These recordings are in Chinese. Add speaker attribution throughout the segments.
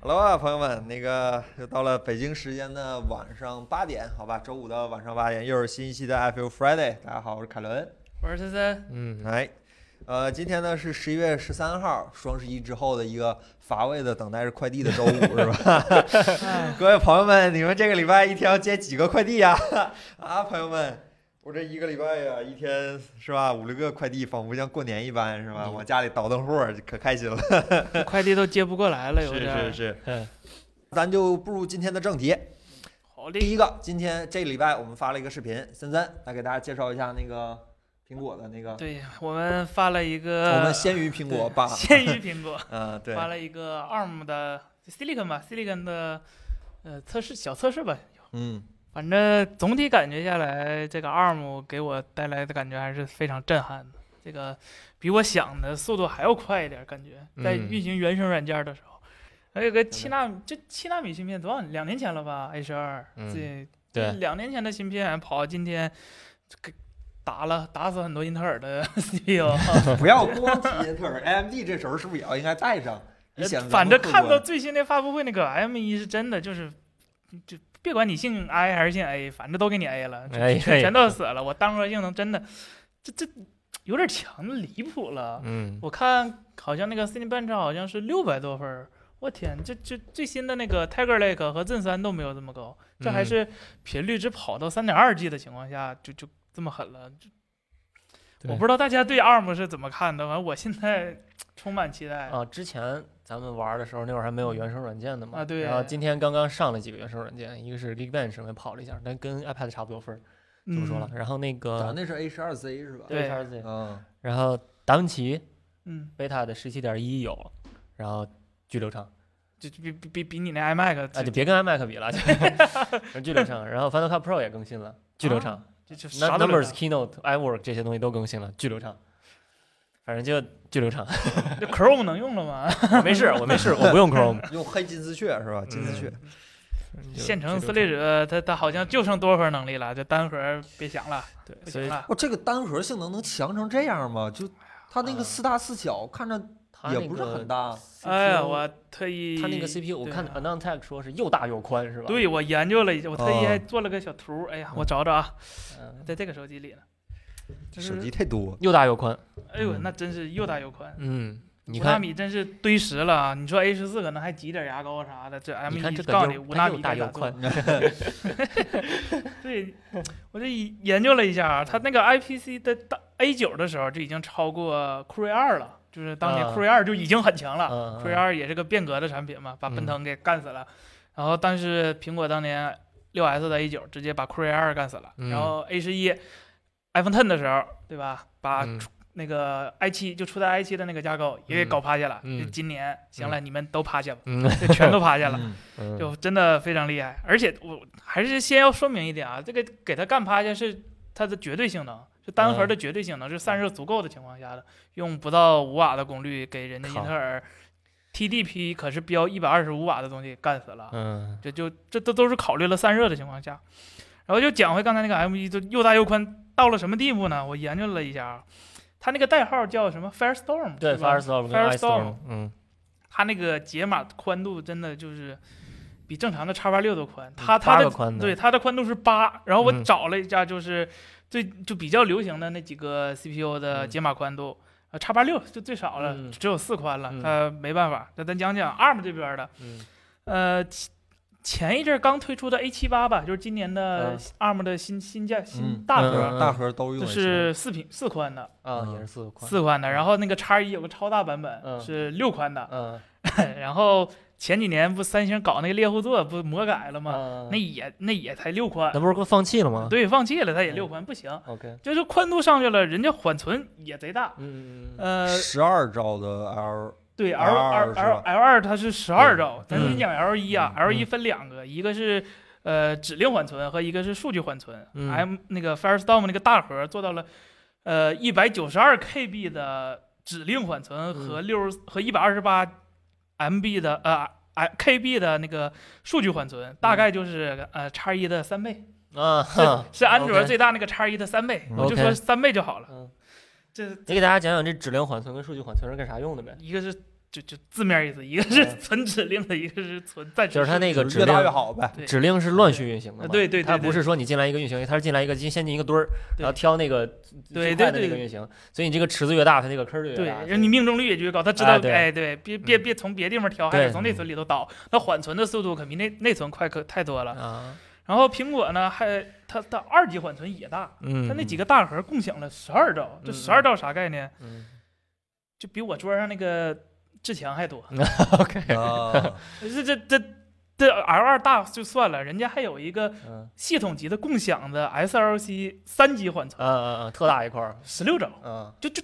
Speaker 1: 好了啊吧，朋友们，那个又到了北京时间的晚上八点，好吧，周五的晚上八点，又是新一期的 I Feel Friday。大家好，我是凯伦。
Speaker 2: 我是森森，
Speaker 3: 嗯，
Speaker 1: 哎，呃，今天呢是十一月十三号，双十一之后的一个乏味的等待着快递的周五，是吧？ 各位朋友们，你们这个礼拜一天要接几个快递呀、 啊？朋友们，我这一个礼拜呀、一天是吧，五六个快递，仿佛像过年一般，是吧？
Speaker 3: 嗯
Speaker 1: 我家里倒腾货，可开心了。
Speaker 2: 哎快递都接不过来了，有
Speaker 1: 是
Speaker 2: 点
Speaker 1: 是
Speaker 2: 儿。
Speaker 1: 是，
Speaker 3: 嗯
Speaker 1: 咱就步入今天的正题。
Speaker 2: 好
Speaker 1: 第
Speaker 2: 嘞，
Speaker 1: 一个，今天这个礼拜我们发了一个视频，森森来给大家介绍一下那个苹果的那个，
Speaker 2: 对我们发了一个，
Speaker 1: 我们先于苹果 吧，
Speaker 2: 先于苹果
Speaker 1: 嗯， 对，
Speaker 2: 呃发了一个 ARM 的 Silicon 吧，Silicon 的呃测试小测试吧。
Speaker 1: 嗯。
Speaker 2: 反正总体感觉下来，这个 ARM 给我带来的感觉还是非常震撼的。这个比我想的速度还要快一点儿，感觉在
Speaker 3: 嗯
Speaker 2: 运行原生软件的时候，还有个七
Speaker 1: 真
Speaker 2: 纳米，这七纳米芯片多少？两年前了吧？A 十二，
Speaker 3: 嗯
Speaker 2: 这
Speaker 3: 对
Speaker 2: 两年前的芯片跑到今天，这个打了打死很多英特尔的 E CPU，
Speaker 1: 不要光提英特尔，AMD 这时候是不是也要应该带上？你显得咱
Speaker 2: 呃反
Speaker 1: 们
Speaker 2: 正
Speaker 1: 客
Speaker 2: 看到
Speaker 1: 观
Speaker 2: 最新的发布会那个 M 一是真的，就是就别管你姓 I 还是姓 A，反正都给你 A 了，就
Speaker 3: 哎
Speaker 2: 全全都死了。我单核性能真的，这这有点强的离谱了。
Speaker 3: 嗯，
Speaker 2: 我看好像那个 Cinebench 好像是六百多分儿，我天，这这最新的那个 Tiger Lake 和 Zen 三都没有这么高，这还
Speaker 3: 嗯
Speaker 2: 是频率只跑到三点二 G 的情况下就就这么狠了。就我
Speaker 3: 对
Speaker 2: 不知道大家对 ARM 是怎么看的，反正我现在充满期待。
Speaker 3: 啊，之前咱们玩的时候，那会儿还没有原生软件的嘛。
Speaker 2: 嗯啊对
Speaker 3: 然后今天刚刚上了几个原生软件，一个是 Geekbench，我也跑了一下，但跟 iPad 差不多分儿，
Speaker 2: 怎
Speaker 3: 怎么说了？？然后那
Speaker 1: 咱
Speaker 3: 个
Speaker 1: 那是 A 十二 C 是吧？
Speaker 2: 嗯对
Speaker 3: HRZ，
Speaker 1: 嗯，
Speaker 3: 然后达芬奇
Speaker 2: 嗯，
Speaker 3: beta 的十七点一有，然后巨流畅
Speaker 2: 就就比比比比你那 iMac
Speaker 3: 啊，
Speaker 2: 这
Speaker 3: 就别跟 iMac 比了， 就巨流畅。然后 Final Cut Pro 也更新了，巨流畅。
Speaker 2: 就就啊啥
Speaker 3: Num-
Speaker 2: 都
Speaker 3: Numbers、Keynote、iWork 这些东西都更新了，巨流畅。反正就巨流畅，
Speaker 2: 这 Chrome 能用了吗？
Speaker 3: 我没事，我没事，我不用 Chrome，
Speaker 1: 用黑金丝雀是
Speaker 2: 嗯
Speaker 1: 吧？ 金丝雀，
Speaker 3: 嗯 就
Speaker 2: 现成
Speaker 3: 巨流
Speaker 2: 撕裂
Speaker 3: 畅
Speaker 2: 者，它它好像就剩多核能力了，这单核别想了，
Speaker 3: 对，
Speaker 2: 不
Speaker 3: 所
Speaker 2: 行
Speaker 3: 以
Speaker 2: 了。
Speaker 1: 哦哇，这个单核性能能强成这样吗？就
Speaker 2: 哎
Speaker 1: 它那个
Speaker 3: 嗯
Speaker 1: 四大四小，看着
Speaker 3: 它
Speaker 1: 也
Speaker 3: 那
Speaker 1: 不是
Speaker 3: 个
Speaker 1: 很大。
Speaker 3: CPU
Speaker 2: 哎呀，我特意
Speaker 3: 它那个 CPU，我
Speaker 2: 对
Speaker 3: 看
Speaker 2: 啊
Speaker 3: Anantech 说是又大又宽，是吧？
Speaker 2: 对我研究了一下，我特意
Speaker 1: 哦
Speaker 2: 还做了个小图。哎呀，
Speaker 3: 嗯
Speaker 2: 我找找啊，
Speaker 3: 嗯，
Speaker 2: 在这个手机里呢。这是
Speaker 1: 手机，太多，
Speaker 3: 又大又宽。
Speaker 2: 哎呦，
Speaker 3: 嗯
Speaker 2: 那真是又大又宽。
Speaker 3: 嗯，你
Speaker 2: 五纳
Speaker 3: 看，
Speaker 2: 米真是堆实了啊！你说 A 十四可能还挤点牙膏啥的，这 M
Speaker 3: 你看
Speaker 2: 一
Speaker 3: 这个
Speaker 2: 杠里
Speaker 3: 又
Speaker 2: 五纳
Speaker 3: 又
Speaker 2: 米
Speaker 3: 大
Speaker 2: 该咋
Speaker 3: 又
Speaker 2: 做
Speaker 3: 宽。
Speaker 2: 对，我这一研究了一下啊，它那个 IPC 的大 A 九的时候就已经超过酷睿二了，就是当年
Speaker 3: 啊
Speaker 2: 酷睿二就已经很强了，
Speaker 3: 嗯
Speaker 2: 酷睿
Speaker 3: 嗯
Speaker 2: 二也是个变革的产品嘛，把奔
Speaker 3: 嗯
Speaker 2: 腾给干死了。然后，但是苹果当年六 S 的 A 九直接把酷睿二干死了，
Speaker 3: 嗯
Speaker 2: 然后 A 十一 iPhone Ten 的时候，对吧？把
Speaker 3: 嗯
Speaker 2: 那个 i 七就初代 i 七的那个架构也给
Speaker 3: 嗯
Speaker 2: 搞趴下了。
Speaker 3: 嗯
Speaker 2: 就今年行了，你们都趴下吧，
Speaker 3: 嗯
Speaker 2: 就全都趴下了。
Speaker 1: 嗯
Speaker 3: 嗯，
Speaker 2: 就真的非常厉害。而且我还是先要说明一点啊，这个给它干趴下是它的绝对性能，是单核的绝对性能，是散热足够的情况下的，用不到五瓦的功率给人家英
Speaker 3: 靠
Speaker 2: 特尔 TDP 可是标一百二十五瓦的东西干死了。
Speaker 3: 嗯
Speaker 2: 这就这都都是考虑了散热的情况下，然后就讲回刚才那个 M 一，就又大又宽到了什么地步呢？我研究了一下啊，它那个代号叫什么 Firestorm，
Speaker 3: 对
Speaker 2: 是吧
Speaker 3: ，Firestorm 跟
Speaker 2: Firestorm
Speaker 3: iStorm，嗯，
Speaker 2: 它那个解码宽度真的就是比正常的叉八六都宽，它它
Speaker 3: 嗯八
Speaker 2: 的
Speaker 3: 个宽的，
Speaker 2: 对，它的宽度是八，然后我
Speaker 3: 嗯
Speaker 2: 找了一下，就是最就比较流行的那几个 CPU 的
Speaker 3: 嗯
Speaker 2: 解码宽度，呃，叉八六就最少了，
Speaker 3: 嗯
Speaker 2: 只有四宽了，
Speaker 3: 嗯
Speaker 2: 呃，没办法。那咱讲讲 ARM 这边的，
Speaker 3: 嗯
Speaker 2: 呃，前前一阵儿刚推出的 A 七八吧，就是今年的
Speaker 3: 嗯
Speaker 2: ARM 的新新价新
Speaker 1: 嗯
Speaker 2: 大
Speaker 3: 嗯
Speaker 2: 核，
Speaker 1: 大核都用得
Speaker 2: 就是四平四宽的，
Speaker 3: 啊，
Speaker 1: 嗯
Speaker 3: 也是四个宽，
Speaker 2: 四宽的，然后那个叉一有个超大版本
Speaker 3: 嗯
Speaker 2: 是六宽的，
Speaker 3: 嗯，
Speaker 2: 然后前几年不三星搞那个猎户座不魔改了吗？
Speaker 3: 嗯
Speaker 2: 那也那也才六宽
Speaker 3: 那。不是给放弃了吗？
Speaker 2: 对，放弃了，它也
Speaker 3: 嗯
Speaker 2: 六宽，不行，
Speaker 3: ，OK，
Speaker 2: 就是宽度上去了，人家缓存也贼大。
Speaker 3: 嗯嗯嗯
Speaker 2: 呃，
Speaker 1: 十二兆的 L，
Speaker 2: 对，L
Speaker 1: R2
Speaker 2: L
Speaker 1: 是
Speaker 2: L
Speaker 1: 吧
Speaker 2: L 二它是十二兆，咱先
Speaker 3: 嗯
Speaker 2: 讲 L 一啊，L
Speaker 3: 嗯
Speaker 2: 一分两个，一个是呃指令缓存和一个是数据缓存。
Speaker 3: 嗯
Speaker 2: M 那个 Firestorm 那个大核做到了呃
Speaker 3: 嗯
Speaker 2: 一百九十二 KB 的指令缓存和六十和一百二十八 MB 的呃。哎，KB 的那个数据缓存
Speaker 3: 嗯
Speaker 2: 大概就是呃叉一的三倍，
Speaker 3: 啊，
Speaker 2: 呃是
Speaker 3: 哈
Speaker 2: 是安卓
Speaker 3: OK
Speaker 2: 最大那个叉一的三倍，
Speaker 1: 嗯
Speaker 2: 我就
Speaker 3: OK
Speaker 2: 说三倍就好了。
Speaker 3: 嗯，
Speaker 2: 这
Speaker 3: 你给大家讲讲这质量缓存跟数据缓存是干啥用的呗？
Speaker 2: 一个是就就字面意思，一个是
Speaker 3: 嗯
Speaker 2: 存指令的，一个是存暂时
Speaker 3: 就是它那个
Speaker 1: 就是
Speaker 3: 指
Speaker 1: 越大越
Speaker 3: 令，
Speaker 1: 好呗。
Speaker 2: 对
Speaker 3: 指令是乱序运行的嘛？
Speaker 2: 对对对
Speaker 3: 它不
Speaker 2: 对
Speaker 3: 是说你进来一个运行，它是进来一个进先进一个堆儿，然
Speaker 2: 对
Speaker 3: 后挑那个最
Speaker 2: 对对
Speaker 3: 快的那
Speaker 2: 对
Speaker 3: 个
Speaker 2: 对
Speaker 3: 运行，所以你这个池子越大，它那个坑儿就越
Speaker 2: 对，
Speaker 3: 大。
Speaker 2: 然后你命中率也就越高，他知
Speaker 3: 哎
Speaker 2: 道
Speaker 3: 对
Speaker 2: 哎对，别别
Speaker 3: 嗯
Speaker 2: 别从别地方挑，还
Speaker 3: 对
Speaker 2: 是从内存里头导，那缓存的速度可比内内存快可太多了。
Speaker 3: 啊，
Speaker 2: 然后苹果呢，还它它二级缓存也大，
Speaker 3: 嗯，
Speaker 2: 它那几个大核共享了十二兆，这
Speaker 3: 嗯
Speaker 2: 十二兆啥概念？
Speaker 3: 嗯
Speaker 2: 就比我桌上那个志强还多。
Speaker 3: 嗯，OK，哦
Speaker 1: 啊，
Speaker 2: 这这这这 L 二大就算了，人家还有一个
Speaker 3: 嗯
Speaker 2: 系统级的共享的 SLC 三级缓存，
Speaker 3: 啊啊啊，特大一块儿，
Speaker 2: 十六兆，
Speaker 3: 嗯
Speaker 2: 就就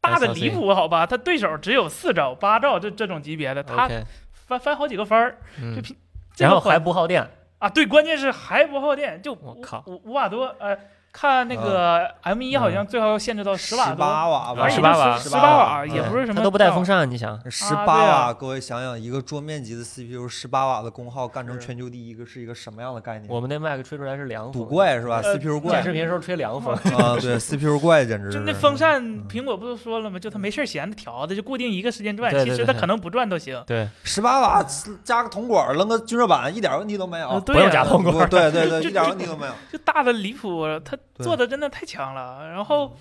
Speaker 2: 大的
Speaker 3: SLC
Speaker 2: 离谱，好吧？他对手只有四兆、八兆这这种级别的，他
Speaker 3: ，OK，
Speaker 2: 翻翻好几个番儿，
Speaker 3: 嗯
Speaker 2: 这平这
Speaker 3: 然
Speaker 2: 个
Speaker 3: 后还
Speaker 2: 缓
Speaker 3: 不耗电，
Speaker 2: 啊，对，关键是还不耗电，就
Speaker 3: 我
Speaker 2: 五
Speaker 3: 靠啊
Speaker 2: 五五瓦多，呃，看那个 M 一好像最好要限制到 十瓦
Speaker 1: 十
Speaker 2: 多，
Speaker 1: 八瓦吧，
Speaker 2: 反正
Speaker 3: 嗯十八瓦
Speaker 2: 十
Speaker 1: 十
Speaker 2: 八瓦
Speaker 1: 瓦
Speaker 2: 也
Speaker 3: 嗯
Speaker 2: 不是什
Speaker 3: 它
Speaker 2: 么
Speaker 3: 都不带
Speaker 2: 大
Speaker 3: 风扇，你想，
Speaker 1: 十八
Speaker 2: 对
Speaker 1: 瓦，
Speaker 2: 啊
Speaker 1: 各位想想，一个桌面级的 CPU，十八瓦的功耗干成
Speaker 3: 是
Speaker 1: 全球第一个是一个什么样的概念？
Speaker 3: 我们那麦克吹出来是凉
Speaker 1: 赌
Speaker 3: 风，
Speaker 1: 怪是吧
Speaker 2: 呃
Speaker 1: ？CPU
Speaker 3: 剪
Speaker 1: 怪
Speaker 3: 视频的时候吹凉风，
Speaker 1: 啊，对，CPU 怪简直
Speaker 2: 就是那风扇，
Speaker 1: 嗯
Speaker 2: 苹果不都说了吗？就它没事儿闲的调的，就固定一个时间转，
Speaker 3: 对
Speaker 2: 其
Speaker 3: 对
Speaker 2: 实
Speaker 3: 对
Speaker 2: 它
Speaker 3: 对
Speaker 2: 可能不转都行。
Speaker 3: 对，
Speaker 1: 十八瓦加个铜管儿扔个均热板，一点问题都没有
Speaker 2: 呃。
Speaker 3: 不
Speaker 2: 对
Speaker 3: 用
Speaker 2: 呀
Speaker 3: 加铜管儿，
Speaker 1: 对对对，
Speaker 2: 就
Speaker 1: 一点问题都 没有。
Speaker 2: 就大的离谱，他
Speaker 1: 对
Speaker 2: 做的真的太强了。然
Speaker 3: 嗯
Speaker 2: 后，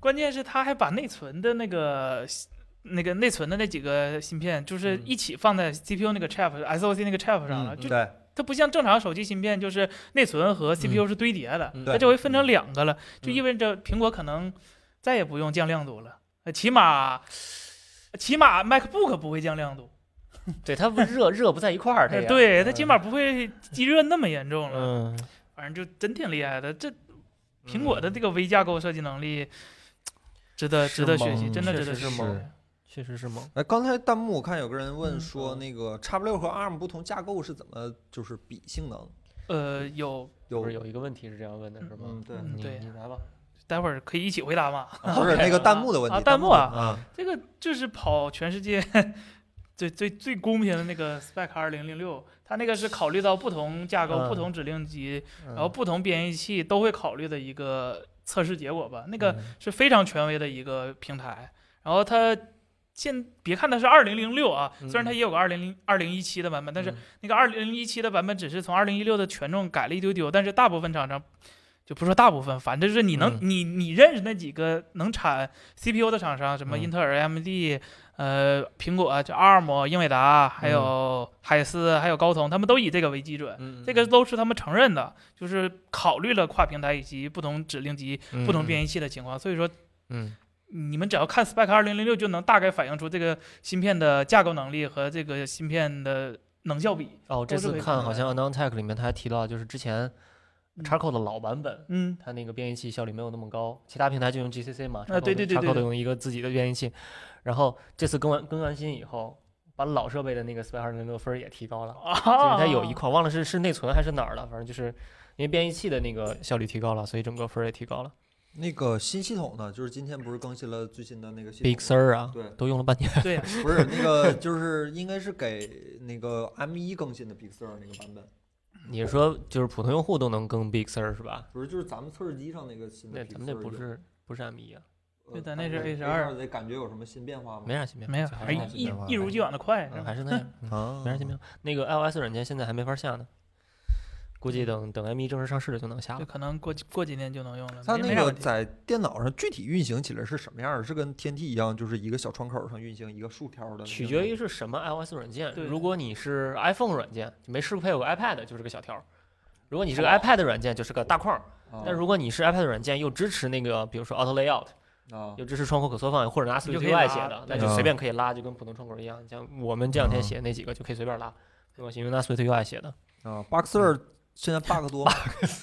Speaker 2: 关键是他还把内存的那个那个内存的那几个芯片，就是
Speaker 3: 嗯
Speaker 2: 一起放在 CPU 那个 chip、SOC 那个 chip 上了。
Speaker 3: 嗯
Speaker 2: 就
Speaker 1: 对，
Speaker 2: 它不像正常手机芯片，就是内存和 CPU 是堆叠的，
Speaker 3: 嗯
Speaker 2: 它
Speaker 1: 对
Speaker 2: 这回分成两个了，就
Speaker 3: 嗯
Speaker 2: 意味着苹果可能再也不用降亮度了，呃起码。起码 MacBook 不会降亮度，
Speaker 3: 对，它不热热不在一块儿，它
Speaker 2: 呃
Speaker 3: 也，
Speaker 2: 对它
Speaker 3: 嗯
Speaker 2: 起码不会积热那么严重了。
Speaker 3: 嗯，
Speaker 2: 反正就真挺厉害的。这苹果的这个微架构设计能力，值得
Speaker 3: 是
Speaker 2: 值得学习，
Speaker 3: 猛
Speaker 2: 真的
Speaker 3: 确
Speaker 2: 值得
Speaker 3: 实
Speaker 2: 学
Speaker 3: 是
Speaker 2: 习。
Speaker 3: 猛确实是猛，
Speaker 1: 哎，刚才弹幕我看有个人问
Speaker 2: 嗯
Speaker 1: 说，那个 X 六和 ARM 不同架构是怎么就是比性能？
Speaker 2: 呃，有
Speaker 1: 有
Speaker 3: 不是有一个问题是这样问的是吗
Speaker 1: 嗯？对
Speaker 2: 嗯
Speaker 3: 你
Speaker 2: 对
Speaker 3: 你来吧，
Speaker 2: 待会儿可以一起回答吗？
Speaker 1: 不是那个弹幕的问
Speaker 2: 啊
Speaker 1: 题？
Speaker 2: 弹幕啊
Speaker 1: 啊，
Speaker 2: 这个就是跑全世界最最最公平的那个 Spec 二零零六，它那个是考虑到不同架构、
Speaker 3: 嗯
Speaker 2: 不同指令集，
Speaker 3: 然
Speaker 2: 然后不同编译器都会考虑的一个测试结果吧。那
Speaker 3: 那
Speaker 2: 个是非常权威的一个平台。然后它现别看它是二零零六啊，虽然它
Speaker 3: 嗯
Speaker 2: 也有个二零零二零一七的版本，但是
Speaker 3: 嗯
Speaker 2: 那个二零一七的版本只是从二零一六的权重改了一丢丢，但是大部分厂商。就不说大部分，反正就是你能、
Speaker 3: 嗯
Speaker 2: 你你认识那几个能产 CPU 的厂商，什么
Speaker 3: 嗯
Speaker 2: 英特尔、AMD、呃苹果、这 ARM、英伟达，还有海思，还有高通，他们都以这个为基准，
Speaker 3: 嗯
Speaker 2: 这个都是他们承认的，就是考虑了跨平台以及不同指令集、不同编
Speaker 3: 译，
Speaker 2: 译器的情况，所以说
Speaker 3: 嗯
Speaker 2: 你们只要看 Spec 二零零六就能大概反映出这个芯片的架构能力和这个芯片的能效比。
Speaker 3: 哦，这
Speaker 2: 都是
Speaker 3: 次
Speaker 2: 可以
Speaker 3: 看
Speaker 1: 看
Speaker 3: 好
Speaker 1: 的
Speaker 3: 像 a n o n Tech 里面他还提到，就是之前
Speaker 2: 嗯
Speaker 3: Xcode 的老版本。
Speaker 2: 嗯，
Speaker 3: 它那个编译器效率没有那么高，其他平台就用 GCC 嘛，
Speaker 2: 啊对对对对
Speaker 3: x c
Speaker 2: 对
Speaker 3: 用一个自己的编译器，然后这次更完更完新以后，把老设备的那个 Spec 二零六分儿也提高了，
Speaker 2: 啊，
Speaker 3: 就是它有一块忘了是是内存还是哪儿了，反正就是因为编译器的那个效率提高了，所以整个分儿也提高了。
Speaker 1: 那个新系统呢？就是今天不是更新了最新的那个系
Speaker 3: Big
Speaker 1: 统
Speaker 3: Sur 啊，
Speaker 1: 对
Speaker 3: 都用了半年。
Speaker 2: 对，
Speaker 1: 吗？不是那个，就是应该是给那个 M 一更新的 Big Sur 那个版本，
Speaker 3: 你是说就是普通用户都能更 Big Sur 是吧？
Speaker 1: 不是就是咱们测试机上那个新的
Speaker 3: 那
Speaker 1: 嗯 Big Sur
Speaker 3: 咱
Speaker 1: 有。
Speaker 3: 们这不是不是 M 一啊，
Speaker 1: 呃，
Speaker 2: 对咱那是
Speaker 1: A
Speaker 2: A12
Speaker 1: 得感觉有什么新变化吗？
Speaker 3: 没啥新变化，
Speaker 2: 没有哎
Speaker 3: 就，还
Speaker 2: 还
Speaker 3: 是
Speaker 2: 一
Speaker 3: 那样
Speaker 2: 一
Speaker 1: 变化
Speaker 2: 一如既往的快，是
Speaker 3: 嗯
Speaker 2: 吧
Speaker 3: 还是那样，嗯
Speaker 1: 啊
Speaker 3: 没啥新变化。那个 iOS 软件现在还没法下呢，估计等等 M 一正式上市了就能下
Speaker 2: 就
Speaker 3: 了。
Speaker 2: 可能过几过几年就能用了。
Speaker 1: 它
Speaker 2: 没
Speaker 1: 那
Speaker 2: 没啥
Speaker 1: 个
Speaker 2: 问题
Speaker 1: 在电脑上具体运行起来是什么样儿的？是跟天梯一样，就是一个小窗口上运行一个竖条的？
Speaker 3: 取决于是什么 iOS 软件。
Speaker 2: 对
Speaker 3: 如果你是 iPhone 软件，没适配有个 iPad 就是个小条儿；如果你是个
Speaker 1: 哦
Speaker 3: iPad 软件，就是个大框儿。
Speaker 1: 啊。
Speaker 3: 但如果你是 iPad 软件又支持那个，比如说 Auto Layout，
Speaker 1: 啊，
Speaker 3: 又支持窗口可缩放，或者拿 Swift
Speaker 2: 就可以拉
Speaker 3: UI 写的，那
Speaker 2: 对嗯
Speaker 3: 就随便可以拉，就跟普通窗口一样。像我们这两天写的那几个就可以随便拉，没关系，因为拿 Swift UI 写的。
Speaker 1: 啊，Boxer 现在 bug 多吗，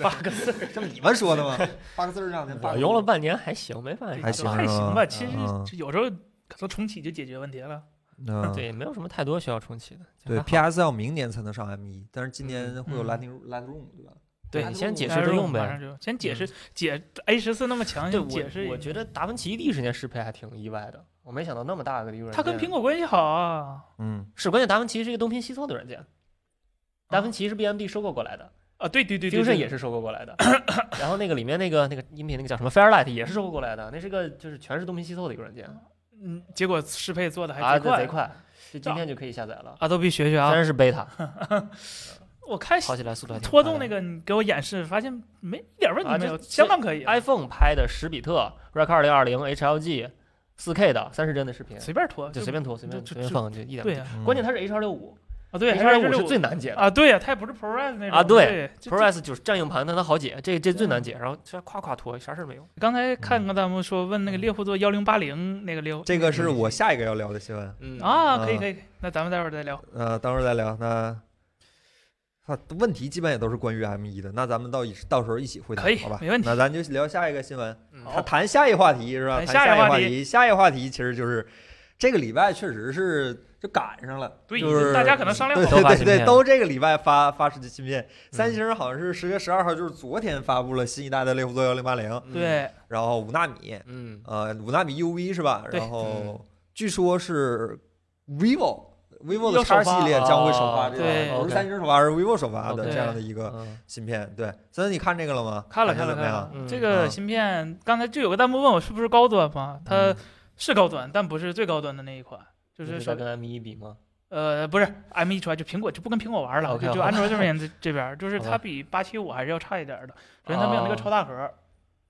Speaker 3: 八个字，
Speaker 1: 这不你们说的吗？Boxer 这两天 bug
Speaker 3: 我
Speaker 1: 多
Speaker 3: 用了半年还行，没办
Speaker 2: 哎对
Speaker 3: 法，
Speaker 1: 还
Speaker 2: 就
Speaker 1: 行
Speaker 2: 还
Speaker 1: 是
Speaker 2: 行
Speaker 1: 吧
Speaker 2: 吧。其实
Speaker 1: 嗯
Speaker 2: 就有时候可能重启就解决问题了。
Speaker 1: 啊，
Speaker 3: 对，没有什么太多需要重启的。
Speaker 1: 对
Speaker 3: 还好
Speaker 1: ，PS 要明年才能上 M 一，但是今年会有
Speaker 2: 嗯
Speaker 1: Lightroom Lightroom 对吧？
Speaker 3: 对你先解释
Speaker 2: 但
Speaker 3: 着
Speaker 2: 是
Speaker 3: 用
Speaker 2: 马
Speaker 3: 呗嗯
Speaker 2: 上。就先解释解 A 十四那么强，
Speaker 3: 对
Speaker 2: 先解释一下。
Speaker 3: 我，我觉得达芬奇 E D 时间适配还挺意外的。我没想到那么大个的一个软件。
Speaker 2: 它跟苹果关系好啊
Speaker 1: 嗯
Speaker 3: 是，关键达芬奇是一个东拼西凑的软件，达芬奇是 BMD 收购过来的
Speaker 2: 啊！对对对对
Speaker 3: ，Fusion
Speaker 2: 对，
Speaker 3: 也是收购过来的，然后那个里面那个那个音频那个叫什么 Fairlight 也是收购过来的，那是个就是全是东拼西凑的一个软件，
Speaker 2: 嗯，结果适配做的
Speaker 3: 啊，
Speaker 2: 还
Speaker 3: 这贼
Speaker 2: 哎贼快。
Speaker 3: 快，就今天就可以下载了。
Speaker 2: 啊，都必学学
Speaker 3: 虽
Speaker 2: 啊！
Speaker 3: 然是 beta，
Speaker 2: 我看
Speaker 3: 跑起来速度还挺
Speaker 2: 拖
Speaker 3: 快
Speaker 2: 动
Speaker 3: 的
Speaker 2: 那个，你给我演示，发现没一点问
Speaker 3: 嗯啊
Speaker 2: 题没
Speaker 3: 这
Speaker 2: 有，
Speaker 3: 这
Speaker 2: 相当可以啊，
Speaker 3: iPhone 拍的十比特 Rec 二零二零 HLG 四 K 的三十帧的视频，
Speaker 2: 随便拖
Speaker 3: 就随便拖随便
Speaker 2: 啊就
Speaker 3: 随便
Speaker 2: 就
Speaker 3: 放，就一点问
Speaker 2: 对
Speaker 3: 题。
Speaker 2: 呀
Speaker 1: 嗯
Speaker 3: 关键它是 H 二六五
Speaker 2: 啊对，
Speaker 3: ，H
Speaker 2: 还
Speaker 3: 二
Speaker 2: 是
Speaker 3: 六五
Speaker 2: 六
Speaker 3: 是最难解的。
Speaker 2: 啊对呀，它也不是 ProRes 那种
Speaker 3: 啊对
Speaker 2: 对这
Speaker 3: ProRes 就是占硬盘，但它好解，这这最难解。然后这夸夸拖，啥事儿没有。
Speaker 2: 刚才看个弹幕说问
Speaker 3: 嗯
Speaker 2: 那个猎户座幺零八零那个猎户
Speaker 1: 这个是我下一个要聊的新闻，
Speaker 3: 嗯
Speaker 2: 啊，可以
Speaker 1: 啊
Speaker 2: 可以，那咱们待会儿再聊。
Speaker 1: 呃，等会儿再聊。那啊，问题基本也都是关于 M 一的，那咱们到一到时候一起回答，
Speaker 2: 可以
Speaker 1: 好吧？
Speaker 2: 没问题
Speaker 1: 那咱就聊下一个新闻，
Speaker 3: 嗯
Speaker 1: 谈谈下一话题是吧？
Speaker 2: 谈
Speaker 1: 谈
Speaker 2: 下一
Speaker 1: 一
Speaker 2: 话
Speaker 1: 话
Speaker 2: 题
Speaker 1: 题，下一话题其实就是这个礼拜确实是就赶上了，
Speaker 2: 对
Speaker 1: 就是
Speaker 2: 大家可能商量
Speaker 1: 对 对对
Speaker 3: 好了都发芯
Speaker 1: 对，
Speaker 3: 片
Speaker 1: 都这个礼拜发发的芯片，三星好像是十月十二号，就是昨天发布了新一代的猎户座幺零八零，
Speaker 2: 对，
Speaker 1: 然后五纳米，
Speaker 3: 嗯，
Speaker 1: 呃，五纳米 UV 是吧？
Speaker 2: 对
Speaker 1: 然
Speaker 3: 嗯
Speaker 1: 后据说是 vivo vivo 的
Speaker 2: 又首
Speaker 1: 叉
Speaker 2: 发啊
Speaker 1: 系列将会首发
Speaker 3: 哦
Speaker 1: 这个，
Speaker 2: 对
Speaker 1: 不是
Speaker 3: OK
Speaker 1: 三星首发，而是 vivo 首发的
Speaker 3: OK
Speaker 1: 这样的一个
Speaker 3: 嗯
Speaker 1: 芯片。对，森森，你看这个了吗？
Speaker 2: 看了
Speaker 1: 感
Speaker 2: 看
Speaker 1: 觉
Speaker 2: 了
Speaker 1: 怎么
Speaker 2: 看
Speaker 1: 样？
Speaker 2: 了
Speaker 3: 嗯，
Speaker 2: 这个
Speaker 1: 嗯
Speaker 2: 芯片刚才就有个弹幕问我是不是高端嘛？它
Speaker 1: 嗯
Speaker 2: 是高端，但不是最高端的那一款，就
Speaker 3: 就是是
Speaker 2: 说
Speaker 3: 在跟 M 一比吗？
Speaker 2: 呃，不是 M 一出来就苹果就不跟苹果玩了，
Speaker 3: OK，
Speaker 2: 就就
Speaker 3: 好
Speaker 2: 安卓这边这这边，就是
Speaker 3: 好吧
Speaker 2: 它比八七五还是要差一点儿的。首先它没有那个
Speaker 3: 哦
Speaker 2: 超大核，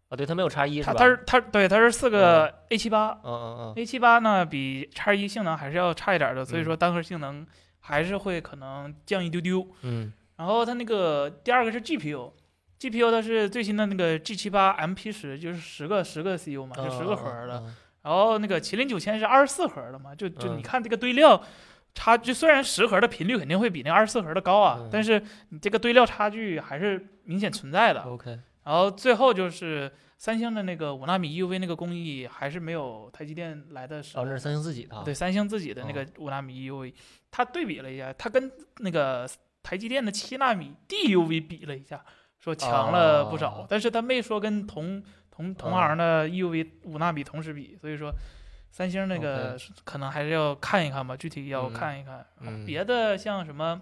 Speaker 3: 啊，对，它没有叉一是
Speaker 2: 它
Speaker 3: 吧？
Speaker 2: 它是它哎对它是四个 A 七八
Speaker 3: 嗯嗯嗯，
Speaker 2: ，A 七八呢比叉一性能还是要差一点儿的，所以说单核性能还是会可能降一丢丢。
Speaker 3: 嗯
Speaker 2: 然后它那个第二个是 GPU。GPU 它是最新的那个 G 7 8 MP 十，就是十个十个 CPU 嘛，就十
Speaker 3: 哦
Speaker 2: 个核儿的。，然后那个麒麟九千是二十四核的嘛，就就
Speaker 3: 嗯
Speaker 2: 你看这个堆料差距，虽然十核的频率肯定会比那二十四核的高啊，
Speaker 3: 嗯
Speaker 2: 但是你这个堆料差距还是明显存在的。
Speaker 3: OK，
Speaker 2: 然后最后就是三星的那个五纳米 EUV 那个工艺还是没有台积电来的少
Speaker 3: 哦，那是三星自己的啊，
Speaker 2: 对，三星自己的那
Speaker 3: 哦
Speaker 2: 个五纳米 EUV，它对比了一下，它跟那个台积电的七纳米 DUV 比了一下，说强了不少，
Speaker 3: 哦
Speaker 2: 但是它没说跟同同同
Speaker 3: 嗯
Speaker 2: 行的 EUV 五纳米同时比，所以说三星那个是可能还是要看一看吧，具体要
Speaker 3: 嗯
Speaker 2: 看一看。
Speaker 3: 嗯
Speaker 2: 别的像什么，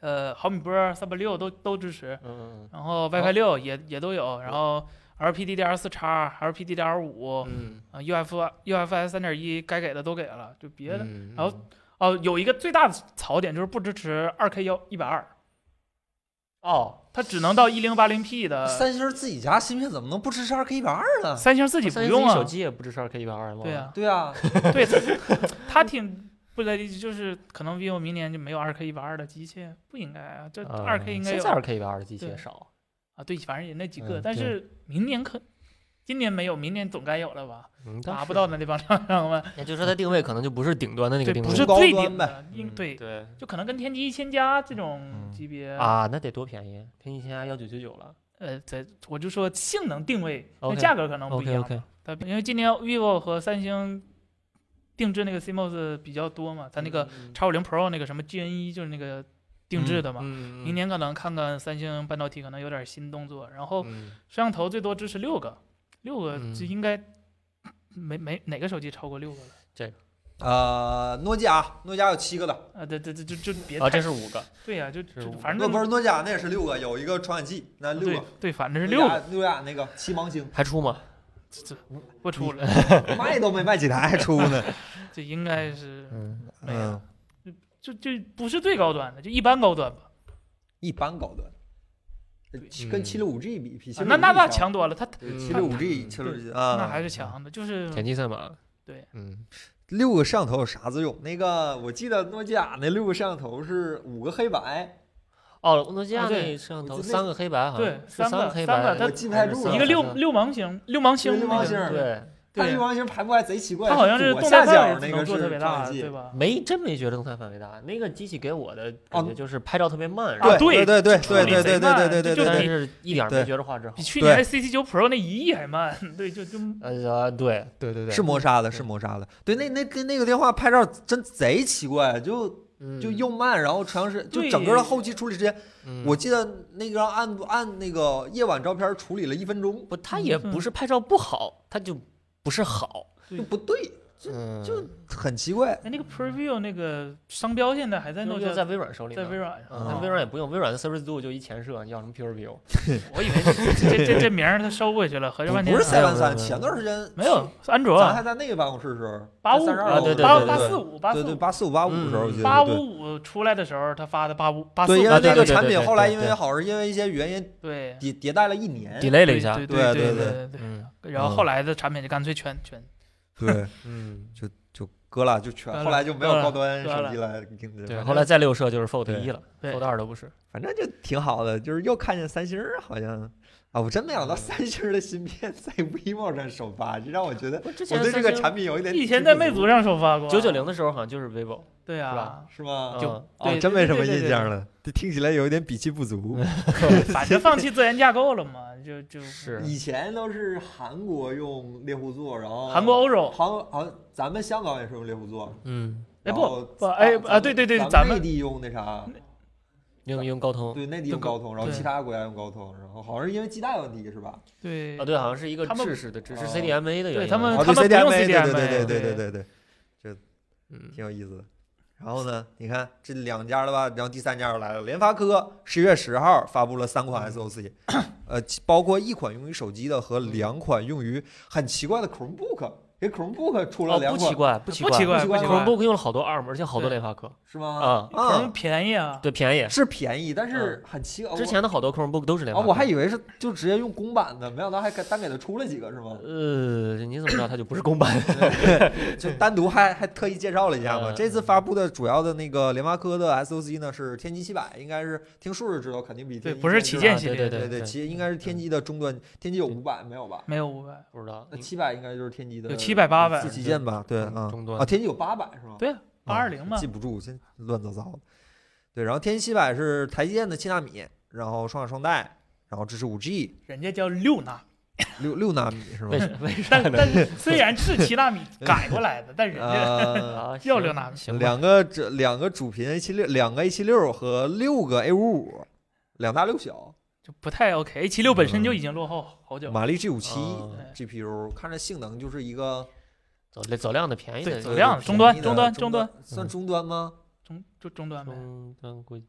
Speaker 2: 呃，毫米波三八六都都支持，
Speaker 3: 嗯嗯
Speaker 2: 然后
Speaker 3: 好
Speaker 2: WiFi 六也也都有，然后 LPDDR 四叉、LPDDR 五
Speaker 3: 嗯。嗯，
Speaker 2: 啊，UF UFS 三点一该给的都给了，就别的、
Speaker 3: 嗯
Speaker 2: 然后哦，有一个最大的槽点就是不支持二 K 幺一百二，
Speaker 3: 哦，
Speaker 2: 它只能到一零八零 P 的。
Speaker 1: 三星自己家芯片怎么能不支持二 K 一百二呢？
Speaker 2: 三星自己不
Speaker 3: 三星
Speaker 2: 用
Speaker 3: 手
Speaker 2: 啊，
Speaker 3: 机哦也不支持二 K 一百二 M，
Speaker 2: 对啊，
Speaker 1: 对啊，
Speaker 2: 对 它，它挺不能理解，就是可能 vivo 明年就没有二 K 一百二的机器，不应该啊，这
Speaker 3: 嗯，
Speaker 2: 二 K 应该
Speaker 3: 现
Speaker 2: 有
Speaker 3: 在二 K 一百二的机器
Speaker 2: 对
Speaker 3: 也少，
Speaker 2: 啊，对，反正也那几个，
Speaker 3: 嗯
Speaker 2: 但
Speaker 3: 对
Speaker 2: 是明年可。今年没有，明年总该有了吧？
Speaker 3: 嗯，但
Speaker 2: 达不
Speaker 3: 是，
Speaker 2: 到的那帮厂商们，
Speaker 3: 也就是说它定位可能就不是顶端的那个
Speaker 2: 对，
Speaker 3: 定位，
Speaker 2: 不是
Speaker 1: 高
Speaker 2: 最
Speaker 1: 端
Speaker 2: 顶
Speaker 1: 呗
Speaker 2: 的，应
Speaker 3: 嗯
Speaker 2: 对，
Speaker 3: 对
Speaker 2: 就可能跟天玑一千加这种
Speaker 1: 嗯
Speaker 2: 级别
Speaker 3: 啊，那得多便宜，天一千加幺九九九了
Speaker 2: 呃，在我就说性能定位，那
Speaker 3: OK，
Speaker 2: 价格可嗯能不一
Speaker 3: ，OK
Speaker 2: 样。
Speaker 3: OK，
Speaker 2: 它因为今年 vivo 和三星定制那个 CMOS 比较多嘛，它
Speaker 1: 嗯
Speaker 2: 那
Speaker 3: 嗯
Speaker 2: 个叉五零 Pro 那个什么 GN 一就是那个定制的嘛。
Speaker 3: 嗯，
Speaker 2: 明年可能看看三星半导体可能有点新动作，然后
Speaker 3: 嗯
Speaker 2: 摄像头最多支持六个，六个
Speaker 3: 嗯
Speaker 2: 就应该没没哪个手机超过六个了。
Speaker 1: 呃，诺基亚，诺基亚有七个的，
Speaker 2: 啊，对对对，就就别
Speaker 3: 啊，
Speaker 2: 太
Speaker 3: 这是五个，
Speaker 2: 对呀，就
Speaker 3: 这
Speaker 2: 就
Speaker 3: 我
Speaker 2: 反
Speaker 1: 不
Speaker 2: 正
Speaker 1: 不是诺基亚，那也是六个，有一个传感器，那六
Speaker 2: 对
Speaker 1: 个。
Speaker 2: 对，反正是六
Speaker 1: 诺
Speaker 2: 个，
Speaker 1: 基亚诺基亚那个七芒星
Speaker 3: 还出吗？
Speaker 2: 这这不出了，
Speaker 1: 卖都没卖几台还出呢，
Speaker 2: 这应该是
Speaker 3: 嗯，
Speaker 2: 没有
Speaker 1: 嗯，，
Speaker 2: 就就不是最高端的，就一般高端吧。
Speaker 1: 一般高端，跟七六五 G 比，比七
Speaker 2: 嗯啊
Speaker 1: 六
Speaker 2: 那那那
Speaker 1: 强
Speaker 2: 强多了，它
Speaker 1: 七六五 G
Speaker 3: 嗯
Speaker 1: 七六啊，
Speaker 2: 那还是强的，就是
Speaker 3: 田忌赛马，
Speaker 2: 嗯对，
Speaker 3: 嗯，
Speaker 1: 六个摄像头有啥作用？那个我记得诺基亚那六个摄像头是五个黑白，
Speaker 3: 哦，诺基亚
Speaker 2: 啊对
Speaker 3: 那摄像
Speaker 1: 我
Speaker 3: 头
Speaker 1: 记得
Speaker 3: 三个黑白好像
Speaker 2: 对
Speaker 3: 是
Speaker 2: 三
Speaker 3: 三
Speaker 2: 个
Speaker 3: 黑
Speaker 2: 三
Speaker 3: 白
Speaker 2: 个，它
Speaker 1: 我记不太住了。
Speaker 2: 一个
Speaker 3: 好
Speaker 2: 六
Speaker 3: 像
Speaker 2: 六芒星，六芒星那个，
Speaker 1: 啊六芒星儿
Speaker 3: 对，
Speaker 1: 它这
Speaker 2: 对，
Speaker 1: 帮人排布还贼奇怪，
Speaker 2: 它好像
Speaker 1: 是
Speaker 2: 动
Speaker 1: 左下
Speaker 2: 态范
Speaker 1: 角
Speaker 2: 围
Speaker 1: 那
Speaker 2: 只
Speaker 1: 个
Speaker 2: 能
Speaker 1: 是
Speaker 2: 做特别
Speaker 1: 传
Speaker 2: 大，
Speaker 1: 感
Speaker 2: 对
Speaker 1: 器。
Speaker 2: 吧？
Speaker 3: 没真没觉得动态范围大，那个机器给我
Speaker 1: 哦
Speaker 3: 的感觉就是拍照特别慢，然后
Speaker 2: 啊
Speaker 1: 对对对对对对对对对对
Speaker 2: 就
Speaker 3: 但
Speaker 1: 对
Speaker 2: 比
Speaker 3: 是一点儿
Speaker 1: 对
Speaker 3: 没觉得画质好
Speaker 2: 比。去年 CC 九 Pro 那一亿还慢， 对，就就
Speaker 3: 呃，对对对
Speaker 1: 对，
Speaker 3: 对，
Speaker 1: 是磨砂的，是磨砂的。对，那那那那个电话拍照真贼奇怪，就
Speaker 3: 嗯
Speaker 1: 就又慢，然后长时就
Speaker 2: 对
Speaker 1: 整个的后期处理时间，
Speaker 3: 嗯
Speaker 1: 我记得那个按按那个夜晚照片处理了一分钟，
Speaker 2: 嗯
Speaker 3: 不，他也不是拍照不好，他就不是好，
Speaker 1: 就不对，
Speaker 3: 嗯，
Speaker 1: 就很奇怪。
Speaker 2: 哎，那个 Preview 那个商标现在还在
Speaker 3: 又
Speaker 2: 诺基
Speaker 3: 又
Speaker 2: 亚，
Speaker 3: 在微软手里
Speaker 2: 在
Speaker 3: 呢，
Speaker 2: 微软上。
Speaker 3: 嗯，但
Speaker 2: 哦
Speaker 3: 微软也不用，微软的 Service Duo 就一前设，叫什么 Pure View，
Speaker 2: 我以为这这这这名儿他收回去了，合着
Speaker 1: 不
Speaker 2: 半天
Speaker 1: 不是三
Speaker 3: 哎呦
Speaker 1: 万三，
Speaker 3: 没有没有
Speaker 1: 前段时间
Speaker 2: 没有是安卓
Speaker 1: 咱
Speaker 2: 啊
Speaker 1: 还在那个办公室的时候，
Speaker 2: 八五
Speaker 1: 三十二
Speaker 3: 啊对对
Speaker 2: 八
Speaker 3: 对
Speaker 2: 八
Speaker 1: 对
Speaker 2: 四五八
Speaker 1: 对
Speaker 2: 四
Speaker 1: 对
Speaker 2: 五
Speaker 1: 八四五八五的时候，我记得
Speaker 2: 八
Speaker 1: 对
Speaker 2: 五五出来的时候他发的八五八四
Speaker 1: 对，因
Speaker 2: 五
Speaker 1: 为
Speaker 3: 啊
Speaker 1: 那
Speaker 3: 对
Speaker 1: 个
Speaker 3: 对
Speaker 1: 产
Speaker 3: 对
Speaker 1: 品
Speaker 3: 对
Speaker 1: 后来
Speaker 3: 对
Speaker 1: 因为
Speaker 3: 对
Speaker 1: 好像是因为一些原因
Speaker 2: 对
Speaker 1: 迭迭代了一年。
Speaker 3: delay 了
Speaker 2: 对
Speaker 3: 一下
Speaker 2: 对，
Speaker 1: 对
Speaker 2: 对
Speaker 1: 对
Speaker 2: 对对。
Speaker 3: 嗯
Speaker 2: 然后后来的产品就干脆全全
Speaker 1: 对，
Speaker 3: 嗯，
Speaker 1: 就割了，就全
Speaker 2: 割了
Speaker 1: 后来就没有
Speaker 2: 割了
Speaker 1: 高端
Speaker 2: 割
Speaker 1: 手
Speaker 2: 了
Speaker 1: 机了。跟着
Speaker 3: 对，
Speaker 1: 反正
Speaker 3: 后来再六摄就是 Fold
Speaker 1: 对
Speaker 3: 一了
Speaker 2: 对
Speaker 3: ，Fold 二都不是，
Speaker 1: 反正就挺好的，就是又看见三星儿好像啊，我真没想到三星儿的芯片在 vivo 上首发，这让我觉得
Speaker 3: 我之
Speaker 1: 我
Speaker 3: 前
Speaker 1: 对这个产品有一点
Speaker 2: 以前在魅族上首发过啊
Speaker 3: 九九零的时候好像就是 vivo，
Speaker 2: 对
Speaker 3: 是
Speaker 2: 啊
Speaker 3: 吧，
Speaker 1: 是吗？
Speaker 2: 就
Speaker 3: 嗯
Speaker 1: 哦，
Speaker 2: 对
Speaker 1: 真没什么
Speaker 2: 对对对
Speaker 1: 印
Speaker 2: 对
Speaker 1: 象了，这听起来有一点鄙气不足。
Speaker 2: 反正放弃自研架构了嘛，就就是
Speaker 1: 以前都是韩国用猎户座，然后
Speaker 2: 韩国、欧
Speaker 3: 哦
Speaker 2: 洲，
Speaker 1: 韩国好像咱们香港也是用猎户座。
Speaker 3: 嗯，
Speaker 2: 哎
Speaker 1: 然
Speaker 2: 不
Speaker 1: 后
Speaker 2: 不哎
Speaker 1: 咱
Speaker 2: 啊对对对，
Speaker 1: 咱
Speaker 2: 咱
Speaker 1: 们内
Speaker 2: 们
Speaker 1: 地用那啥，
Speaker 3: 用用高通
Speaker 1: 对内地用高通，然后
Speaker 2: 对
Speaker 1: 其他国家用高通，然后好像是因为基带问题是吧？
Speaker 2: 对
Speaker 3: 啊，对，好像是一个
Speaker 2: 他们
Speaker 3: 制式的制式
Speaker 1: 哦
Speaker 3: CDMA 的原因，
Speaker 2: 对他们
Speaker 1: 哦，对
Speaker 2: 不用
Speaker 1: CDMA，对
Speaker 2: CDMA
Speaker 1: 对对对对
Speaker 2: 对
Speaker 1: 对对，
Speaker 3: 嗯，
Speaker 1: 挺有意思的。然后呢，你看这两家了吧，然后第三家又来了，联发科十月十号发布了三
Speaker 3: 嗯
Speaker 1: 款 SOC，呃，其包括一款用于手机的和两款用于很奇怪的 Chromebook，给 Chromebook 出了
Speaker 3: 哦，
Speaker 1: 两
Speaker 3: 不奇
Speaker 1: 款，
Speaker 3: 怪，不奇
Speaker 2: 不奇怪
Speaker 1: 不奇
Speaker 2: 不
Speaker 1: 怪
Speaker 2: 奇怪，
Speaker 3: ，Chromebook 用了好多 ARM，而且好多
Speaker 2: 对
Speaker 3: 联发科
Speaker 1: 是吗？
Speaker 3: 啊，
Speaker 1: 啊
Speaker 2: Chrome 便宜啊，
Speaker 3: 对，便宜，嗯
Speaker 1: 是便宜，但是很奇怪。
Speaker 3: 之前的好多 Chromebook 都是联
Speaker 1: 啊，
Speaker 3: 发科，
Speaker 1: 哦我还以为是就直接用公版的，没想到还给单给他出了几个是吗？
Speaker 3: 呃，你怎么知道它就不是公版？
Speaker 1: 就单独还还特意介绍了一下嘛。
Speaker 3: 嗯
Speaker 1: 这次发布的主要的那个联发科的 SOC 呢是天玑七百，应该是听数就知道，肯定比
Speaker 2: 对，
Speaker 1: 天玑
Speaker 2: 不是旗舰
Speaker 1: 啊
Speaker 2: 系
Speaker 3: 对
Speaker 2: 列，
Speaker 1: 对
Speaker 3: 对
Speaker 1: 对，旗应该是天玑的中端，天玑有五百没有吧？
Speaker 2: 没有五百，
Speaker 3: 不知道
Speaker 1: 那，七百应该就是天玑的
Speaker 2: 嗯有700 800
Speaker 1: 次旗舰吧？对
Speaker 3: 嗯
Speaker 1: 啊
Speaker 3: 中端
Speaker 1: 啊，天玑有八百是吗？
Speaker 2: 对八二零嘛，
Speaker 1: 记不住，先乱糟糟的。对，然后天玑七百是台积电的七纳米，然后双卡双待，然后支持五 G，
Speaker 2: 人家叫六纳米，
Speaker 1: 六六纳米是吗
Speaker 3: 为？什为啥
Speaker 2: 但
Speaker 3: 呢？
Speaker 2: 但是虽然是七纳米改过来的，但人家
Speaker 1: 呃，
Speaker 3: 啊，
Speaker 2: 要
Speaker 3: 行
Speaker 2: 六纳米
Speaker 3: 行吧，
Speaker 1: 两个这两个主频 A 七六，两个 A 七六和六个 A 五五，两大六小，
Speaker 2: 就不太 OK。A 七六本身就已经落后好久了，
Speaker 1: 马力 G 五七
Speaker 3: 哦
Speaker 1: GPU，看着性能就是一个
Speaker 3: 走走量的哎便宜
Speaker 2: 对
Speaker 3: 的，
Speaker 2: 走量中端
Speaker 1: 中
Speaker 2: 中端
Speaker 1: 中
Speaker 2: 中端
Speaker 1: 算中端吗？
Speaker 2: 中就中端呗。
Speaker 3: 中端估计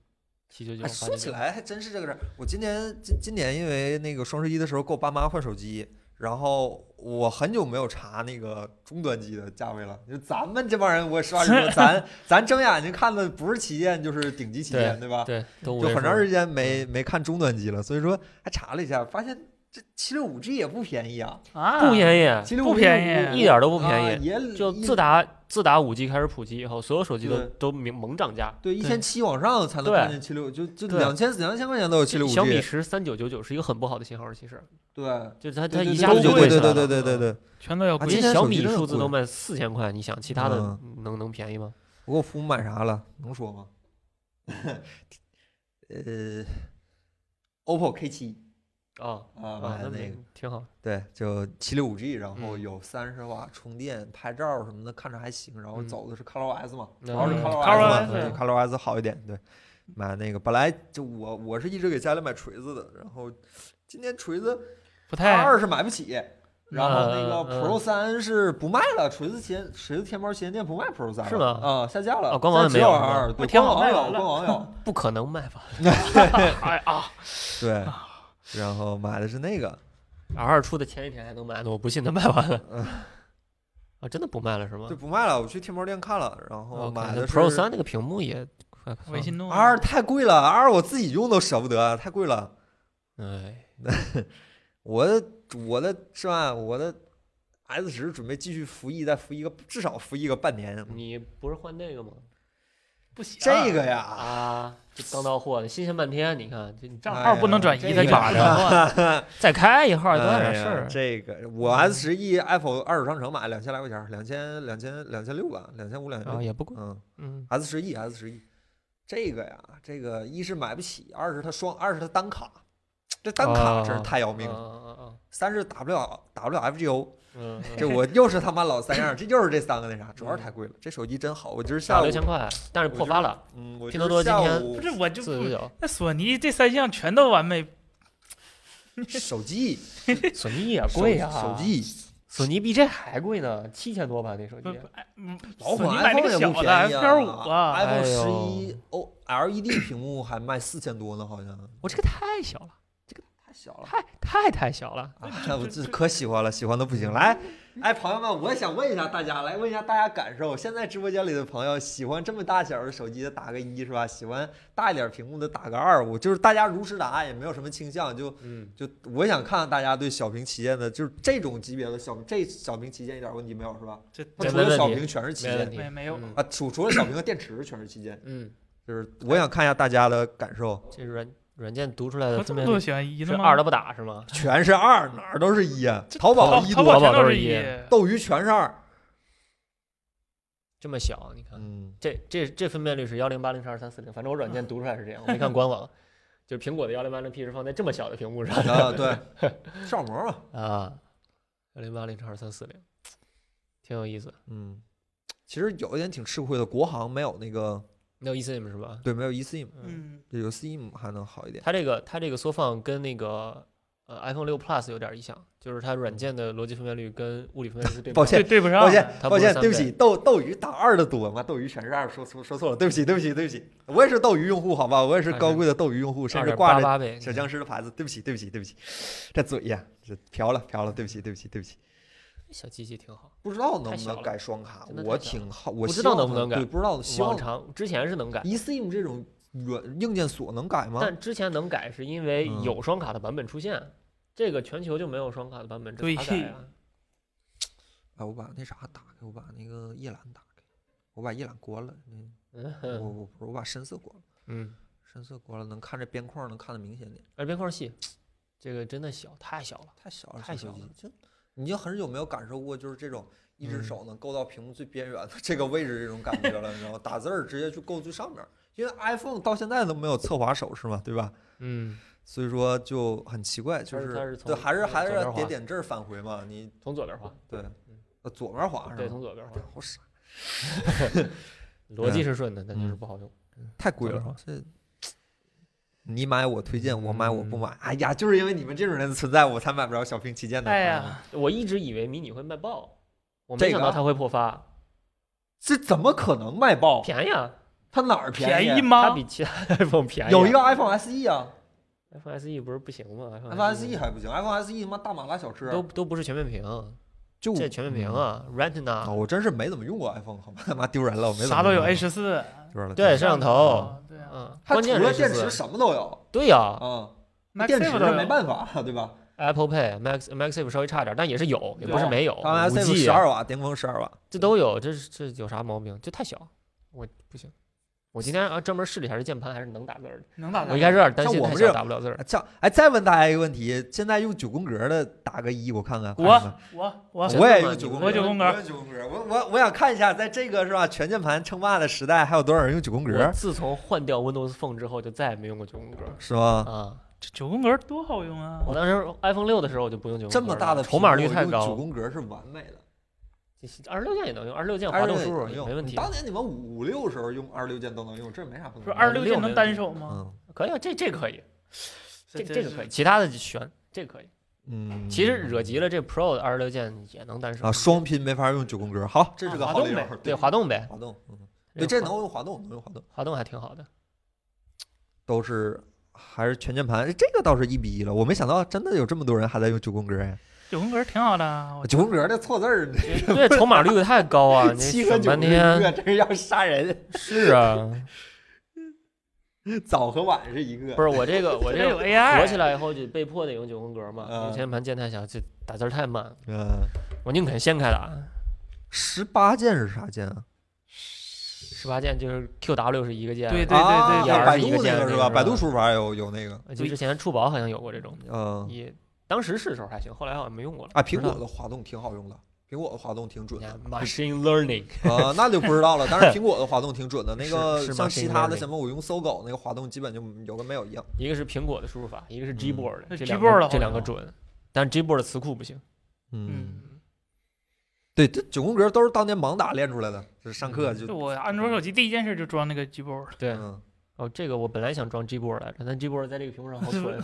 Speaker 3: 七九九
Speaker 1: 哎，，说起来还真是这个事儿。我今年今今年因为那个双十一的时候给我爸妈换手机，然后我很久没有查那个终端机的价位了。就咱们这帮人，我实话实说，咱咱睁眼睛看的不是旗舰就是顶级旗舰，对吧？
Speaker 3: 对，都五
Speaker 1: 就
Speaker 3: 位
Speaker 1: 很
Speaker 3: 数
Speaker 1: 长时间
Speaker 3: 嗯
Speaker 1: 没没看终端机了，所以说还查了一下，发现这七六五 G 也不便宜啊，
Speaker 2: 啊，
Speaker 3: 不便宜，
Speaker 1: 七六
Speaker 2: 不便宜
Speaker 3: 一点都不
Speaker 1: 啊
Speaker 3: 便宜。
Speaker 1: 也
Speaker 3: 就
Speaker 1: 一
Speaker 3: 自打自打五 G 开始普及以后，所有手机都
Speaker 1: 对
Speaker 3: 都明猛涨价。
Speaker 1: 对一千七往上才能
Speaker 3: 对
Speaker 1: 看见七六，就就
Speaker 3: 对
Speaker 1: 两千两千块钱都有七六五
Speaker 3: 小米
Speaker 1: G，
Speaker 3: 十三九九九是一个很不好的信号，其实
Speaker 1: 对，
Speaker 3: 就是它它
Speaker 1: 对对
Speaker 3: 一下子就
Speaker 1: 对
Speaker 3: 贵起
Speaker 1: 对
Speaker 3: 来了。嗯
Speaker 1: 对对对对对。
Speaker 2: 全都要
Speaker 1: 啊
Speaker 2: 贵
Speaker 1: 今
Speaker 3: 连
Speaker 1: 天。
Speaker 3: 小
Speaker 1: 手机
Speaker 3: 米
Speaker 1: 真的
Speaker 3: 数字
Speaker 1: 贵
Speaker 3: 都卖四千块，你想其他的
Speaker 1: 嗯
Speaker 3: 能能便宜吗？
Speaker 1: 我给我父母买啥了？能说吗？ 呃，OPPO K 七
Speaker 3: 啊
Speaker 1: 啊，
Speaker 3: 啊
Speaker 1: 买，的
Speaker 3: 那
Speaker 1: 那
Speaker 3: 没
Speaker 1: 个，
Speaker 3: 挺好。
Speaker 1: 对，就七六五 G，然后
Speaker 3: 嗯
Speaker 1: 有三十瓦充电，拍照什么的看着还行，然后
Speaker 3: 嗯
Speaker 1: 走的是 ColorOS 嘛，
Speaker 3: 嗯
Speaker 1: 主要是 ColorOS
Speaker 2: 嗯
Speaker 1: 嘛
Speaker 2: ColorOS
Speaker 1: 对 ColorOS 好一点，对，买那个本来就我我是一直给家里买锤子的，然后今年锤子
Speaker 2: 不
Speaker 1: 叉
Speaker 2: 太
Speaker 1: 二是买不起。然后那个
Speaker 3: 哎嗯嗯
Speaker 1: Pro 三是不卖了，锤子前锤子天猫旗舰店不卖 Pro 三
Speaker 3: 是吗
Speaker 1: 啊、下架了，
Speaker 3: 哦官网也
Speaker 1: 现在只
Speaker 3: 没有
Speaker 1: 有
Speaker 3: 是吧
Speaker 1: R，对，
Speaker 2: 我天
Speaker 1: 官
Speaker 2: 网
Speaker 1: 网
Speaker 2: 卖
Speaker 1: 有，
Speaker 2: 完了
Speaker 1: 官网 有，
Speaker 3: 不可能卖吧
Speaker 2: 哎啊，
Speaker 1: 对，然后买的是那个，
Speaker 3: ？R 二出的前一天还能买呢，我不信它卖完了。
Speaker 1: 嗯
Speaker 3: 啊，真的不卖了是吗
Speaker 1: 就不卖了。我去天猫店看了，然后
Speaker 3: ？OK，
Speaker 1: 买
Speaker 3: 那
Speaker 1: 的是
Speaker 3: 哦 Pro 三那个屏幕也快快
Speaker 2: 唯心诺
Speaker 1: R 太贵了，R 我自己用都舍不得，太贵了。
Speaker 3: 哎，
Speaker 1: 我的我的是吧？我的 S 十准备继续服役，再服役个至少服役个半年。
Speaker 3: 你不是换那个吗？
Speaker 2: 不行，
Speaker 1: 这个呀，
Speaker 3: 啊，这刚到货的，新鲜半天，你看这
Speaker 2: 账
Speaker 1: 哎呀
Speaker 2: 号不能转
Speaker 1: 这
Speaker 2: 移
Speaker 1: 个
Speaker 2: 的，
Speaker 1: 咋
Speaker 2: 着？
Speaker 3: 再开一号
Speaker 1: 哎
Speaker 3: 多大点事
Speaker 1: 呀
Speaker 3: 儿？啊
Speaker 1: 这个我 S 十一 Apple 二手商城买两千来块钱，两千两千两千六吧，两千五两千
Speaker 3: 啊，
Speaker 1: 六。
Speaker 3: 也不贵，
Speaker 1: 嗯
Speaker 3: 嗯，
Speaker 1: ，S 十一 S 十一，这个呀，这个一是买不起，二是它双，二是它单卡，这单卡真是
Speaker 3: 哦
Speaker 1: 太要
Speaker 3: 啊
Speaker 1: 命了。
Speaker 3: 啊
Speaker 1: 三是打不了打不了 FGO，
Speaker 3: 嗯，
Speaker 1: 这我又是他妈老三样儿，这又是这三个那啥，主要是太贵了。这手机真好，我今儿下午
Speaker 3: 六，千块，但是破发了，
Speaker 1: 嗯，我
Speaker 3: 拼
Speaker 1: 今儿
Speaker 3: 多多今
Speaker 1: 下
Speaker 3: 天
Speaker 1: 午
Speaker 2: 不是，我就
Speaker 3: 四九
Speaker 2: 不
Speaker 3: 九，
Speaker 2: 那索尼这三项全都完美，
Speaker 1: 手机啊
Speaker 3: 索尼也啊
Speaker 1: 手手机
Speaker 3: 索尼 BJ 还贵呢，七千多吧那手
Speaker 2: 不
Speaker 3: 机
Speaker 2: 不，哎嗯，
Speaker 1: 老
Speaker 2: 索
Speaker 1: 款
Speaker 2: 尼买那
Speaker 1: iPhone
Speaker 2: 个
Speaker 1: 也
Speaker 2: 小
Speaker 1: 不
Speaker 2: 的
Speaker 1: 便宜
Speaker 2: F
Speaker 1: 啊
Speaker 2: 点五啊，
Speaker 1: ，iPhone
Speaker 3: 哎
Speaker 1: 十
Speaker 3: 呦
Speaker 1: 一哦 O LED 屏幕还卖四千多呢，好像
Speaker 3: 我这个太小了，
Speaker 1: 太小了。
Speaker 3: 太太太小了。
Speaker 1: 啊， 我这可喜欢了，喜欢的不行。来，哎，朋友们，我也想问一下大家，来问一下大家感受。现在直播间里的朋友，喜欢这么大小的手机的打个一是吧？喜欢大一点屏幕的打个二。我就是大家如实答，也没有什么倾向，就
Speaker 3: 嗯，
Speaker 1: 就我想看看大家对小屏旗舰的，就是这种级别的小这小屏旗舰一点问题没有是吧？
Speaker 2: 这
Speaker 1: 它
Speaker 3: 没
Speaker 1: 除
Speaker 3: 问
Speaker 1: 了
Speaker 3: 题
Speaker 1: 小屏全是旗
Speaker 3: 没
Speaker 1: 舰
Speaker 3: 问题
Speaker 2: 没没有，
Speaker 3: 嗯
Speaker 1: 啊，除除了小屏和电池全是旗舰。
Speaker 3: 嗯，
Speaker 1: 就是我想看一下大家的感受，
Speaker 3: 这软软件读出来的
Speaker 2: 我
Speaker 3: 字
Speaker 2: 这么
Speaker 3: 面
Speaker 2: 多喜欢一
Speaker 3: 是
Speaker 2: 的吗？
Speaker 3: 二都不打是吗？
Speaker 1: 全是二，哪儿都是一啊。
Speaker 2: 这
Speaker 1: 淘宝一
Speaker 2: 淘
Speaker 1: 多，
Speaker 2: 宝全
Speaker 3: 淘宝
Speaker 2: 都
Speaker 3: 都
Speaker 2: 是
Speaker 3: 是一
Speaker 1: 斗鱼全是二。
Speaker 3: 这么小，你看
Speaker 1: 嗯。
Speaker 3: 这这这分辨率是幺零八零乘二三四零，反正我软件读出来是这样，我 没看官网。就是苹果的幺零八零 P 是放在这么小的屏幕上
Speaker 1: 啊，对，视网膜嘛，
Speaker 3: 啊，幺零八零乘二三四零，挺有意思。
Speaker 1: 嗯，其实有一点挺吃亏的，国行没有那个，
Speaker 3: 没有 eSIM 是吧？
Speaker 1: 对，没有 eSIM，
Speaker 2: 嗯，
Speaker 1: 有 SIM 还能好一点。
Speaker 3: 它这个它这个缩放跟那个呃 iPhone 六 Plus 有点像，就是它软件的逻辑分辨率跟物理分辨率是对不
Speaker 1: 抱
Speaker 3: 上
Speaker 1: 歉
Speaker 2: 对对不上，
Speaker 1: 抱歉，
Speaker 3: 它
Speaker 1: 抱
Speaker 3: 不是
Speaker 1: 歉，
Speaker 3: 三
Speaker 1: 对不
Speaker 3: 倍
Speaker 1: 起，斗斗鱼打二的多嘛，斗鱼全是二，说错说错了，对不起，对不起，对不起，我也是斗鱼用户，好吧，我也是
Speaker 3: 啊
Speaker 1: 高
Speaker 3: 是
Speaker 1: 贵的斗鱼用户，甚
Speaker 3: 二
Speaker 1: 至
Speaker 3: 点
Speaker 1: 挂
Speaker 3: 八
Speaker 1: 着
Speaker 3: 八倍。
Speaker 1: 小僵尸的牌子，对不起，对不起，对不起，这嘴呀，这瓢了瓢了，对不起，对不起，对不起，
Speaker 3: 小机器挺好，
Speaker 1: 不知道能
Speaker 3: 太
Speaker 1: 不
Speaker 3: 小
Speaker 1: 能
Speaker 3: 了
Speaker 1: 改双卡
Speaker 3: 真的，太
Speaker 1: 我
Speaker 3: 小了
Speaker 1: 挺好，我
Speaker 3: 不知
Speaker 1: 希
Speaker 3: 道
Speaker 1: 望
Speaker 3: 能不
Speaker 1: 它
Speaker 3: 能改
Speaker 1: 对，不知道，希
Speaker 3: 往
Speaker 1: 望
Speaker 3: 常之前是能改，
Speaker 1: eSIM 这种软硬件锁能改吗？
Speaker 3: 但之前能改是因为
Speaker 1: 嗯
Speaker 3: 有双卡的版本出现，这个全球就没有双卡的版本，这
Speaker 2: 对
Speaker 3: 咋改 啊？
Speaker 1: 哎，我把那啥打开，我把那个夜览打开，我把夜览关了。嗯，我
Speaker 3: 嗯
Speaker 1: 我不是我把深色关了，
Speaker 3: 嗯，
Speaker 1: 深色关了能看这边框能看得明显点，
Speaker 3: 而边框细，这个真的小，太小了。
Speaker 1: 太小了，
Speaker 3: 太
Speaker 1: 这手
Speaker 3: 小了
Speaker 1: 机就你就很久没有感受过就是这种一只
Speaker 3: 嗯
Speaker 1: 手能够到屏幕最边缘的这个位置这种感觉了，你知道吗？打字儿直接就够最上面儿，因为 iPhone 到现在都没有侧滑手势嘛，对吧？
Speaker 3: 嗯，
Speaker 1: 所以说就很奇怪，就
Speaker 3: 它是它是
Speaker 1: 对，
Speaker 3: 从
Speaker 1: 还是
Speaker 3: 从
Speaker 1: 还是
Speaker 3: 左
Speaker 1: 要
Speaker 3: 边
Speaker 1: 点
Speaker 3: 滑
Speaker 1: 点阵儿返回嘛，你
Speaker 3: 从左边滑，
Speaker 1: 对，呃左面滑是
Speaker 3: 对，
Speaker 1: 吗？
Speaker 3: 从左边滑，
Speaker 1: 好傻，
Speaker 3: 逻辑是顺的，但就是
Speaker 1: 嗯
Speaker 3: 不好用。
Speaker 1: 太贵
Speaker 3: 左边
Speaker 1: 了
Speaker 3: 滑，
Speaker 1: 这你买我推荐，我买我不
Speaker 3: 嗯
Speaker 1: 买。哎呀，就是因为你们这种人的存在，我才买不着小屏旗舰的。嗯
Speaker 2: 哎呀，
Speaker 3: 嗯我一直以为迷你会卖爆，我
Speaker 1: 这
Speaker 3: 没
Speaker 1: 个
Speaker 3: 想到
Speaker 1: 啊
Speaker 3: 它会破发，
Speaker 1: 这怎么可能卖爆？
Speaker 3: 便宜啊，
Speaker 1: 它哪儿宜？啊
Speaker 2: 便宜
Speaker 3: 它
Speaker 2: 吗？
Speaker 3: 比其他 iPhone 便宜啊。
Speaker 1: 有一个 iPhone SE 啊
Speaker 3: iPhone SE 不是不行吗 E
Speaker 1: ，iPhone SE E 还不行，iPhone SE 他妈大马拉小车，
Speaker 3: 都都不是全面屏，
Speaker 1: 就
Speaker 3: 这全面屏啊
Speaker 1: 啊！
Speaker 3: ，Retina，
Speaker 1: 我真是没怎么用过 iPhone，好吗？他妈丢人了，我没怎么
Speaker 2: 啥都有
Speaker 1: 用过
Speaker 2: A 十四，
Speaker 1: 丢人了。
Speaker 3: 对
Speaker 1: 丢人了
Speaker 3: 摄像头，
Speaker 2: 对啊，
Speaker 3: 嗯，
Speaker 1: 它
Speaker 3: 关
Speaker 1: 除
Speaker 3: 键
Speaker 1: 了
Speaker 3: 是
Speaker 1: 电
Speaker 3: 14
Speaker 1: 池什么都有
Speaker 3: 对呀
Speaker 1: 啊，
Speaker 2: Max
Speaker 1: 电池
Speaker 2: Safe
Speaker 1: 是
Speaker 2: 都
Speaker 1: 没
Speaker 2: 有
Speaker 1: 办法，对吧？
Speaker 3: ，Apple Pay、Max Max Save 稍微差点，但也是有，也
Speaker 2: 对
Speaker 3: 不是没有，
Speaker 1: 它们
Speaker 3: 哦五
Speaker 1: iPhone
Speaker 3: G 啊
Speaker 1: 十二瓦，巅峰十二瓦，
Speaker 3: 这都有，这是这有啥毛病？就太小，我不行。我今天啊专门试了一下这键盘，还是能打字儿的。
Speaker 2: 能打的
Speaker 3: 我一开始有点担
Speaker 1: 像
Speaker 3: 心
Speaker 1: 我
Speaker 3: 太
Speaker 1: 们这
Speaker 3: 小
Speaker 1: 种
Speaker 3: 打不了字儿
Speaker 1: 哎，这样哎，再问大家一个问题：现在用九宫格的打个一，我看看。朋友们
Speaker 2: 我我我
Speaker 3: 真
Speaker 1: 我
Speaker 3: 的
Speaker 1: 也
Speaker 3: 吗
Speaker 1: 用
Speaker 3: 你
Speaker 1: 九宫
Speaker 3: 们
Speaker 1: 格，
Speaker 2: 我九宫格
Speaker 1: 我也九宫格。我我我想看一下，在这个是吧全键盘称霸的时代，还有多少人用九宫
Speaker 3: 我
Speaker 1: 格？
Speaker 3: 自从换掉 Windows Phone 之后，就再也没用过九宫格
Speaker 1: 是吗？
Speaker 3: 啊。
Speaker 2: 这九宫格多好用啊！
Speaker 3: 我当时 iPhone 六的时候，我就不用九宫格
Speaker 1: 这么大
Speaker 3: 了
Speaker 1: 的
Speaker 3: 筹码
Speaker 1: 屏
Speaker 3: 率
Speaker 1: 幕
Speaker 3: 太
Speaker 1: 用九
Speaker 3: 高，
Speaker 1: 宫格是完美的，
Speaker 3: 二十六键也能用，二十六键滑
Speaker 1: 二
Speaker 3: 动
Speaker 1: 六键
Speaker 3: 输
Speaker 1: 能
Speaker 3: 入
Speaker 1: 用
Speaker 3: 没问题。
Speaker 1: 当年你们五五六时候用二六键都能用，这没啥不能
Speaker 2: 不是
Speaker 1: 用。
Speaker 2: 二
Speaker 3: 啊
Speaker 2: 六键能单手吗？
Speaker 1: 嗯
Speaker 3: 可以啊，这这个可以，这这个可以，
Speaker 2: 以。
Speaker 3: 其他的就悬，这个可以。
Speaker 1: 嗯，
Speaker 3: 其实惹急了，这 Pro 的二十六键也能单手
Speaker 1: 啊，双拼没法用九宫格。好，这是个
Speaker 2: 啊
Speaker 1: 好
Speaker 2: 滑
Speaker 1: 理
Speaker 2: 动
Speaker 1: 由
Speaker 2: 呗。
Speaker 3: 对滑动呗，
Speaker 1: 滑动，嗯，
Speaker 3: 这
Speaker 1: 对，
Speaker 3: 个
Speaker 1: 这
Speaker 3: 滑
Speaker 1: 能用滑动，能用滑动，
Speaker 3: 滑动还挺好的。
Speaker 1: 都是还是全键盘，这个倒是一比一了。我没想到真的有这么多人还在用九宫格哎，
Speaker 2: 九宫格挺好的啊，我
Speaker 1: 九宫格的错字儿，
Speaker 3: 对，筹码率太高 啊，你
Speaker 1: 七和
Speaker 3: 选
Speaker 1: 九
Speaker 3: 半
Speaker 1: 是一个，
Speaker 3: 天。
Speaker 1: 这是要杀人。
Speaker 3: 是啊，
Speaker 1: 早和晚是一个
Speaker 3: 不。是我 这个我
Speaker 2: 这
Speaker 3: 这
Speaker 2: 边有
Speaker 3: 个
Speaker 2: AI
Speaker 3: 合起来以后就被迫得用九宫格嘛，因
Speaker 1: 嗯
Speaker 3: 为键盘键太小，就打字儿太慢，
Speaker 1: 嗯，
Speaker 3: 我宁肯掀开啊打。
Speaker 1: 十八键是啥键啊？
Speaker 3: 十八键就是 QW 是一个键，
Speaker 2: 对对
Speaker 1: 啊
Speaker 2: 对
Speaker 1: 百
Speaker 3: 是
Speaker 1: 度
Speaker 3: 一个键
Speaker 1: 那个
Speaker 3: 那
Speaker 1: 是
Speaker 3: 个
Speaker 1: 吧？
Speaker 3: 是
Speaker 1: 百
Speaker 3: 吧
Speaker 1: 度输入法有有那个，
Speaker 3: 对，就之前触宝好像有过这种，
Speaker 1: 嗯
Speaker 3: 也当时试的时候还行，后来好像没用过了。
Speaker 1: 啊，苹
Speaker 3: 不知
Speaker 1: 果
Speaker 3: 道
Speaker 1: 的滑动挺好用的，苹果的滑动挺准的
Speaker 3: 呀 machine learning
Speaker 1: 啊，那就不知道了。但 是苹果的滑动挺准的，那
Speaker 3: 是
Speaker 1: 个
Speaker 3: 是
Speaker 1: 像
Speaker 3: 吗
Speaker 1: 其
Speaker 3: 是应
Speaker 1: 他
Speaker 3: 该
Speaker 1: 的
Speaker 3: 是
Speaker 1: 什么我用搜狗那个滑动基本就有跟没有一样。
Speaker 3: 一个是苹果的输入法，一个是
Speaker 1: 嗯
Speaker 3: Gboard，、
Speaker 2: 那
Speaker 3: 这两
Speaker 2: Gboard
Speaker 3: 个
Speaker 2: 好
Speaker 3: 这两个
Speaker 2: 用
Speaker 3: 准，但 Gboard 的词库不行。
Speaker 1: 嗯，
Speaker 2: 嗯，
Speaker 1: 对，这九宫格都是当年盲打练出来的，就是上课
Speaker 3: 嗯
Speaker 1: 就
Speaker 2: 就我安卓手机第一件事就装那个 Gboard，
Speaker 3: 对，
Speaker 1: 嗯，，
Speaker 3: 哦，这个我本来想装 Gboard 来着，但 Gboard 在这个屏幕上好蠢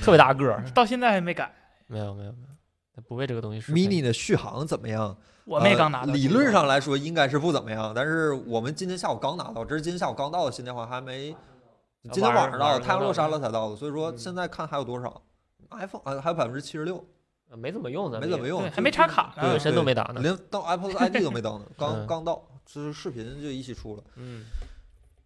Speaker 3: 特别大个儿。
Speaker 2: 到现在还没改。
Speaker 3: 没有没有没有，它不为这个东西适配。
Speaker 1: mini 的续航怎么样？
Speaker 2: 我妹
Speaker 1: 呃
Speaker 2: 刚拿到这个、
Speaker 1: 理论上来说应该是不怎么样，但是我们今天下午刚拿到，这是今天下午刚到的新电话，还没今天晚上到的，
Speaker 3: 晚上
Speaker 1: 太阳落山了才到的，所以说
Speaker 3: 嗯
Speaker 1: 现在看还有多少。iPhone 啊，还有百分之七十六，
Speaker 3: 呃没怎么用，咱
Speaker 1: 没
Speaker 3: 们
Speaker 1: 怎么
Speaker 3: 也
Speaker 1: 用
Speaker 2: 对，
Speaker 1: 就
Speaker 2: 还没插卡
Speaker 3: 本
Speaker 2: 呢。
Speaker 3: 身都没打呢。
Speaker 1: 连到 Apple ID 都没登呢，刚
Speaker 3: 啊嗯
Speaker 1: 刚到，就是视频就一起出了。
Speaker 3: 嗯，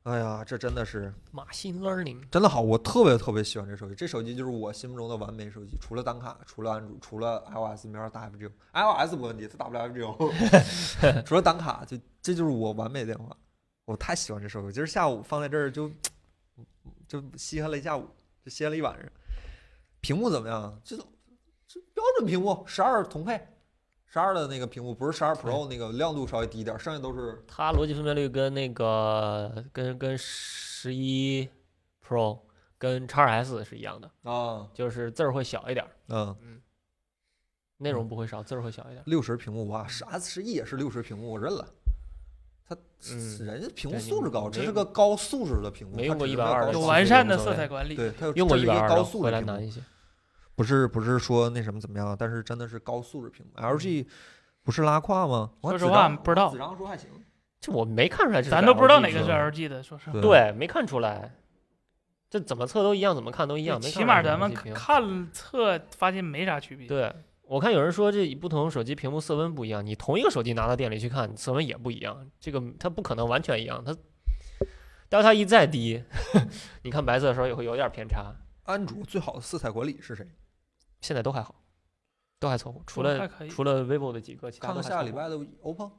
Speaker 1: 哎呀，这真的是
Speaker 3: 马新 learning
Speaker 1: 真的好，我特别特别喜欢这手机，这手机就是我心目中的完美手机，除了单卡，除了安卓，除了 iOS 没法打 FGO，iOS 没问题，它打不了 FGO，除 了单卡，就这就是我完美的电话，我太喜欢这手机，今儿下午放在这儿就就稀罕了一下午，就稀罕了一晚上。屏幕怎么样？这这标准屏幕，十二同配，十二的那个屏幕不是十二 Pro 那个亮度稍微低一点，剩下都是
Speaker 3: 它逻辑分辨率跟那个跟跟十一 Pro 跟 x S 是一样的，
Speaker 1: 啊
Speaker 3: 就是字儿会小一点儿，
Speaker 1: 嗯。
Speaker 3: 内容不会少，字儿会小一点儿。
Speaker 1: 六十屏幕哇，是 S 十一也是六十屏幕，我认了。它
Speaker 3: 嗯
Speaker 1: 人家屏幕
Speaker 3: 对你
Speaker 1: 素质高，
Speaker 3: 没
Speaker 1: 这是
Speaker 3: 用
Speaker 1: 个高素质的屏幕，
Speaker 3: 没
Speaker 1: 它
Speaker 3: 用过
Speaker 1: 只是个
Speaker 3: 120
Speaker 1: 高
Speaker 2: 有
Speaker 1: 素
Speaker 2: 完
Speaker 1: 质
Speaker 2: 善
Speaker 3: 无
Speaker 2: 的
Speaker 3: 所
Speaker 2: 色
Speaker 3: 谓
Speaker 2: 彩管理，
Speaker 1: 对，它有
Speaker 3: 用过
Speaker 1: 啊这是
Speaker 3: 一
Speaker 1: 一
Speaker 3: 百
Speaker 1: 个
Speaker 3: 二
Speaker 1: 高
Speaker 3: 的
Speaker 1: 素
Speaker 3: 回
Speaker 1: 质
Speaker 3: 来
Speaker 1: 屏
Speaker 3: 难
Speaker 1: 幕，
Speaker 3: 一些。
Speaker 1: 不是不是说那什么怎么样，但是真的是高素质屏幕。LG
Speaker 3: 嗯
Speaker 1: 不是拉胯吗？我
Speaker 2: 说
Speaker 1: 看
Speaker 2: 实
Speaker 1: 子
Speaker 2: 话
Speaker 1: 章
Speaker 2: 不知道
Speaker 1: 子章说还行，
Speaker 3: 这我没看出来这是 LG 屏
Speaker 2: 咱
Speaker 3: 幕，
Speaker 2: 都不知道哪
Speaker 1: 是
Speaker 2: 个是
Speaker 1: 吧
Speaker 2: LG 的，说实
Speaker 1: 嗯
Speaker 2: 话。
Speaker 3: 对，没看出来。这怎么测都一样，怎么看都一样，没
Speaker 2: 起
Speaker 3: 看出
Speaker 2: 码
Speaker 3: 来是
Speaker 2: 咱们
Speaker 3: LG 屏
Speaker 2: 看测发现没啥区别。
Speaker 3: 对，我看有人说这不同手机屏幕色温不一样，你同一个手机拿到店里去看，色温也不一样，这个它不可能完全一样，它 delta 一再低， 你看白色的时候也会有点偏差，
Speaker 1: 安卓最好的色彩管理是谁？
Speaker 3: 现在都还好，都还凑合，除
Speaker 2: 还
Speaker 3: 了
Speaker 2: 可以。
Speaker 3: 除了 vivo 的几个，其他
Speaker 1: 看
Speaker 3: 都
Speaker 1: 看
Speaker 3: 还
Speaker 1: 下个
Speaker 3: 凑
Speaker 1: 礼
Speaker 3: 合
Speaker 1: 拜的 OPPO。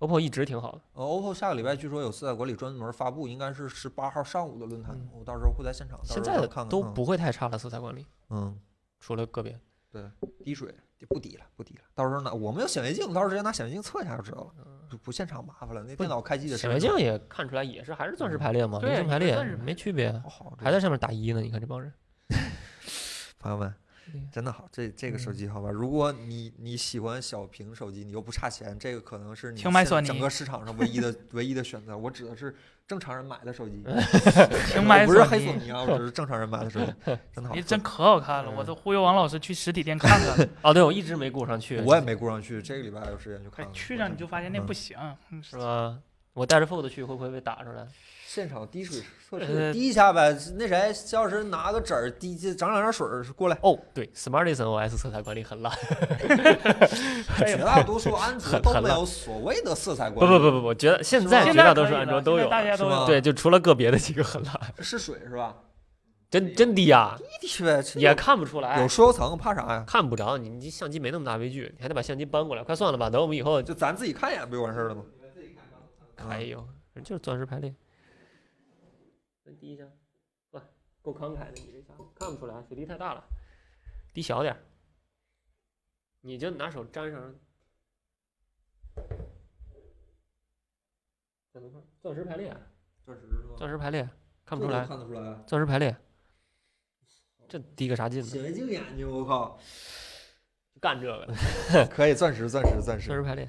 Speaker 3: OPPO 一直挺好的，
Speaker 1: 呃，OPPO 下个礼拜据说有色彩管理专门发布，应该是十八号上午的论坛，
Speaker 3: 嗯
Speaker 1: 我到时候会在现场。到
Speaker 3: 现
Speaker 1: 时
Speaker 3: 在
Speaker 1: 候
Speaker 3: 的
Speaker 1: 看看
Speaker 3: 都
Speaker 1: 嗯
Speaker 3: 不会太差了，色彩管理
Speaker 1: 嗯，
Speaker 3: 除了个别，
Speaker 1: 滴水不滴了，不滴了。到时候呢，我们有显微镜，到时候直接拿显微镜测一下就知道了，
Speaker 3: 嗯
Speaker 1: 不不现场麻烦了。那
Speaker 3: 不
Speaker 1: 电脑开机的
Speaker 3: 显微
Speaker 1: 时候
Speaker 3: 镜也看出来也是还是
Speaker 1: 嗯
Speaker 3: 钻石排列嘛，
Speaker 2: 对也
Speaker 3: 流星排
Speaker 2: 是
Speaker 3: 列
Speaker 2: 钻石排
Speaker 3: 没
Speaker 2: 列
Speaker 3: 区别，
Speaker 1: 好好，这
Speaker 3: 还在上面打一呢，你看这帮人，
Speaker 1: 朋友们
Speaker 3: 嗯。
Speaker 1: 真的好，这这个手
Speaker 3: 嗯
Speaker 1: 机好吧？如果你你喜欢小屏手机，你又不差钱，这个可能是你
Speaker 2: 请买
Speaker 1: 现在
Speaker 2: 索
Speaker 1: 整
Speaker 2: 尼
Speaker 1: 个市场上唯一的唯一的选择。我指的是正常人买的 手机，
Speaker 2: 请
Speaker 1: 我
Speaker 2: 买
Speaker 1: 不是黑索
Speaker 2: 尼，
Speaker 1: 尼啊，我只是正常人买的手 机，真的好
Speaker 2: 你。哎真可好看
Speaker 3: 嗯
Speaker 2: 了，我都忽悠王老师去实体店看看 了，
Speaker 3: 哦，对我一直没顾上去，
Speaker 1: 我也没顾上去，这个礼拜有时间去看
Speaker 2: 哎
Speaker 1: 看。
Speaker 2: 去
Speaker 1: 我
Speaker 2: 上
Speaker 1: 真
Speaker 2: 你就发现那
Speaker 1: 嗯
Speaker 2: 不行。嗯
Speaker 3: 是吧？我带着 fold 去会不会被打出来？
Speaker 1: 现场滴水测试
Speaker 2: 呃
Speaker 1: 滴一下呗，那谁肖老师拿个纸儿滴，整两点水儿过来。
Speaker 3: 哦，对，Smartisan OS 色彩管 理很烂，
Speaker 1: 绝大多数安卓都没有所谓的色彩
Speaker 3: 不
Speaker 1: 管理，
Speaker 3: 不不不，我觉得现在
Speaker 2: 现
Speaker 3: 绝
Speaker 2: 在
Speaker 3: 大多
Speaker 2: 可
Speaker 3: 数
Speaker 2: 以
Speaker 3: 安
Speaker 2: 了
Speaker 3: 卓都
Speaker 2: 现在
Speaker 3: 有
Speaker 2: 大
Speaker 3: 了，
Speaker 2: 家
Speaker 1: 是
Speaker 2: 都
Speaker 1: 吗
Speaker 2: 有。
Speaker 3: 对，就除了个别的几个很烂，
Speaker 1: 不是水是吧？
Speaker 3: 真真低啊，
Speaker 1: 一滴呗，这
Speaker 3: 也看不出
Speaker 1: 有
Speaker 3: 来，
Speaker 1: 疏油层，怕啥呀？
Speaker 3: 看不着你，你相机没那么大微距，你还得把相机搬过来，快算了吧，等我们以后，
Speaker 1: 就咱自己看一眼不就完事儿了吗？啊
Speaker 3: 哎呦，就是钻石排列，再低一下，哇，够慷慨的，你这下看不出来，水滴太大了，滴小点儿，你就拿手沾上，怎么看？钻石排列啊、
Speaker 1: 钻石
Speaker 3: 钻石排列看不出来，嗯
Speaker 1: 看得 出来。
Speaker 3: 钻石排列，这滴个啥劲呢？
Speaker 1: 显微镜眼睛，我靠！
Speaker 3: 干这个的，
Speaker 1: 可以，钻石，钻石，钻
Speaker 3: 钻
Speaker 1: 石，
Speaker 3: 石排列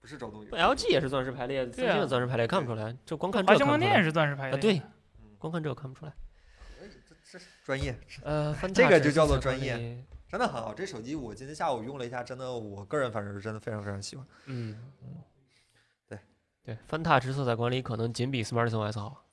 Speaker 1: 不是周冬雨。
Speaker 3: ，LG 也是钻石排列，三
Speaker 2: 对啊
Speaker 3: 星的钻石排列看不出来，就光看这
Speaker 2: 华
Speaker 3: 看
Speaker 2: 星
Speaker 3: 不
Speaker 2: 光
Speaker 3: 出
Speaker 2: 电
Speaker 3: 来
Speaker 2: 是钻石排
Speaker 3: 啊，
Speaker 2: 列，
Speaker 3: 对，光看这个看不出来。
Speaker 1: 哎专业，
Speaker 3: 呃，翻
Speaker 1: 这
Speaker 3: 大
Speaker 1: 个
Speaker 3: 尺
Speaker 1: 就
Speaker 3: 寸
Speaker 1: 叫做
Speaker 3: 测
Speaker 1: 专
Speaker 3: 试
Speaker 1: 业
Speaker 3: 里，
Speaker 1: 真的很好。这手机我今天下午用了一下，真的，我个人反正是真的非常非常喜欢。
Speaker 3: 嗯，
Speaker 1: 对
Speaker 3: 对，翻大尺色彩管理可能仅比 SmartOS 好，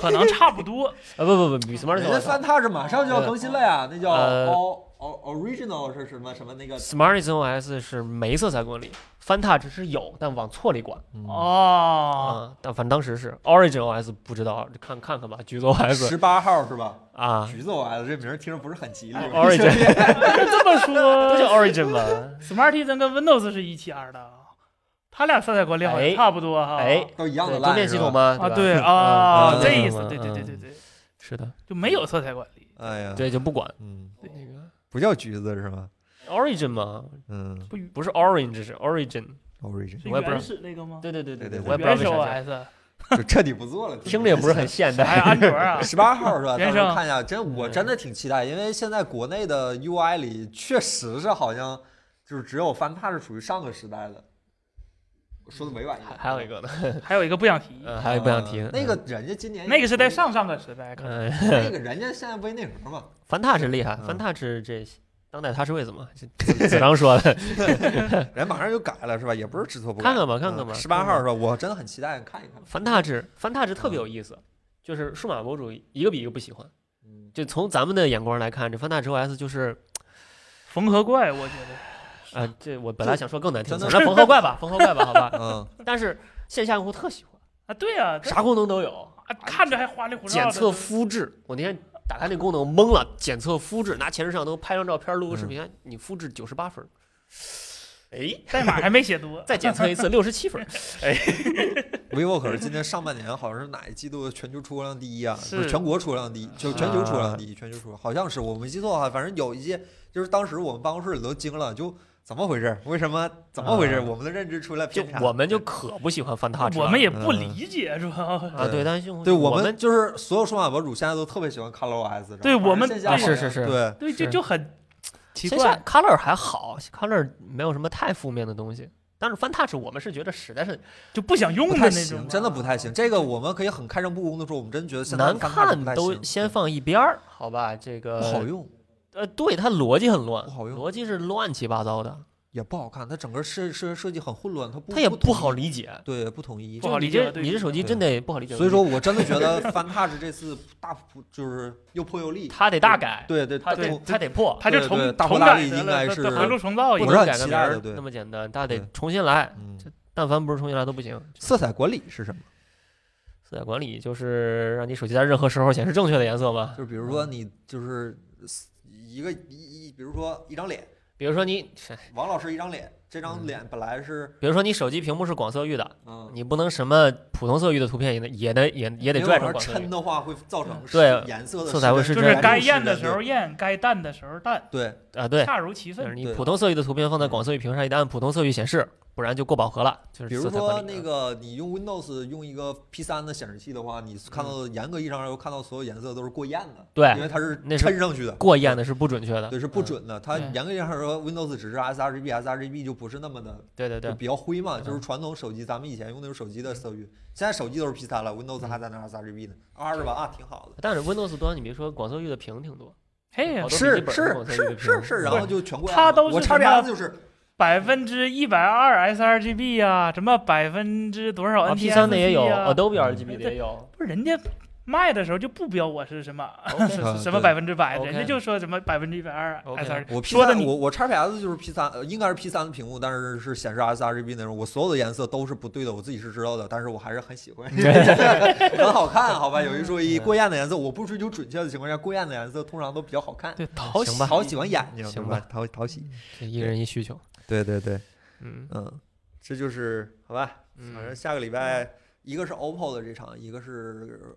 Speaker 2: 可能差不 多。
Speaker 3: 啊不不不，比
Speaker 1: 人家
Speaker 3: SmartOS 好
Speaker 1: 翻。踏是马上就要更新了呀，那叫
Speaker 3: 呃
Speaker 1: All All Original 是什么什么那个？
Speaker 3: SmartOS 是没色彩管理，翻大只是有，但往错里管
Speaker 2: 哦，
Speaker 3: 啊。但反正当时是 OriginOS 不知道，看看看吧，橘子 OS
Speaker 1: 十八号是吧？
Speaker 3: 啊，
Speaker 1: 橘子我爱了，这名儿听着不是很吉利。
Speaker 3: Origin
Speaker 2: 这么
Speaker 3: 都是
Speaker 2: 说
Speaker 3: Origin 吧？
Speaker 2: ，Smartisan 跟 Windows 是一起二的啊，它俩色彩管理好像
Speaker 3: 哎
Speaker 2: 差不多哈。
Speaker 3: 哎，
Speaker 1: 都一样的
Speaker 3: 对
Speaker 1: 烂
Speaker 3: 桌面系统？嘛，
Speaker 2: 啊，
Speaker 3: 吧
Speaker 2: 对
Speaker 3: 嗯
Speaker 2: 啊，
Speaker 3: 嗯
Speaker 2: 这
Speaker 3: 嗯
Speaker 2: 意思，
Speaker 3: 嗯
Speaker 2: 对对对
Speaker 3: 嗯
Speaker 2: 对对，
Speaker 3: 是的，
Speaker 2: 就没有色彩管理，
Speaker 1: 哎呀，，
Speaker 3: 对就不管
Speaker 1: 嗯，
Speaker 2: 对
Speaker 3: 那个
Speaker 1: 不叫橘子是吗？
Speaker 3: origin 嘛，
Speaker 1: 嗯
Speaker 2: 不是
Speaker 3: 不是 orange 是 origin，
Speaker 1: ，Origin
Speaker 3: 我也不知道
Speaker 2: 原始那个吗？
Speaker 3: 对对对
Speaker 1: 对对
Speaker 3: 我也不知道
Speaker 2: 原
Speaker 3: 为
Speaker 2: 始
Speaker 3: 啥叫，
Speaker 2: OS，
Speaker 1: 就彻底不做了，。
Speaker 3: 听着也不是很现
Speaker 2: 还有
Speaker 3: 代。
Speaker 2: 安卓啊
Speaker 1: 十八号是吧？到
Speaker 2: 原
Speaker 1: 时候
Speaker 2: 生
Speaker 1: 看一下，真我真的
Speaker 3: 嗯
Speaker 1: 挺期待，因为现在国内的 UI 里确实是好像就是只有翻帕是属于上个时代的。我说的委婉一
Speaker 3: 还
Speaker 1: 点，
Speaker 3: 还有一个呢，
Speaker 2: 还有一个不想提，
Speaker 3: 嗯，还有不想提
Speaker 1: 呃
Speaker 3: 的
Speaker 1: 那个，人家今年
Speaker 2: 那个是在上上个时代，可能
Speaker 3: 嗯，
Speaker 1: 那个人家现在微内核嘛，
Speaker 3: 翻 touch 厉害，
Speaker 1: 嗯
Speaker 3: 翻 touch 这当代他是位子嘛，这子章说的，
Speaker 1: 人马上就改了是吧？也不是知错不改。
Speaker 3: 看看吧，看看吧。
Speaker 1: 十八号是吧？我真的很期待看一看。
Speaker 3: 翻踏制，翻踏制特别有意思，就是数码博主一个比一个不喜欢。
Speaker 1: 嗯，
Speaker 3: 就从咱们的眼光来看，这翻踏之 OS 就是，
Speaker 2: 缝合怪，我觉得
Speaker 3: 啊、这我本来想说更难听
Speaker 1: 真的
Speaker 3: 词，那缝合怪吧，缝合怪吧，好 吧。
Speaker 1: 嗯，
Speaker 3: 但是线下用户特喜欢，
Speaker 2: 啊，对呀、这
Speaker 3: 啥功能都有，
Speaker 2: 啊，看着还花里胡哨
Speaker 3: 检
Speaker 2: 的。
Speaker 3: 测肤质，我那天打开那功能懵了，检测肤质，拿前置摄像头拍张照片，录个视频，哎你肤质九十八分儿，哎，
Speaker 2: 代码还没写多，
Speaker 3: 再检测一 次六十七分儿，
Speaker 1: vivo 可是今年上半年好像是哪一季度的全球出货量第一啊？
Speaker 2: 是
Speaker 1: 不全国出货量第一，
Speaker 3: 嗯
Speaker 1: 就全球出货量第一，全球出货好像是我没记错啊。反正有一些，就是当时我们办公室里都惊了，就怎么回事？为什么？怎么回事？
Speaker 3: 啊
Speaker 1: 我们的认知出来
Speaker 3: 就
Speaker 1: 偏差。
Speaker 3: 我们就可不喜欢翻踏，
Speaker 2: 我们也
Speaker 1: 嗯
Speaker 2: 不理解，是吧？
Speaker 3: 啊，对，但是用户
Speaker 1: 对
Speaker 3: 我
Speaker 1: 我们就是所有数码博主现在都特别喜欢 ColorOS，
Speaker 2: 对我们
Speaker 1: 线下
Speaker 2: 啊是
Speaker 1: 好像
Speaker 3: 是是
Speaker 1: 对，
Speaker 2: 对，就是就很奇
Speaker 3: 啊线下
Speaker 2: 怪。
Speaker 3: color 还好，color 没有什么太负面的东西。但是翻 touch 我们是觉得实在是
Speaker 2: 就不想用
Speaker 1: 不
Speaker 2: 的
Speaker 1: 太
Speaker 2: 那种
Speaker 3: 啊
Speaker 1: 行，
Speaker 2: 吧，
Speaker 1: 真的不太行。这个我们可以很开诚布公的说，我们真觉得现在
Speaker 3: 难
Speaker 1: 翻看
Speaker 3: 看
Speaker 1: 不太
Speaker 3: 都
Speaker 1: 行
Speaker 3: 先放一边儿，好吧？这
Speaker 1: 不
Speaker 3: 个
Speaker 1: 好用，
Speaker 3: 呃，对，它逻辑很乱，
Speaker 1: 不好用
Speaker 3: 逻辑是乱七八糟的，
Speaker 1: 也不好看，它整个设设设计很混乱，它不
Speaker 3: 它也
Speaker 1: 不
Speaker 3: 不
Speaker 1: 统
Speaker 3: 好
Speaker 1: 一
Speaker 3: 理解。
Speaker 1: 对不统一
Speaker 2: 不。
Speaker 3: 就
Speaker 2: 好
Speaker 3: 你
Speaker 2: 理解
Speaker 3: 这
Speaker 2: 对
Speaker 3: 你这手机
Speaker 1: 对
Speaker 3: 真得不好理解。
Speaker 1: 所以说我真的觉 得 FunTouch 这次大幅就是又破又立，
Speaker 3: 它得大改，
Speaker 1: 对对，
Speaker 3: 它
Speaker 1: 对
Speaker 3: 得它得破，
Speaker 2: 他就
Speaker 1: 对
Speaker 2: 重
Speaker 1: 对大
Speaker 2: 重
Speaker 1: 破大
Speaker 2: 改
Speaker 1: 立
Speaker 2: 的
Speaker 1: 应
Speaker 2: 了
Speaker 1: 该
Speaker 2: 再
Speaker 1: 是
Speaker 2: 再回炉重造一
Speaker 1: 我
Speaker 3: 不
Speaker 2: 下
Speaker 1: 是很
Speaker 3: 能改个
Speaker 1: 期
Speaker 3: 名
Speaker 1: 待
Speaker 3: 儿
Speaker 1: 的对
Speaker 3: 那么简单，它得
Speaker 1: 对
Speaker 3: 重新来。
Speaker 1: 嗯，
Speaker 3: 但凡不是重新来都不行。
Speaker 1: 色彩管理是什么？
Speaker 3: 色彩管理就是让你手机在任何时候显示正确的颜色嘛。
Speaker 1: 就是比如说你就是一个一一，比如说一张脸，
Speaker 3: 比如说你，
Speaker 1: 王老师一张脸，这张
Speaker 3: 嗯
Speaker 1: 脸本来是
Speaker 3: 比如说你手机屏幕是广色域的，
Speaker 1: 嗯，
Speaker 3: 你不能什么普通色域的图片也能也能也也得
Speaker 1: 因为
Speaker 3: 拽
Speaker 1: 往上
Speaker 3: 成广色
Speaker 1: 抻
Speaker 3: 域。
Speaker 1: 的话会造成
Speaker 3: 对
Speaker 1: 颜色的
Speaker 3: 色彩会
Speaker 1: 失
Speaker 3: 失
Speaker 2: 就
Speaker 1: 真
Speaker 2: 是
Speaker 3: 真
Speaker 2: 该
Speaker 1: 失
Speaker 2: 艳的
Speaker 1: 真
Speaker 2: 时候
Speaker 1: 对
Speaker 2: 艳，该淡的时候淡，
Speaker 1: 对
Speaker 3: 啊，对，
Speaker 2: 恰如其
Speaker 3: 就是
Speaker 2: 分。
Speaker 3: 你
Speaker 1: 对嗯
Speaker 3: 普通色域的图片放在广色域屏上，一旦按普通色域显示，不然就过饱和了。就是
Speaker 1: 比如
Speaker 3: 色彩
Speaker 1: 说
Speaker 3: 管理啊
Speaker 1: 那个，你用 Windows 用一个 P 3的显示器的话，你看到的严格意义上来说，看到所有颜色都是过艳的，
Speaker 3: 对
Speaker 1: 因为它是
Speaker 3: 那是
Speaker 1: 抻上去的，
Speaker 3: 过艳的是不准确的。嗯
Speaker 1: 对，是不准的。它
Speaker 2: 对
Speaker 1: 严格意义上来说，Windows 只是 sRGB，sRGB 就不是那么的，
Speaker 3: 对对
Speaker 1: 就
Speaker 3: 对，
Speaker 1: 比较灰嘛，
Speaker 3: 嗯
Speaker 1: 就是传统手机咱们以前用那种手机的色域，现在手机都是 P 3了，Windows
Speaker 3: 嗯
Speaker 1: 还在那 sRGB 呢，R 是吧？啊，挺好的。
Speaker 3: 但是 Windows 端你别说广色域的屏挺多，
Speaker 2: 嘿呀
Speaker 3: 好，多笔
Speaker 1: 是
Speaker 3: 记本
Speaker 1: 是
Speaker 3: 都是
Speaker 1: 是是是，然后就全过艳
Speaker 2: 它
Speaker 1: 了。
Speaker 2: 都是
Speaker 1: 我叉
Speaker 2: 什么
Speaker 1: DS 就是
Speaker 2: 百分之一百二 sRGB 啊，什么百分之多少
Speaker 3: 哦 P
Speaker 2: NTSC
Speaker 3: 3的也有哦
Speaker 2: 啊
Speaker 3: ，Adobe
Speaker 1: 嗯
Speaker 3: RGB 的也有。
Speaker 2: 不是人家卖的时候就不标我 是什么
Speaker 3: OK
Speaker 1: 啊
Speaker 2: 什么
Speaker 1: 对
Speaker 2: 百分之百，
Speaker 3: OK
Speaker 2: 人家就说什么百分之一百二
Speaker 3: OK
Speaker 2: SR，
Speaker 1: 我 P
Speaker 2: 说的
Speaker 1: 3
Speaker 2: 你
Speaker 1: 我我 XPS 就是 P 3呃，应该是 P 3的屏幕，但是是显示 sRGB 那种。我所有的颜色都是不对的，我自己是知道的，但是我还是很喜 欢，很好看，好吧？有一说一，
Speaker 3: 嗯
Speaker 1: 过艳的颜色，我不追求准确的情况下，过艳的颜色通常都比较好看，
Speaker 2: 对，
Speaker 1: 讨
Speaker 3: 行
Speaker 1: 喜
Speaker 3: 吧嗯
Speaker 1: 讨喜欢眼睛，
Speaker 3: 行
Speaker 1: 对吧
Speaker 3: 吧？
Speaker 1: 讨讨喜，
Speaker 3: 这一人一需求。
Speaker 1: 对对对，
Speaker 3: 嗯，
Speaker 1: 嗯，这就是好吧？
Speaker 3: 嗯
Speaker 1: 反正下个礼拜，一个是 OPPO 的这场，一个是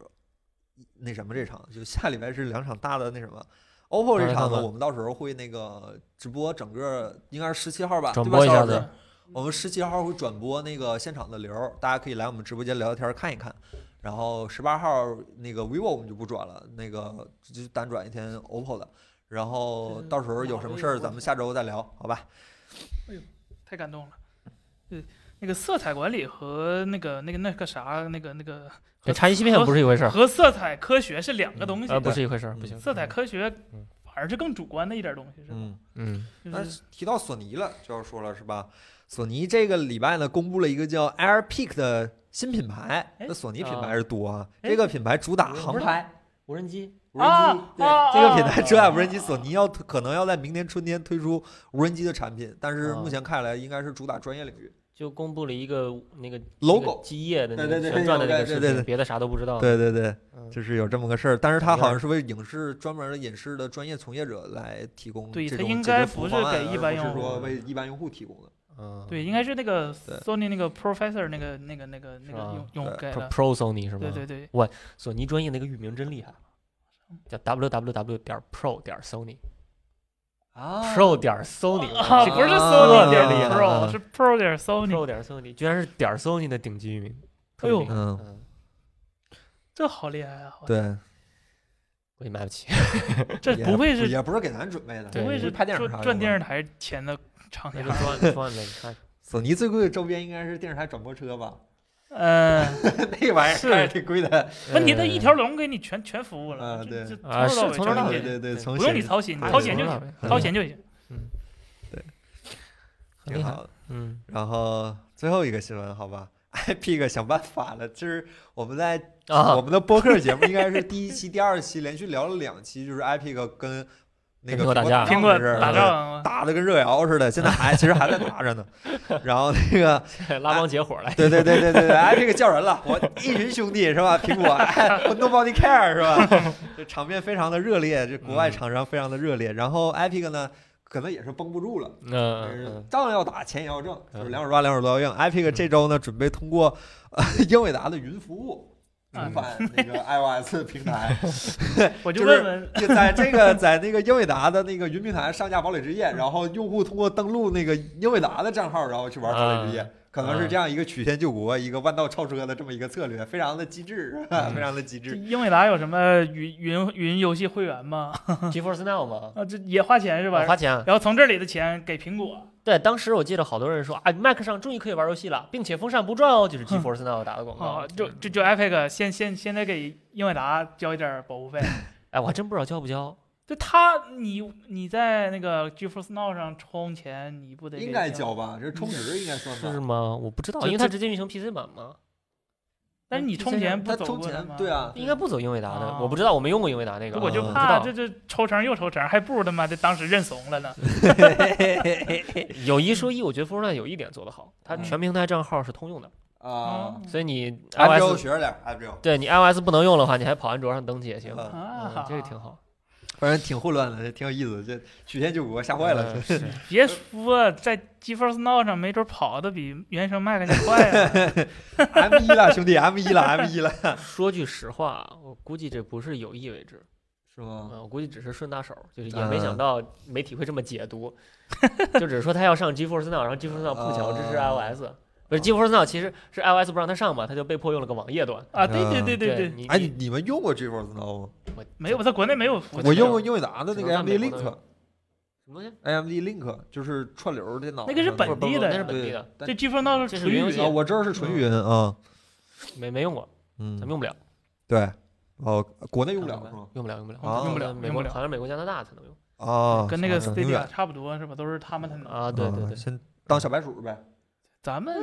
Speaker 1: 那什么这场，就下礼拜是两场大的那什么。OPPO 这场
Speaker 3: 当然看
Speaker 1: 呢，
Speaker 3: 看
Speaker 1: 我们到时候会那个直播，整个应该是十七号吧，
Speaker 3: 转
Speaker 1: 对吧
Speaker 3: 播一
Speaker 1: 肖
Speaker 3: 下
Speaker 1: 老师
Speaker 3: 子。
Speaker 2: 嗯
Speaker 1: 我们十七号会转播那个现场的流儿，大家可以来我们直播间聊聊天儿看一看。然后十八号那个 vivo 我们就不转了，那个就单转一天 OPPO 的。然后到时候有什么事儿，咱们下周再聊，好吧？
Speaker 2: 太感动了。对，那个色彩管理和那个那个那个啥那个那个
Speaker 3: 这查一芯片不是一回事儿，
Speaker 2: 和色彩科学是两个东西
Speaker 3: 呃，，不是一回事儿，
Speaker 1: 嗯
Speaker 3: 不行。
Speaker 2: 色彩科学
Speaker 3: 嗯
Speaker 2: 反而是更主观的一点东西，是吧？
Speaker 1: 嗯。
Speaker 3: 嗯，
Speaker 1: 那
Speaker 2: 就是
Speaker 1: 提到索尼了，就要说了是吧？索尼这个礼拜呢，公布了一个叫 AirPick 的新品牌。
Speaker 2: 哎
Speaker 1: 那索尼
Speaker 3: 啊
Speaker 1: 品牌是多啊，
Speaker 2: 哎
Speaker 1: 这个品牌主打
Speaker 3: 我
Speaker 1: 航
Speaker 3: 不知道
Speaker 1: 拍、
Speaker 3: 无人机
Speaker 1: 无人机。
Speaker 2: 啊啊
Speaker 1: 对，这个品牌
Speaker 2: 啊
Speaker 1: 主打无人机，索尼要可能要在明年春天推出无人机的产品，但是
Speaker 3: 啊
Speaker 1: 目前看来应该是主打专业领域。
Speaker 3: 就公布了一个那个
Speaker 1: logo
Speaker 3: 那个机翼的那
Speaker 1: 对对
Speaker 3: 个
Speaker 1: 对
Speaker 3: 旋转的那
Speaker 1: 对
Speaker 3: 个
Speaker 1: 对
Speaker 3: 视
Speaker 1: 对对
Speaker 3: 频，别的啥都不
Speaker 2: 啊
Speaker 3: 知道。
Speaker 1: 对对对，
Speaker 3: 嗯，
Speaker 1: 就是有这么个事儿，但是它
Speaker 3: 怎么
Speaker 1: 好
Speaker 3: 样
Speaker 1: 像是为影视专门的影视的专业从业者来提供
Speaker 2: 对
Speaker 1: 这
Speaker 2: 它
Speaker 1: 种
Speaker 2: 应
Speaker 1: 解决
Speaker 2: 该
Speaker 1: 服务
Speaker 2: 不是
Speaker 1: 方案
Speaker 2: 给一
Speaker 1: 而
Speaker 2: 般
Speaker 1: 不
Speaker 2: 用
Speaker 1: 是说
Speaker 3: 户
Speaker 1: 为一般用户提供的。
Speaker 3: 嗯，
Speaker 2: 对，应该是那个
Speaker 1: 对
Speaker 2: Sony 那个 Professor 那个那个那个那
Speaker 3: 是
Speaker 2: 个
Speaker 3: 吧
Speaker 2: 用用
Speaker 1: 对
Speaker 2: 给
Speaker 3: Pro
Speaker 2: 了，
Speaker 3: Pro Sony 是吗？
Speaker 2: 对对对，
Speaker 3: 索尼专业那个域名真厉害，叫 www 点 pro 点 sony
Speaker 1: 啊
Speaker 3: pro 点 sony
Speaker 2: 啊，
Speaker 3: 这
Speaker 2: 不是
Speaker 1: 啊
Speaker 2: Sony 点
Speaker 1: 厉害
Speaker 2: Pro，
Speaker 1: 啊
Speaker 2: 是 Pro 点 Sony，
Speaker 3: pro 点 sony 居然是点 sony 的顶级域名。
Speaker 2: 哎呦
Speaker 1: 嗯，
Speaker 3: 嗯，
Speaker 2: 这好厉害啊！
Speaker 1: 对，
Speaker 3: 估计买不起。
Speaker 2: 这
Speaker 1: 也
Speaker 2: 不会是
Speaker 1: 也不是给咱准备的，
Speaker 3: 对
Speaker 2: 不会
Speaker 1: 就是拍电影啥
Speaker 2: 赚
Speaker 1: 的
Speaker 2: 赚
Speaker 1: 嘛
Speaker 2: 电视台钱的厂
Speaker 3: 那
Speaker 2: 家
Speaker 3: 就装装里面看，
Speaker 1: 索尼最贵的周边应该是电视台转播车吧？
Speaker 2: 嗯，
Speaker 1: 那玩意儿
Speaker 2: 是
Speaker 1: 看着挺贵的，
Speaker 3: 嗯
Speaker 2: 问题它一条龙给你全全服务
Speaker 1: 啊
Speaker 2: 了，
Speaker 1: 对
Speaker 2: 这这
Speaker 3: 啊是
Speaker 2: 从
Speaker 3: 从
Speaker 2: 头
Speaker 3: 头
Speaker 2: 到
Speaker 3: 到
Speaker 2: 尾
Speaker 1: 对
Speaker 3: 尾
Speaker 2: 全
Speaker 1: 对对，从
Speaker 2: 不用
Speaker 1: 审
Speaker 2: 你操心，
Speaker 1: 哎
Speaker 2: 掏钱就
Speaker 3: 啊从头
Speaker 2: 行
Speaker 3: 到尾，
Speaker 2: 掏钱就行。
Speaker 3: 很厉
Speaker 1: 挺
Speaker 3: 害，
Speaker 1: 好的。
Speaker 3: 嗯，
Speaker 1: 然后最后一个新闻，好吧，Epic 想办法了，就是我们在我
Speaker 3: 啊，
Speaker 1: 们的播客节目应该是第一期、第二期连续聊了两期，就是 Epic 跟那个
Speaker 3: 跟苹果打架
Speaker 2: 苹
Speaker 1: 果啊
Speaker 2: 果
Speaker 1: 仗的事儿
Speaker 2: 打
Speaker 1: 对
Speaker 2: 仗，
Speaker 1: 打的跟热窑似的，现在还其实还在打 着呢。然后那个，
Speaker 3: 拉帮结伙来，
Speaker 1: 对对对对对对，哎，这个叫人了，我一群兄弟是吧？苹果、哎、，Nobody care 是吧？ 这场面非常的热烈，这国外
Speaker 3: 嗯
Speaker 1: 厂商非常的热烈。然后 Epic 呢，可能也是绷不住了。
Speaker 3: 嗯
Speaker 1: 就是
Speaker 3: 嗯
Speaker 1: 仗要打，钱也要挣，就是
Speaker 3: 嗯
Speaker 1: 两手抓，两手都要硬。Epic 这周呢，准备通过呃 英伟达的云服务
Speaker 2: 嗯
Speaker 1: 重返那个 iOS 平台，
Speaker 2: 我
Speaker 1: 就
Speaker 2: 就是问问，
Speaker 1: 就在这个在那个英伟达的那个云平台上架堡垒之
Speaker 2: 嗯
Speaker 1: 夜，然后用户通过登录那个英伟达的账号，然后去玩堡垒
Speaker 3: 啊
Speaker 1: 之夜。可能是这样一个曲线救国、一个弯道超车的这么一个策略，非常的机智， 是吧
Speaker 3: 嗯
Speaker 1: 非常的机智。
Speaker 2: 英伟达有什么云云云游戏会员吗？
Speaker 3: 嗯，GeForce Now 嘛，
Speaker 2: 啊，这也花钱是
Speaker 3: 是
Speaker 2: 吧？
Speaker 3: 花钱啊，
Speaker 2: 然后从这里的钱给苹果，
Speaker 3: 对，当时我记得好多人说，哎，Mac 上终于可以玩游戏了，并且风扇不转哦，就是 GeForce Now 打的广告
Speaker 2: 啊，，就就就 Epic 先先先得给英伟达交一点保护费。
Speaker 3: 哎，我还真不知道交不交，
Speaker 2: 就他，你你在那个 GeForce Now 上充钱，你不得给
Speaker 1: 应该
Speaker 2: 交？
Speaker 1: 交吧，这充值应该算吧。
Speaker 3: 是吗？我不知道，
Speaker 2: 这
Speaker 3: 因为它
Speaker 2: 这
Speaker 3: 直接运行 PC 版嘛，
Speaker 2: 但是你充钱不
Speaker 1: 他
Speaker 2: 走
Speaker 1: 充
Speaker 2: 过来
Speaker 1: 钱
Speaker 2: 吗？，
Speaker 1: 对。 啊，
Speaker 3: 应该不走英伟达的
Speaker 2: 哦，
Speaker 3: 我不知道，我没用过英伟达那个，
Speaker 2: 我就
Speaker 1: 嗯
Speaker 2: 怕
Speaker 3: 不
Speaker 2: 这
Speaker 3: 知
Speaker 2: 啊这抽成又抽成，还不如他妈的当时认怂了呢。
Speaker 3: 道有一说一，我觉得风扇有一点做得好，它
Speaker 1: 嗯
Speaker 3: 全平台账号是通用的，
Speaker 1: 啊
Speaker 2: 嗯
Speaker 3: 所以你
Speaker 1: ，Apple 就
Speaker 3: iOS
Speaker 1: 学着点，Apple
Speaker 3: 对你 iOS 不能用的话，你还跑安卓上登记也行，
Speaker 1: 嗯
Speaker 2: 啊
Speaker 3: 嗯，这个挺好，
Speaker 1: 反正挺混乱的，挺有意思的。这曲线救国吓坏了，
Speaker 3: 嗯，是
Speaker 2: 别说在 GeForce Now 上，没准跑的比原生 Mac 还快啊呢。
Speaker 1: M 一了，兄弟，M 一 了，M 一了，
Speaker 3: 说句实话，啊我估计这不是有意为之，
Speaker 1: 是吗？
Speaker 3: 嗯，我估计只是顺大手，就是也没
Speaker 1: 嗯
Speaker 3: 想到媒体会这么解读， 就只是说他要上 GeForce Now，然后 GeForce Now 不巧支持
Speaker 1: 啊
Speaker 3: iOS，不是 GeForce Now 其实是 iOS 不让他上嘛，他就被迫用了个网页端。
Speaker 2: 啊，对对对对对，
Speaker 3: 你
Speaker 1: 哎，你你们用过 GeForce Now 吗？
Speaker 3: 我
Speaker 2: 没有，在国内没有服务器。
Speaker 1: 我用过英伟达的那
Speaker 3: 只
Speaker 1: 个
Speaker 3: 能
Speaker 1: AMD
Speaker 3: 在美国
Speaker 1: Link
Speaker 3: 能。什么东西？
Speaker 1: AMD Link 就是串流电脑上的，
Speaker 2: 那个是本
Speaker 3: 不是不
Speaker 2: 地
Speaker 3: 是
Speaker 2: 的
Speaker 3: 那是
Speaker 2: 呀
Speaker 3: 本地
Speaker 1: 对
Speaker 3: 的，
Speaker 1: 但
Speaker 2: 这 GeForce Now
Speaker 3: 这是
Speaker 2: 纯
Speaker 3: 云
Speaker 2: 云
Speaker 3: 游
Speaker 2: 游
Speaker 3: 戏
Speaker 2: 戏
Speaker 1: 啊，我这儿是纯
Speaker 3: 嗯
Speaker 1: 云啊，
Speaker 3: 没没用过，咱们
Speaker 1: 嗯，
Speaker 3: 用不了，
Speaker 1: 对，哦，国内用不了
Speaker 3: 看
Speaker 1: 是吗？
Speaker 3: 用不了，用不了，
Speaker 1: 啊用不
Speaker 2: 了
Speaker 3: 美
Speaker 2: 用
Speaker 3: 国
Speaker 2: 不了
Speaker 3: 好像美国、加拿大才能用哦
Speaker 1: 啊，
Speaker 2: 跟那个
Speaker 1: 挺远
Speaker 2: Stadia 差不多是吧？都是他们他 们。
Speaker 3: 啊。对对
Speaker 1: 嗯
Speaker 3: 对，
Speaker 1: 先当小白鼠呗。
Speaker 2: 咱们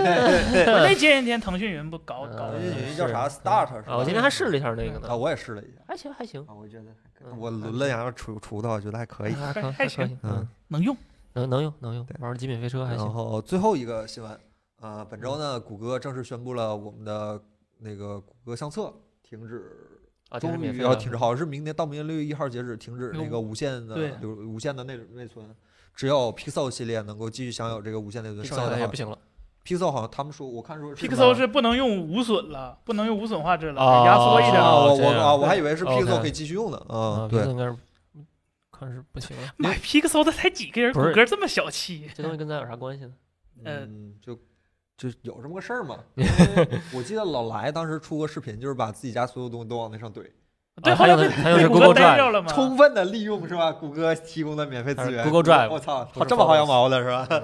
Speaker 2: 我那前几天腾讯云不搞搞
Speaker 3: 嗯
Speaker 1: 腾
Speaker 2: 了
Speaker 1: 讯
Speaker 2: 吗
Speaker 1: 云叫啥
Speaker 3: 是
Speaker 1: ？Start 是吧
Speaker 3: 啊，我今天还试了一下那个
Speaker 1: 啊，
Speaker 3: 呢，
Speaker 1: 我也试了一下，
Speaker 3: 还行还行，
Speaker 1: 啊，我觉得还可以
Speaker 3: 嗯
Speaker 1: 我抡了一下杵锄头，我觉得还可以。
Speaker 3: 还可以
Speaker 2: 还
Speaker 3: 还可以
Speaker 2: 行，
Speaker 1: 嗯
Speaker 3: 嗯，
Speaker 2: 能用。
Speaker 3: 能能用能用
Speaker 1: 对，嗯
Speaker 3: 玩极品飞车还
Speaker 1: 然
Speaker 3: 行，
Speaker 1: 后最后一个新闻，啊，本周呢，谷歌正式宣布了我们的那个谷歌相册停止
Speaker 3: 啊，这是
Speaker 1: 终
Speaker 3: 免
Speaker 1: 于
Speaker 3: 费
Speaker 1: 要
Speaker 3: 的
Speaker 1: 停止，好像是明年到明年六月一号截止停止那
Speaker 2: 那
Speaker 1: 个
Speaker 2: 我
Speaker 1: 无线的
Speaker 2: 对
Speaker 1: 流无线的内内存，只有 Pixel 系列能够继续享有这个无线内存，剩下
Speaker 3: 剩下
Speaker 1: 的
Speaker 3: 也
Speaker 1: 好
Speaker 3: 不行了。
Speaker 1: Pixel 好像他们说我看说是什
Speaker 2: Pixel
Speaker 1: 么啊
Speaker 2: 是不能用无损了，不能用无损画质了，
Speaker 3: 哦
Speaker 2: 压缩一点。
Speaker 1: 啊，我
Speaker 3: 这
Speaker 1: 我
Speaker 3: 样
Speaker 1: 啊我还以为是
Speaker 3: 对
Speaker 1: Pixel
Speaker 3: OK
Speaker 1: 可以继续用的
Speaker 3: 啊
Speaker 1: 啊，，
Speaker 3: 这
Speaker 1: 对，
Speaker 3: 应该是嗯看是不行了。
Speaker 2: 买 Pixel 的才几个人，
Speaker 3: 不
Speaker 2: 谷
Speaker 3: 是
Speaker 2: 歌这么小气。
Speaker 3: 这东西跟咱有啥关系呢？
Speaker 2: 呃
Speaker 1: 嗯，就就有这么个事儿嘛。因为我记得老来当时出过视频，就是把自己家所有东西都往那上怼，
Speaker 2: 对，
Speaker 3: 啊
Speaker 2: 后
Speaker 3: 它
Speaker 2: 来
Speaker 3: 又
Speaker 2: 被
Speaker 3: 是它又
Speaker 2: 被
Speaker 3: 是
Speaker 2: 谷
Speaker 3: Google
Speaker 2: 歌单
Speaker 3: Drive，
Speaker 2: 掉了嘛？
Speaker 1: 充分的利用是吧？谷歌提供的免费资源
Speaker 3: 它是 Google Drive，
Speaker 1: 我操，
Speaker 3: 不
Speaker 1: 好
Speaker 3: 是
Speaker 1: 这么好
Speaker 3: Fox
Speaker 1: 羊毛的是吧？
Speaker 3: 嗯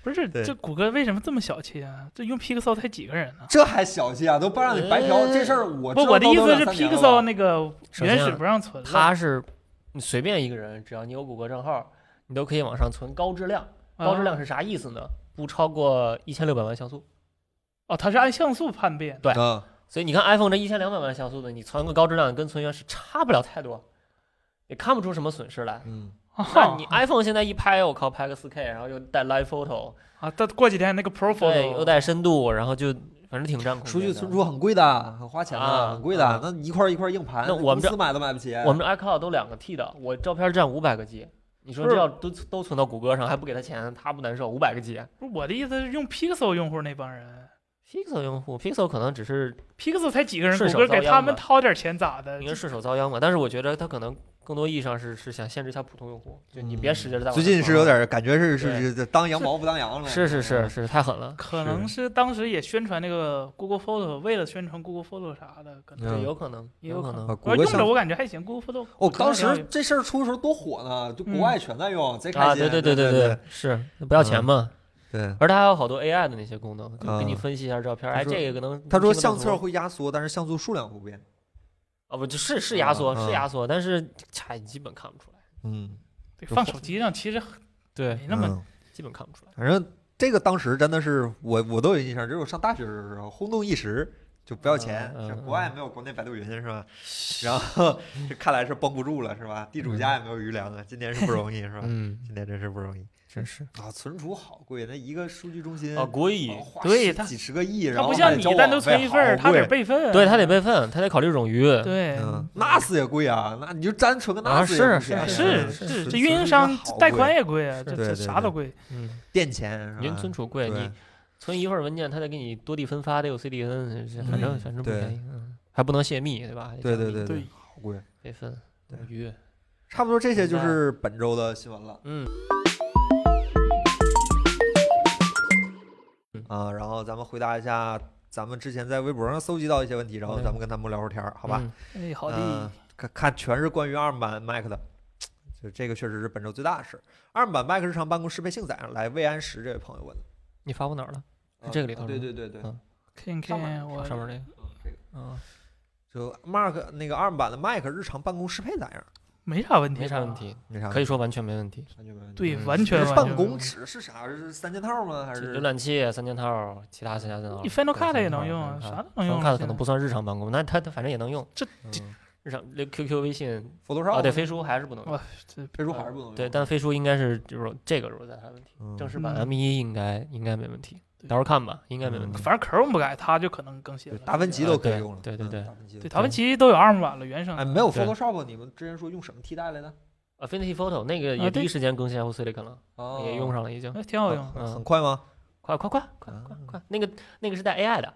Speaker 2: 不是，
Speaker 1: 对
Speaker 2: 这谷歌为什么这么小气啊？这用 Pixel 才几个人呢？
Speaker 1: 这还小气啊，都不让你白嫖，这事
Speaker 3: 呃
Speaker 1: 儿我
Speaker 2: 不，
Speaker 1: 知道
Speaker 2: 我的
Speaker 1: 都
Speaker 2: 意
Speaker 1: 有
Speaker 2: 思是
Speaker 1: 两三年了吧
Speaker 2: Pixel 那个
Speaker 3: 首
Speaker 2: 原
Speaker 3: 先
Speaker 2: 始不让存了，
Speaker 3: 它是你随便一个人，只要你有谷歌账号，你都可以往上存高质量。高质量
Speaker 2: 啊
Speaker 3: 是啥意思呢？不超过一千六百万像素。
Speaker 2: 哦，它是按像素判别。
Speaker 3: 对
Speaker 1: 啊，
Speaker 3: 所以你看 iPhone 这一千两百万像素的，你存个高质量跟存原始差不了太多，也看不出什么损失来。
Speaker 1: 嗯，
Speaker 3: 那
Speaker 2: 啊
Speaker 3: 你 iPhone 现在一拍，我靠，拍个 4K，然后又带 Live
Speaker 1: 哦
Speaker 3: Photo，
Speaker 2: 啊，但过几天那个 Pro
Speaker 3: 对，又
Speaker 2: Photo
Speaker 3: 带深度，然后就反正挺占空间
Speaker 1: 数据
Speaker 3: 的
Speaker 1: 存储很贵的，很花钱的，
Speaker 3: 啊
Speaker 1: 很贵的
Speaker 3: 啊。
Speaker 1: 那一块一块硬盘，
Speaker 3: 那我们
Speaker 1: 公
Speaker 3: 这
Speaker 1: 司买都买不起。
Speaker 3: 我们这 iCloud 都两个 T 的，我照片占五百个 G，你说
Speaker 2: 是
Speaker 3: 这要都都存到谷歌上，还不给他钱，他不难受？五百个 G。
Speaker 2: 不是我的意思是用 Pixel 用户那帮人
Speaker 3: Pixel 用户，Pixel 可能只是
Speaker 2: ，Pixel 才几个人，
Speaker 3: 顺
Speaker 2: 谷
Speaker 3: 手
Speaker 2: 歌给
Speaker 3: 遭殃
Speaker 2: 他们
Speaker 3: 吧
Speaker 2: 掏点钱咋的？
Speaker 3: 应该顺手遭殃吧，但是我觉得他可能更多意义上是是想限制一下普通用户，就你别使劲在、
Speaker 1: 嗯最近是有，嗯点感觉是是是当羊毛不当羊了。
Speaker 3: 是是是是太狠了，
Speaker 2: 可能是当时也宣传那个 Google Photo，为了宣传 Google Photo 啥的，可能
Speaker 1: 嗯
Speaker 3: 对，有可能，
Speaker 2: 也有
Speaker 3: 可
Speaker 2: 可
Speaker 1: 啊
Speaker 3: 能。
Speaker 1: 谷
Speaker 2: 我
Speaker 1: 歌
Speaker 2: 用
Speaker 1: 想
Speaker 2: 着我感觉还行，Google Photo
Speaker 1: 哦，
Speaker 2: 可能
Speaker 1: 当时
Speaker 2: 挺
Speaker 1: 这事儿出的时候多火呢，就国外全在用，贼开
Speaker 3: 嗯啊，
Speaker 1: 心。
Speaker 3: 对对对
Speaker 1: 嗯对嗯
Speaker 3: 对，是不要钱嘛，
Speaker 1: 对，
Speaker 3: 而它还有好多 AI 的那些功能，就给你
Speaker 1: 啊
Speaker 3: 分析一下照片，
Speaker 1: 他
Speaker 3: 哎，
Speaker 1: 说
Speaker 3: 这个可能
Speaker 1: 他说
Speaker 3: 听得懂
Speaker 1: 相册
Speaker 3: 吗
Speaker 1: 会压缩，但是像素数量不变。
Speaker 3: 啊不就是是压缩
Speaker 1: 啊
Speaker 3: 是
Speaker 1: 啊
Speaker 3: 压缩，但是差基本看不出来，
Speaker 1: 嗯，
Speaker 2: 对放手机上其实
Speaker 3: 对，
Speaker 2: 没那么
Speaker 1: 嗯
Speaker 3: 基本看不出来。
Speaker 1: 反正这个当时真的是我我都有印象，只有上大学的时候轰动一时，就不要钱，
Speaker 3: 嗯嗯
Speaker 1: 是国外没有国内百度云是吧？然 后这看来是绷不住了是吧？地主家
Speaker 2: 嗯
Speaker 1: 也没有余粮啊，今年是不容易是吧？
Speaker 3: 嗯，
Speaker 1: 今年真是不容易
Speaker 3: 真是
Speaker 1: 啊！存储好贵，那一个数据中心
Speaker 3: 啊，国语
Speaker 1: 哦花
Speaker 2: 对
Speaker 1: 十
Speaker 2: 它
Speaker 1: 几十个亿，嗯然
Speaker 2: 它
Speaker 1: 后
Speaker 2: 不像
Speaker 1: 还
Speaker 2: 你
Speaker 1: 交
Speaker 2: 单独
Speaker 1: 网费
Speaker 2: 存一份儿，
Speaker 1: 好
Speaker 2: 它得
Speaker 1: 贵
Speaker 2: 备份。
Speaker 3: 对他得备份，他得考虑冗余。
Speaker 2: 对，
Speaker 1: 嗯，NAS 也贵啊，那你就单存个
Speaker 3: 啊
Speaker 1: NAS
Speaker 3: 是
Speaker 1: 也不便
Speaker 3: 是
Speaker 1: 宜
Speaker 2: 是
Speaker 1: 啊
Speaker 2: 是，
Speaker 1: 存
Speaker 2: 这运
Speaker 1: 存
Speaker 2: 营
Speaker 1: 储
Speaker 2: 商
Speaker 1: 好
Speaker 2: 贷
Speaker 1: 贵
Speaker 2: 款也贵啊，这
Speaker 3: 是
Speaker 1: 对
Speaker 2: 这
Speaker 1: 对
Speaker 2: 啥都
Speaker 1: 对
Speaker 2: 贵。
Speaker 3: 嗯，
Speaker 1: 垫钱是
Speaker 3: 云
Speaker 1: 吧
Speaker 3: 存储贵，
Speaker 1: 嗯对
Speaker 3: 你存一份文件，他得给你多地分发，得有 CDN，这反正
Speaker 2: 嗯
Speaker 3: 反正不
Speaker 1: 对
Speaker 3: 便宜，嗯，还不能泄密，对吧？
Speaker 1: 对对对
Speaker 2: 对
Speaker 1: 对，好贵。啊
Speaker 3: 备份
Speaker 1: 对
Speaker 3: 冗余，
Speaker 1: 差不多这些就
Speaker 3: 明白
Speaker 1: 是本周的新闻了
Speaker 3: 嗯
Speaker 1: 啊，然后咱们回答一下咱们之前在微博上搜集到一些问题，然后
Speaker 3: 好嘞
Speaker 1: 咱们跟他们聊会儿天儿，好吧？
Speaker 3: 嗯
Speaker 2: 哎，好的
Speaker 1: 嗯，看看全是关于二版 Mac 的，就这个确实是本周最大的事。二版 Mac 日常办公适配性载上来，魏安石这位朋友问的，
Speaker 3: 你发布哪儿了？这个里头
Speaker 1: 啊
Speaker 3: 是
Speaker 1: 对
Speaker 3: 吗
Speaker 1: 对对对，
Speaker 3: 嗯
Speaker 2: K N K
Speaker 1: 上面
Speaker 2: N，我
Speaker 3: 上面那个，
Speaker 1: 嗯这个
Speaker 3: 嗯，
Speaker 1: 就 Mark 那个二版的 Mac 日常办公适配咋样？
Speaker 2: 没啥问题，
Speaker 3: 没啥问，题，嗯
Speaker 1: 没啥
Speaker 3: 可以说完全没问题。
Speaker 1: 完全没问题。
Speaker 2: 对，
Speaker 3: 嗯
Speaker 2: 完全
Speaker 1: 这
Speaker 2: 完
Speaker 1: 办
Speaker 2: 全
Speaker 1: 公指是啥？是三件套吗？还是
Speaker 3: 浏览器、啊三件套，其他三家三件套
Speaker 2: 你 Final
Speaker 3: 对
Speaker 2: Cut 也
Speaker 3: 三件套
Speaker 2: 能用啊，
Speaker 3: 三
Speaker 2: 啥
Speaker 3: 件套
Speaker 2: 都能用。
Speaker 3: Final Cut 可能不，算日常办公，那它它反正也能用。
Speaker 1: 嗯
Speaker 3: 日常那 QQ、微信
Speaker 1: Photoshop？
Speaker 3: 啊，对，飞书还是不能用。
Speaker 2: 哇，这
Speaker 1: 飞书还是不能用。
Speaker 3: 对，但飞书应该是就是这个如果在它问题，
Speaker 1: 嗯
Speaker 3: 正式版
Speaker 2: 嗯
Speaker 3: M 一应该应该没问题，
Speaker 2: 对
Speaker 3: 到时候看吧，应该没问题。
Speaker 2: 反正 Chrome 不改，它就可能更新
Speaker 1: 对
Speaker 2: 了。
Speaker 1: 达芬奇
Speaker 3: 啊
Speaker 1: 都可以
Speaker 3: 对
Speaker 1: 用了。
Speaker 3: 对对
Speaker 1: 嗯
Speaker 3: 对
Speaker 1: 达芬奇都
Speaker 2: 对，达芬奇都有 ARM 版了，原生
Speaker 1: 哎，没有
Speaker 3: 对
Speaker 1: Photoshop，你们之前说用什么替代来的？
Speaker 3: Affinity Photo 那个
Speaker 2: 啊
Speaker 3: 也第
Speaker 2: 对
Speaker 3: 一时间更新 Apple Silicon 了，
Speaker 1: 哦
Speaker 3: 也用上了已经。
Speaker 2: 哎挺好用。
Speaker 1: 很
Speaker 3: 嗯，
Speaker 1: 快吗？
Speaker 3: 快快快快快
Speaker 1: 啊
Speaker 3: 快，那个那个是带 AI 的，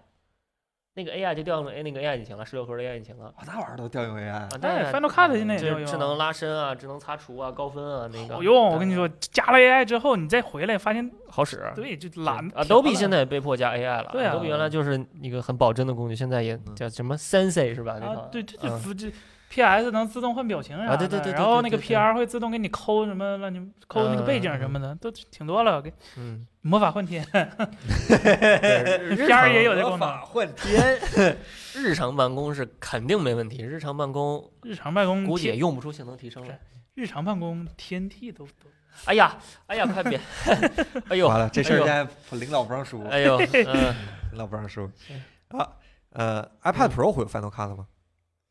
Speaker 3: 那个 AI 就调用了那个 AI 引擎了，十六核的 AI 引擎了。
Speaker 1: 啊，那玩意儿都调用 AI
Speaker 3: 啊，
Speaker 2: 哎
Speaker 3: 但是
Speaker 2: ，Final Cut 现在也
Speaker 3: 就
Speaker 2: 能
Speaker 3: 是
Speaker 2: 用，
Speaker 3: 智能拉伸啊，智能擦除啊，高分啊，那个
Speaker 2: 好用。我
Speaker 3: 对
Speaker 2: 跟你说，加了 AI 之后，你再回来发现，
Speaker 3: 好使。啊
Speaker 2: 对，就懒。
Speaker 3: Adobe 现
Speaker 2: 在
Speaker 3: 在也被迫加 AI 了
Speaker 2: 对啊
Speaker 3: ，Adobe 原来就是一个很保真的工具，现在也
Speaker 1: 嗯
Speaker 3: 叫什么 Sensei 是吧？那套
Speaker 2: 啊，对，这
Speaker 3: 嗯
Speaker 2: 这这 PS 能自动换表情啥的，
Speaker 3: 啊对对对对
Speaker 2: 然后那个
Speaker 3: 对对对
Speaker 2: PR 会自动给你抠什么乱七抠那个背景什么的，都挺多了，给
Speaker 3: 嗯，
Speaker 2: 魔法换天。
Speaker 3: 对
Speaker 2: 片儿也有这
Speaker 1: 魔
Speaker 2: 功能
Speaker 1: 法换天，
Speaker 3: 日常办公是肯定没问题，日常办公
Speaker 2: 日常办公
Speaker 3: 估计也
Speaker 2: 天，
Speaker 3: 用不出性能提升来。
Speaker 2: 日常办公天地都都
Speaker 3: 哎呀，哎呀，快别， 哎呦，
Speaker 1: 完了这事儿
Speaker 3: 哎呦
Speaker 1: 现在领导不让说，
Speaker 3: 哎呦，嗯，
Speaker 1: 领导不让说
Speaker 3: 嗯。
Speaker 1: 啊，呃，iPad Pro 会有 Final Cut 吗？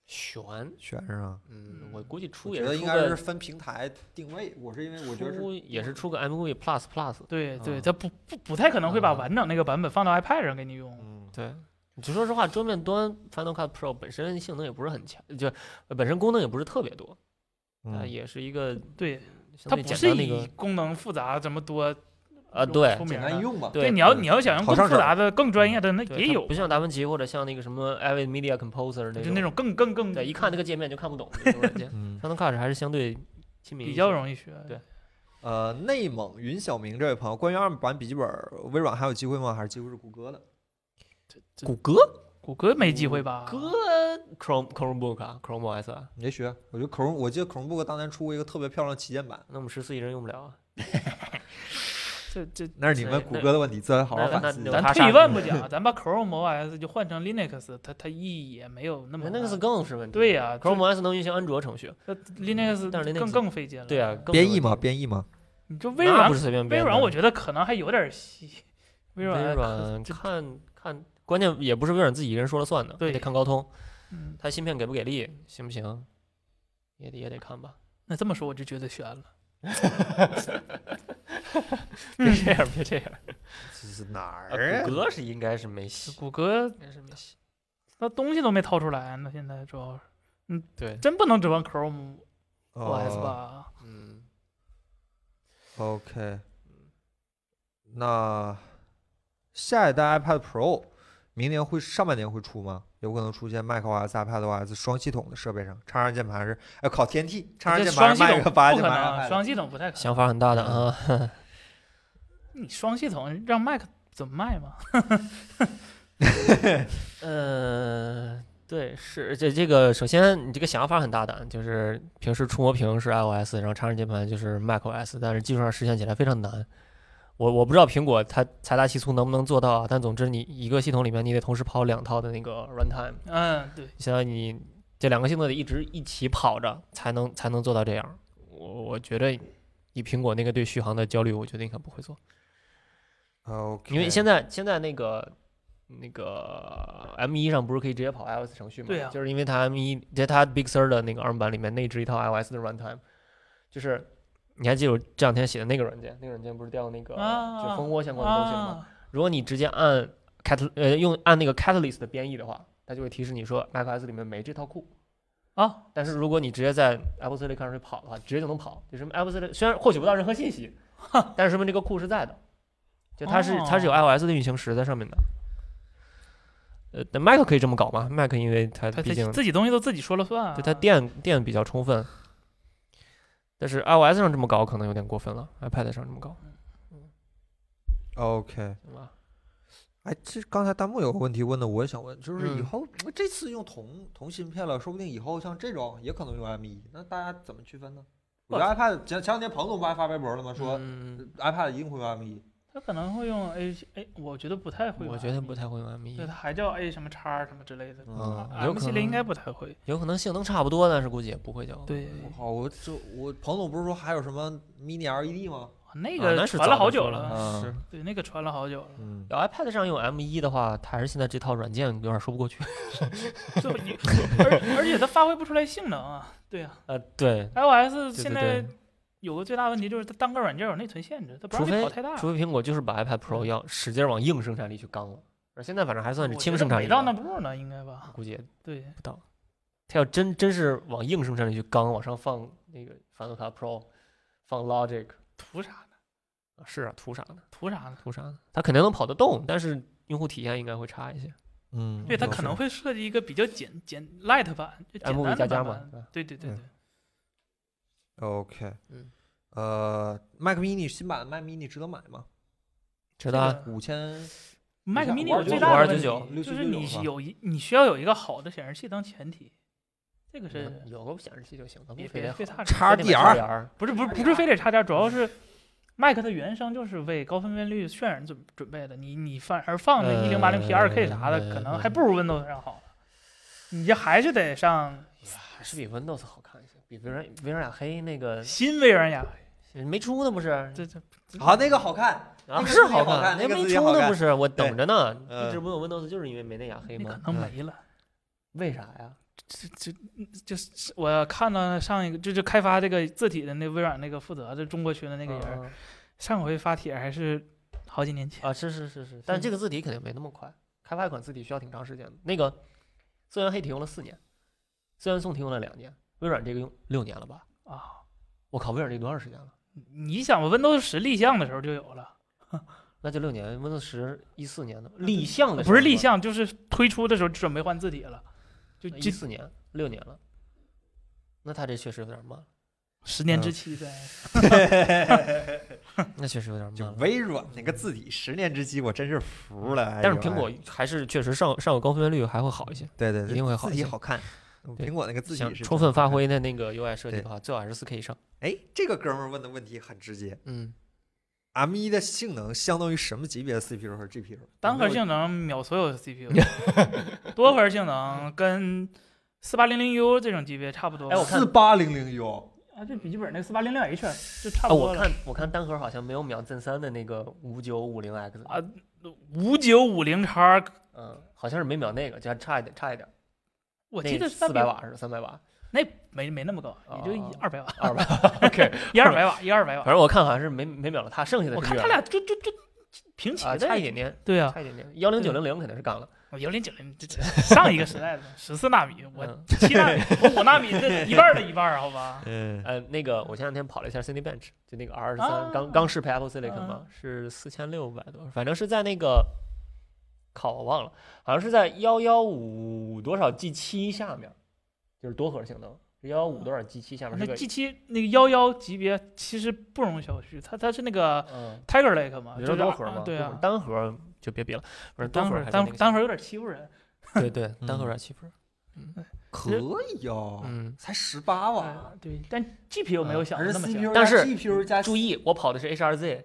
Speaker 3: 悬，
Speaker 1: 选是吧？
Speaker 3: 嗯，我估计出
Speaker 1: 我
Speaker 3: 也
Speaker 1: 觉得
Speaker 3: 是
Speaker 1: 应
Speaker 3: 出
Speaker 1: 该是
Speaker 3: 个，
Speaker 1: 分平台定位，我是因为我觉得
Speaker 3: 出
Speaker 1: 是
Speaker 3: 也是出个 MV Plus Plus，
Speaker 2: 对对，
Speaker 1: 啊
Speaker 2: 它不不不太可能会把
Speaker 1: 啊
Speaker 2: 完整那个版本放到 iPad 上给你用。
Speaker 1: 嗯，
Speaker 3: 对。就说实话，桌面端 Final Cut Pro 本身性能也不是很强，就呃本身功能也不是特别多，啊，
Speaker 1: 嗯
Speaker 3: 也是一个
Speaker 2: 对，
Speaker 3: 相
Speaker 2: 它
Speaker 3: 对
Speaker 2: 不
Speaker 3: 简
Speaker 2: 是
Speaker 3: 单的一个
Speaker 2: 以功能复杂怎么多
Speaker 3: 啊，
Speaker 2: 出
Speaker 3: 对
Speaker 2: 出名
Speaker 1: 简
Speaker 2: 儿
Speaker 1: 单
Speaker 2: 的。
Speaker 1: 用吧。
Speaker 3: 对
Speaker 2: 你要
Speaker 3: 对
Speaker 2: 你要想用
Speaker 1: 好
Speaker 2: 更
Speaker 1: 上
Speaker 2: 复
Speaker 1: 手。
Speaker 2: 杂的、更专业的，那
Speaker 3: 对，
Speaker 2: 也
Speaker 3: 它
Speaker 2: 有
Speaker 3: 不，像达芬奇或者像那个什么 Avid Media Composer 那
Speaker 2: 就
Speaker 3: 种，
Speaker 2: 那种更更更
Speaker 3: 对，一看那个界面就看不懂那种软 件
Speaker 1: 嗯，
Speaker 3: Final Cut 还是相对亲民一些，
Speaker 2: 比较容易学。
Speaker 3: 对
Speaker 1: 呃，内蒙云小明这位朋友，关于二版笔记本，微软还有机会吗？还是几乎是谷歌的？
Speaker 2: 这
Speaker 3: 谷歌
Speaker 2: 谷歌没机会吧？
Speaker 3: 歌 Chrome Chromebook 啊，Chrome OS 啊，
Speaker 1: 也许，我觉得 Chrome，我记得 Chromebook 当年出过一个特别漂亮的旗舰版，
Speaker 3: 那我们十四亿人用不了啊。
Speaker 2: 这这，
Speaker 1: 那是你们
Speaker 3: 那
Speaker 1: 谷歌的问题，自然好好
Speaker 3: 那
Speaker 1: 反
Speaker 3: 那
Speaker 1: 思
Speaker 3: 那。有
Speaker 2: 咱
Speaker 3: 它
Speaker 2: 退
Speaker 3: 啥
Speaker 2: 一万
Speaker 3: 用
Speaker 2: 步
Speaker 3: 啊
Speaker 2: 讲，咱把 Chrome OS 就换成 Linux，它它意义也没有那么
Speaker 3: 哎那那个
Speaker 2: 大
Speaker 3: 是更是问题。
Speaker 2: 对呀就
Speaker 3: Chrome OS 能运行安卓程序。
Speaker 2: 它 Linux
Speaker 3: 但是 Linux-
Speaker 2: 更更费劲了。
Speaker 3: 对啊，，更是
Speaker 1: 编译
Speaker 3: 问
Speaker 1: 嘛，
Speaker 3: 题，
Speaker 1: 编译嘛，
Speaker 2: 你就微
Speaker 3: 那
Speaker 2: 软
Speaker 3: 不是随便
Speaker 2: 微
Speaker 3: 编的。
Speaker 2: 软我觉得可能还有点细，微软
Speaker 3: 微
Speaker 2: 可
Speaker 3: 软
Speaker 2: 这
Speaker 3: 看看，关键也不是微软自己一个人说了算的，
Speaker 2: 对
Speaker 3: 得看高通，
Speaker 2: 嗯，
Speaker 3: 它芯片给不给力，行不行，也得也得看吧。
Speaker 2: 那这么说我就觉得悬 了。嗯
Speaker 3: 别这样，别这样。
Speaker 1: 这是哪儿
Speaker 3: 啊
Speaker 1: 啊
Speaker 3: 谷？歌是应该是没戏，
Speaker 2: 谷歌
Speaker 3: 应该是没戏。
Speaker 2: 那东西都没掏出来呢，现在主要是
Speaker 3: 对，
Speaker 2: 真不能指望 Chrome
Speaker 1: 哦
Speaker 2: OS 吧？
Speaker 3: 嗯，
Speaker 1: OK，那下一代 iPad Pro 明年会上半年会出吗？有可能出现 macOS、iPadOS 双系统的设备上，插上键盘是，哎靠，天梯，插上
Speaker 2: 这
Speaker 1: 键
Speaker 2: 双
Speaker 1: 盘是
Speaker 2: 系统
Speaker 1: Mac，
Speaker 2: 不
Speaker 1: 拔
Speaker 2: 可
Speaker 1: 键
Speaker 2: 能，
Speaker 1: 盘是 iPad。
Speaker 2: 双系统不太可能。
Speaker 3: 想法很大的
Speaker 2: 嗯
Speaker 3: 啊。
Speaker 2: 你双系统让 Mac 怎么卖嘛？
Speaker 3: 呃，对，是这这个，首先你这个想法很大胆，就是平时触摸屏是 iOS，然后插上键盘就是 macOS，但是技术上实现起来非常难。我我不知道苹果它财大气粗能不能做到啊，但总之你一个系统里面你得同时跑两套的那个 runtime，
Speaker 2: 嗯，对，
Speaker 3: 相当于你这两个性能得一直一起跑着，才能才能做到这样。我我觉得以苹果那个对续航的焦虑，我觉得应该不会做，
Speaker 1: OK，
Speaker 3: 因为现在现在那个那个 M 1上不是可以直接跑 iOS 程序吗？
Speaker 2: 对啊
Speaker 3: 就是因为它 M 1在它 Big Sur 的那个 ARM 版里面内置一套 iOS 的 runtime，就是你还记得我这两天写的那个软件，那个软件不是调那个、
Speaker 2: 啊
Speaker 3: 就蜂窝相关的东西了吗？
Speaker 2: 啊，
Speaker 3: 如果你直接按 cat 呃用按那个 catalyst 的编译的话，它就会提示你说 macOS 里面没这套库
Speaker 2: 啊。
Speaker 3: 但是如果你直接在 Apple Silicon 上去跑的话，直接就能跑。就是 Apple Silicon 虽然获取不到任何信息，但是说明这个库是在的，就它
Speaker 2: 哦
Speaker 3: 是、它是有 iOS 的运行时在上面的。呃，但 Mac 可以这么搞吗？Mac 因为它
Speaker 2: 他
Speaker 3: 毕竟
Speaker 2: 他自己东西都自己说了算啊，
Speaker 3: 对它电电比较充分，但是 iOS 上这么搞可能有点过分了，iPad 上这么搞，
Speaker 1: OK，
Speaker 3: 行吧？
Speaker 1: 哎，这刚才弹幕有个问题问的，我也想问，就是以
Speaker 3: 嗯
Speaker 1: 后、这次用同同芯片了，说不定以后像这种也可能用 M1，那大家怎么区分呢？我觉得 iPad 前前两天彭总不还发微博了吗？说、
Speaker 3: 嗯
Speaker 1: iPad 一定会用 M1，
Speaker 2: 他可能会用 A A，我觉得不太会用 M1，
Speaker 3: 我觉得不太会用 M1，
Speaker 2: 对，它还叫 A 什么叉什么之类的
Speaker 1: 嗯
Speaker 3: 有
Speaker 2: M
Speaker 3: 可
Speaker 2: 系列应
Speaker 3: 能
Speaker 2: 该不太会，
Speaker 3: 有可能性能差不多，但是估计也不会叫。
Speaker 2: 对，
Speaker 1: 我靠，我就我彭总不是说还有什么 Mini LED 吗？
Speaker 2: 那
Speaker 3: 啊
Speaker 2: 个
Speaker 3: 那是
Speaker 2: 传
Speaker 3: 早
Speaker 2: 了
Speaker 3: 就
Speaker 2: 好
Speaker 3: 说
Speaker 2: 久
Speaker 3: 了
Speaker 2: 了，
Speaker 1: 嗯
Speaker 3: 是
Speaker 2: 对，那个传了好久了，
Speaker 1: 嗯，
Speaker 3: 要 iPad 上用 M 1的话，还是现在这套软件有点说不过去。
Speaker 2: 就你 而而且它发挥不出来性能啊，对呀
Speaker 3: 呃，对，
Speaker 2: ，iOS
Speaker 3: 对
Speaker 2: 现
Speaker 3: 对
Speaker 2: 在
Speaker 3: 对
Speaker 2: 有个最大问题就是它单个软件有内存限制，它不
Speaker 3: 除
Speaker 2: 让你
Speaker 3: 非
Speaker 2: 跑太大，
Speaker 3: 除非苹果就是把 iPad Pro 要使劲往硬生产力去刚了，而现在反正还算是
Speaker 2: 我
Speaker 3: 轻
Speaker 2: 觉
Speaker 3: 生
Speaker 2: 得
Speaker 3: 产
Speaker 2: 没
Speaker 3: 力
Speaker 2: 到
Speaker 3: 吧，
Speaker 2: 那步呢，应该吧？
Speaker 3: 估计也
Speaker 2: 对，
Speaker 3: 不到。它要真真是往硬生产力去刚，往上放那个反斗塔 Pro，放 Logic，
Speaker 2: 图啥呢？
Speaker 3: 啊是啊，图啥呢？
Speaker 2: 图啥呢？
Speaker 3: 图啥呢？它肯定能跑得动，但是用户体验应该会差一些。
Speaker 1: 嗯，
Speaker 2: 对，它
Speaker 1: 就
Speaker 2: 可
Speaker 1: 是
Speaker 2: 能会设计一个比较简简 light 版，就简
Speaker 3: MV
Speaker 2: 单
Speaker 3: 加
Speaker 2: 的
Speaker 3: 加
Speaker 2: 版
Speaker 3: 嘛，
Speaker 2: 本。
Speaker 3: 对吧
Speaker 2: 对对对
Speaker 1: 嗯
Speaker 2: 对，
Speaker 1: OK，
Speaker 3: 嗯，
Speaker 1: 呃，Mac Mini 新版 Mac Mini 值得买吗？
Speaker 3: 知道啊？
Speaker 1: 五千
Speaker 2: Mac
Speaker 1: 像
Speaker 2: mini
Speaker 1: 5299
Speaker 2: 有最大的问
Speaker 1: 5299
Speaker 2: 题就是你
Speaker 1: 699
Speaker 2: 有一你需要有一个好的显示器当前提，这个是
Speaker 3: 有个显示器就行了，
Speaker 2: 别
Speaker 3: 不嗯非
Speaker 2: 别
Speaker 3: 得
Speaker 2: 非
Speaker 3: 好
Speaker 2: 差点
Speaker 1: 叉 DR，
Speaker 2: 不是不是不是非得插件，主要是 Mac 它原生就是为高分辨率渲染准准备的，你你反而放个一零八零 P 二
Speaker 3: 嗯
Speaker 2: K 啥的，可能还不如 Windows 上好呢。你这还是得上
Speaker 3: 还是比 Windows 好看一些，比微软微软雅黑那个
Speaker 2: 新微软雅，
Speaker 3: 没出呢不是？
Speaker 2: 这这
Speaker 1: 啊，那个好看，那
Speaker 3: 啊
Speaker 1: 个
Speaker 3: 是
Speaker 1: 字也好看
Speaker 3: 看，
Speaker 1: 那个
Speaker 3: 没
Speaker 1: 字也
Speaker 3: 出
Speaker 1: 好
Speaker 3: 呢
Speaker 1: 看
Speaker 3: 不是？我等
Speaker 1: 对
Speaker 3: 着呢，
Speaker 1: 嗯
Speaker 3: 一直不用 Windows 就是因为没那雅黑
Speaker 2: 那可
Speaker 3: 嘛。
Speaker 2: 能没了。
Speaker 3: 为啥呀？
Speaker 2: 这这这，我看到上一个就就开发这个字体的那微软那个负责的中国区的那
Speaker 3: 那
Speaker 2: 个人，上回发帖还是好几年前。
Speaker 3: 嗯啊，是是是是，但这个字体肯定没那么快，开发一款字体需要挺长时间的。那个思源黑体用了四年，思源宋体用了两年，微软这个用六年了吧？
Speaker 2: 啊，
Speaker 3: 我靠，微软这个多长时间了？
Speaker 2: 你想吧，Windows 十立项的时候就有了，
Speaker 3: 那就六年，Windows 十一四年的立项的
Speaker 2: 不是立
Speaker 3: 项，
Speaker 2: 项，就是推出的时候就准备换字体了，就
Speaker 3: 一
Speaker 2: 这
Speaker 3: 四年六年了。那他这确实有点慢了，
Speaker 2: 十年
Speaker 1: 嗯
Speaker 2: 之期呗。
Speaker 3: 那确实有点慢
Speaker 1: 就
Speaker 3: 了。
Speaker 1: 微软那个字体十年之期，我真是服了。哎
Speaker 3: 但是
Speaker 1: 呦
Speaker 3: 苹果
Speaker 1: 哎
Speaker 3: 还是确实上上有高分辨率还会好一些。
Speaker 1: 对对对，
Speaker 3: 一定会好
Speaker 1: 字
Speaker 3: 一
Speaker 1: 体
Speaker 3: 些
Speaker 1: 好看。
Speaker 3: 对
Speaker 1: 苹果那个字体
Speaker 3: 想
Speaker 1: 是
Speaker 3: 充
Speaker 1: 真
Speaker 3: 分
Speaker 1: 好
Speaker 3: 发
Speaker 1: 看。
Speaker 3: 挥的那个 UI 设计
Speaker 1: 对
Speaker 3: 的话，最好还是 4K 以上。
Speaker 1: 哎，这个哥们儿问的问题很直接
Speaker 3: 嗯，
Speaker 1: ：M1 的性能相当于什么级别的 CPU 和 GPU？
Speaker 2: 单核性能秒所有的 CPU，多核性能跟四八零零 U 这种级别差不多吧。
Speaker 3: 哎我看
Speaker 1: 四八零零 U，
Speaker 2: 啊，就笔记本那四八零零 H 就差
Speaker 3: 啊，
Speaker 2: 不多
Speaker 3: 我
Speaker 2: 了。
Speaker 3: 看我看单核好像没有秒 Zen 三的那个五九五零 X，
Speaker 2: 啊五九五零叉，
Speaker 3: 嗯，好像是没秒那个，就还差一点，差一点。
Speaker 2: 我记得
Speaker 3: 四
Speaker 2: 三
Speaker 3: 百，瓦是三 百瓦，
Speaker 2: 那没没那么高，也就
Speaker 3: 哦
Speaker 2: 一二百瓦，
Speaker 3: 二百 OK。
Speaker 2: 一二百瓦，一二百
Speaker 3: 反
Speaker 2: 瓦。
Speaker 3: 正我看好像是没没秒了它，剩下的
Speaker 2: 我
Speaker 3: 是
Speaker 2: 看
Speaker 3: 秒
Speaker 2: 他俩就就就平齐
Speaker 3: 啊，
Speaker 2: 的，
Speaker 3: 差一点点，
Speaker 2: 对啊，
Speaker 3: 差一点点。幺零九零零肯定是杠了，
Speaker 2: 幺零九零这这上一个时代的十四纳米，我
Speaker 3: 嗯
Speaker 2: 七纳米，我五纳米，这一半儿的一半儿，好吧？
Speaker 1: 嗯，
Speaker 3: 呃，那个我前两天跑了一下 Cinebench，就那个
Speaker 2: 啊嗯
Speaker 3: R 三刚刚适配 Apple Silicon 嘛，是四千六百多，反正是在那个，靠我忘了，好像是在幺幺五多少 G 七下面，就是多核性能，幺幺五多少 G 七下面
Speaker 2: 那
Speaker 3: 是个
Speaker 2: 啊 G 七那个幺幺级别其实不容小觑，它它是那个
Speaker 3: 嗯，
Speaker 2: Tiger Lake 嘛，
Speaker 3: 你
Speaker 2: 就
Speaker 3: 说
Speaker 2: 是
Speaker 3: 多核
Speaker 2: 啊
Speaker 3: 嘛，
Speaker 2: 对
Speaker 3: 多核
Speaker 2: 啊，
Speaker 3: 单核就别比了，不是多
Speaker 2: 单
Speaker 3: 核
Speaker 2: 核
Speaker 3: 还是
Speaker 2: 单
Speaker 3: 那个
Speaker 2: 单核有点欺负人，
Speaker 3: 对对单
Speaker 1: 嗯
Speaker 3: 核有点欺负人，
Speaker 1: 可以哦，
Speaker 3: 嗯，
Speaker 1: 才十八瓦，
Speaker 2: 啊对，但 GPU 嗯没有想
Speaker 1: 而
Speaker 2: 的
Speaker 1: 且
Speaker 2: 那么强，
Speaker 1: CPU
Speaker 3: 但
Speaker 1: 加
Speaker 3: 是
Speaker 1: GPU 加
Speaker 3: 注意我跑的是 HRZ，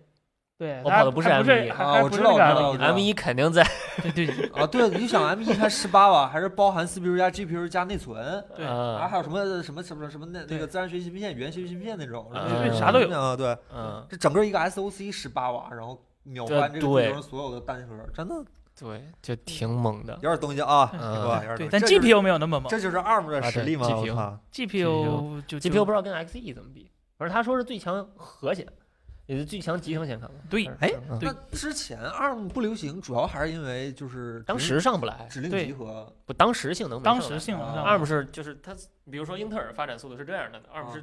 Speaker 2: 对，
Speaker 3: 我
Speaker 2: 它
Speaker 3: 跑的不
Speaker 2: 不
Speaker 3: 是 M 一
Speaker 2: 还
Speaker 1: 啊
Speaker 2: 还
Speaker 1: 我
Speaker 2: 不
Speaker 1: 知
Speaker 2: 是
Speaker 1: 道
Speaker 2: 那个
Speaker 1: 我知道我
Speaker 2: M1
Speaker 1: 知道
Speaker 3: M 一肯定在，
Speaker 2: 对对对
Speaker 1: 啊，对，你就想 M 一它十八瓦还是包含四 CPU 加 GPU 加内存，
Speaker 2: 对
Speaker 1: 啊，
Speaker 3: 嗯
Speaker 1: 还有什么什么什么什么那那
Speaker 2: 对
Speaker 1: 个自然学习芯片、语言学习芯片那种，
Speaker 3: 啊
Speaker 1: 然后
Speaker 3: 啥都
Speaker 2: 有
Speaker 1: 啊，对，
Speaker 3: 嗯，
Speaker 1: 这整个一个 SOC 十八瓦，然后秒
Speaker 3: 这
Speaker 1: 翻这个地
Speaker 3: 对
Speaker 1: 球上所有的单核，真的
Speaker 3: 对，就挺猛的
Speaker 1: 有，点东西啊，
Speaker 2: 嗯
Speaker 1: 是吧？有点
Speaker 2: 对，
Speaker 1: 东西
Speaker 2: 但
Speaker 1: 这就是
Speaker 2: GPU 没有那么猛
Speaker 1: 这就是 ARM 的
Speaker 3: 啊
Speaker 1: 实
Speaker 3: 对
Speaker 1: 力嘛，我
Speaker 3: GPU
Speaker 1: 靠，
Speaker 2: ，GPU 就
Speaker 3: GPU 不知
Speaker 2: 道
Speaker 3: 道跟 XE 怎么比，反正他说是最强核显，也是最强集成显卡嘛。
Speaker 2: 对
Speaker 1: 哎
Speaker 3: 嗯
Speaker 2: 对
Speaker 1: 那之前 ARM 不流行，主要还是因为就是
Speaker 3: 当时上不来，
Speaker 1: 指令
Speaker 2: 对
Speaker 1: 集合，
Speaker 3: 不，当时性能没
Speaker 2: 当
Speaker 3: 上
Speaker 2: 时
Speaker 3: 来
Speaker 2: 性能上
Speaker 1: 啊
Speaker 2: 来
Speaker 3: ARM 是就是它，比如说英特尔发展速度是这样的，ARM 是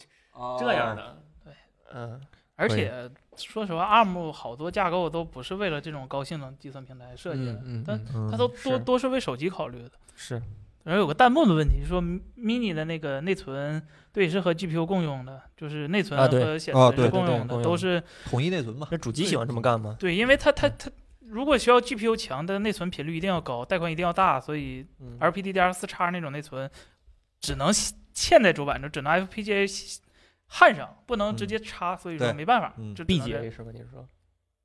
Speaker 3: 这
Speaker 1: 哦
Speaker 3: 样。的，
Speaker 2: 对，
Speaker 3: 嗯，
Speaker 2: 而
Speaker 3: 可以
Speaker 2: 且说实话，ARM 好多架构都不是为了这种高性能计算平台设计的，
Speaker 3: 嗯
Speaker 2: 但
Speaker 1: 嗯
Speaker 2: 它都多
Speaker 3: 是
Speaker 2: 多是为手机考虑的。
Speaker 3: 是
Speaker 2: 然后有个弹幕的问题，说 mini 的那个内存对是和 GPU 共用的，就是内存
Speaker 3: 啊对
Speaker 2: 和显
Speaker 1: 哦
Speaker 2: 存
Speaker 1: 对对
Speaker 2: 是共
Speaker 3: 对
Speaker 2: 用
Speaker 3: 共
Speaker 2: 的，
Speaker 3: 用
Speaker 2: 都
Speaker 3: 的
Speaker 2: 是
Speaker 1: 统一内存嘛，
Speaker 3: 那主机喜欢这么干吗？
Speaker 2: 对，因为它它
Speaker 3: 嗯
Speaker 2: 它如果需要 GPU 强的内存频率一定要高，带宽一定要大，所以
Speaker 3: 嗯
Speaker 2: LPDDR4X 那种内存只能嵌在主板上，只能 FPGA 焊上，不能直
Speaker 3: 嗯
Speaker 2: 接插，所以说
Speaker 1: 对
Speaker 2: 没办法
Speaker 1: 嗯，
Speaker 2: 就只能在
Speaker 3: BGA 是吧？你是说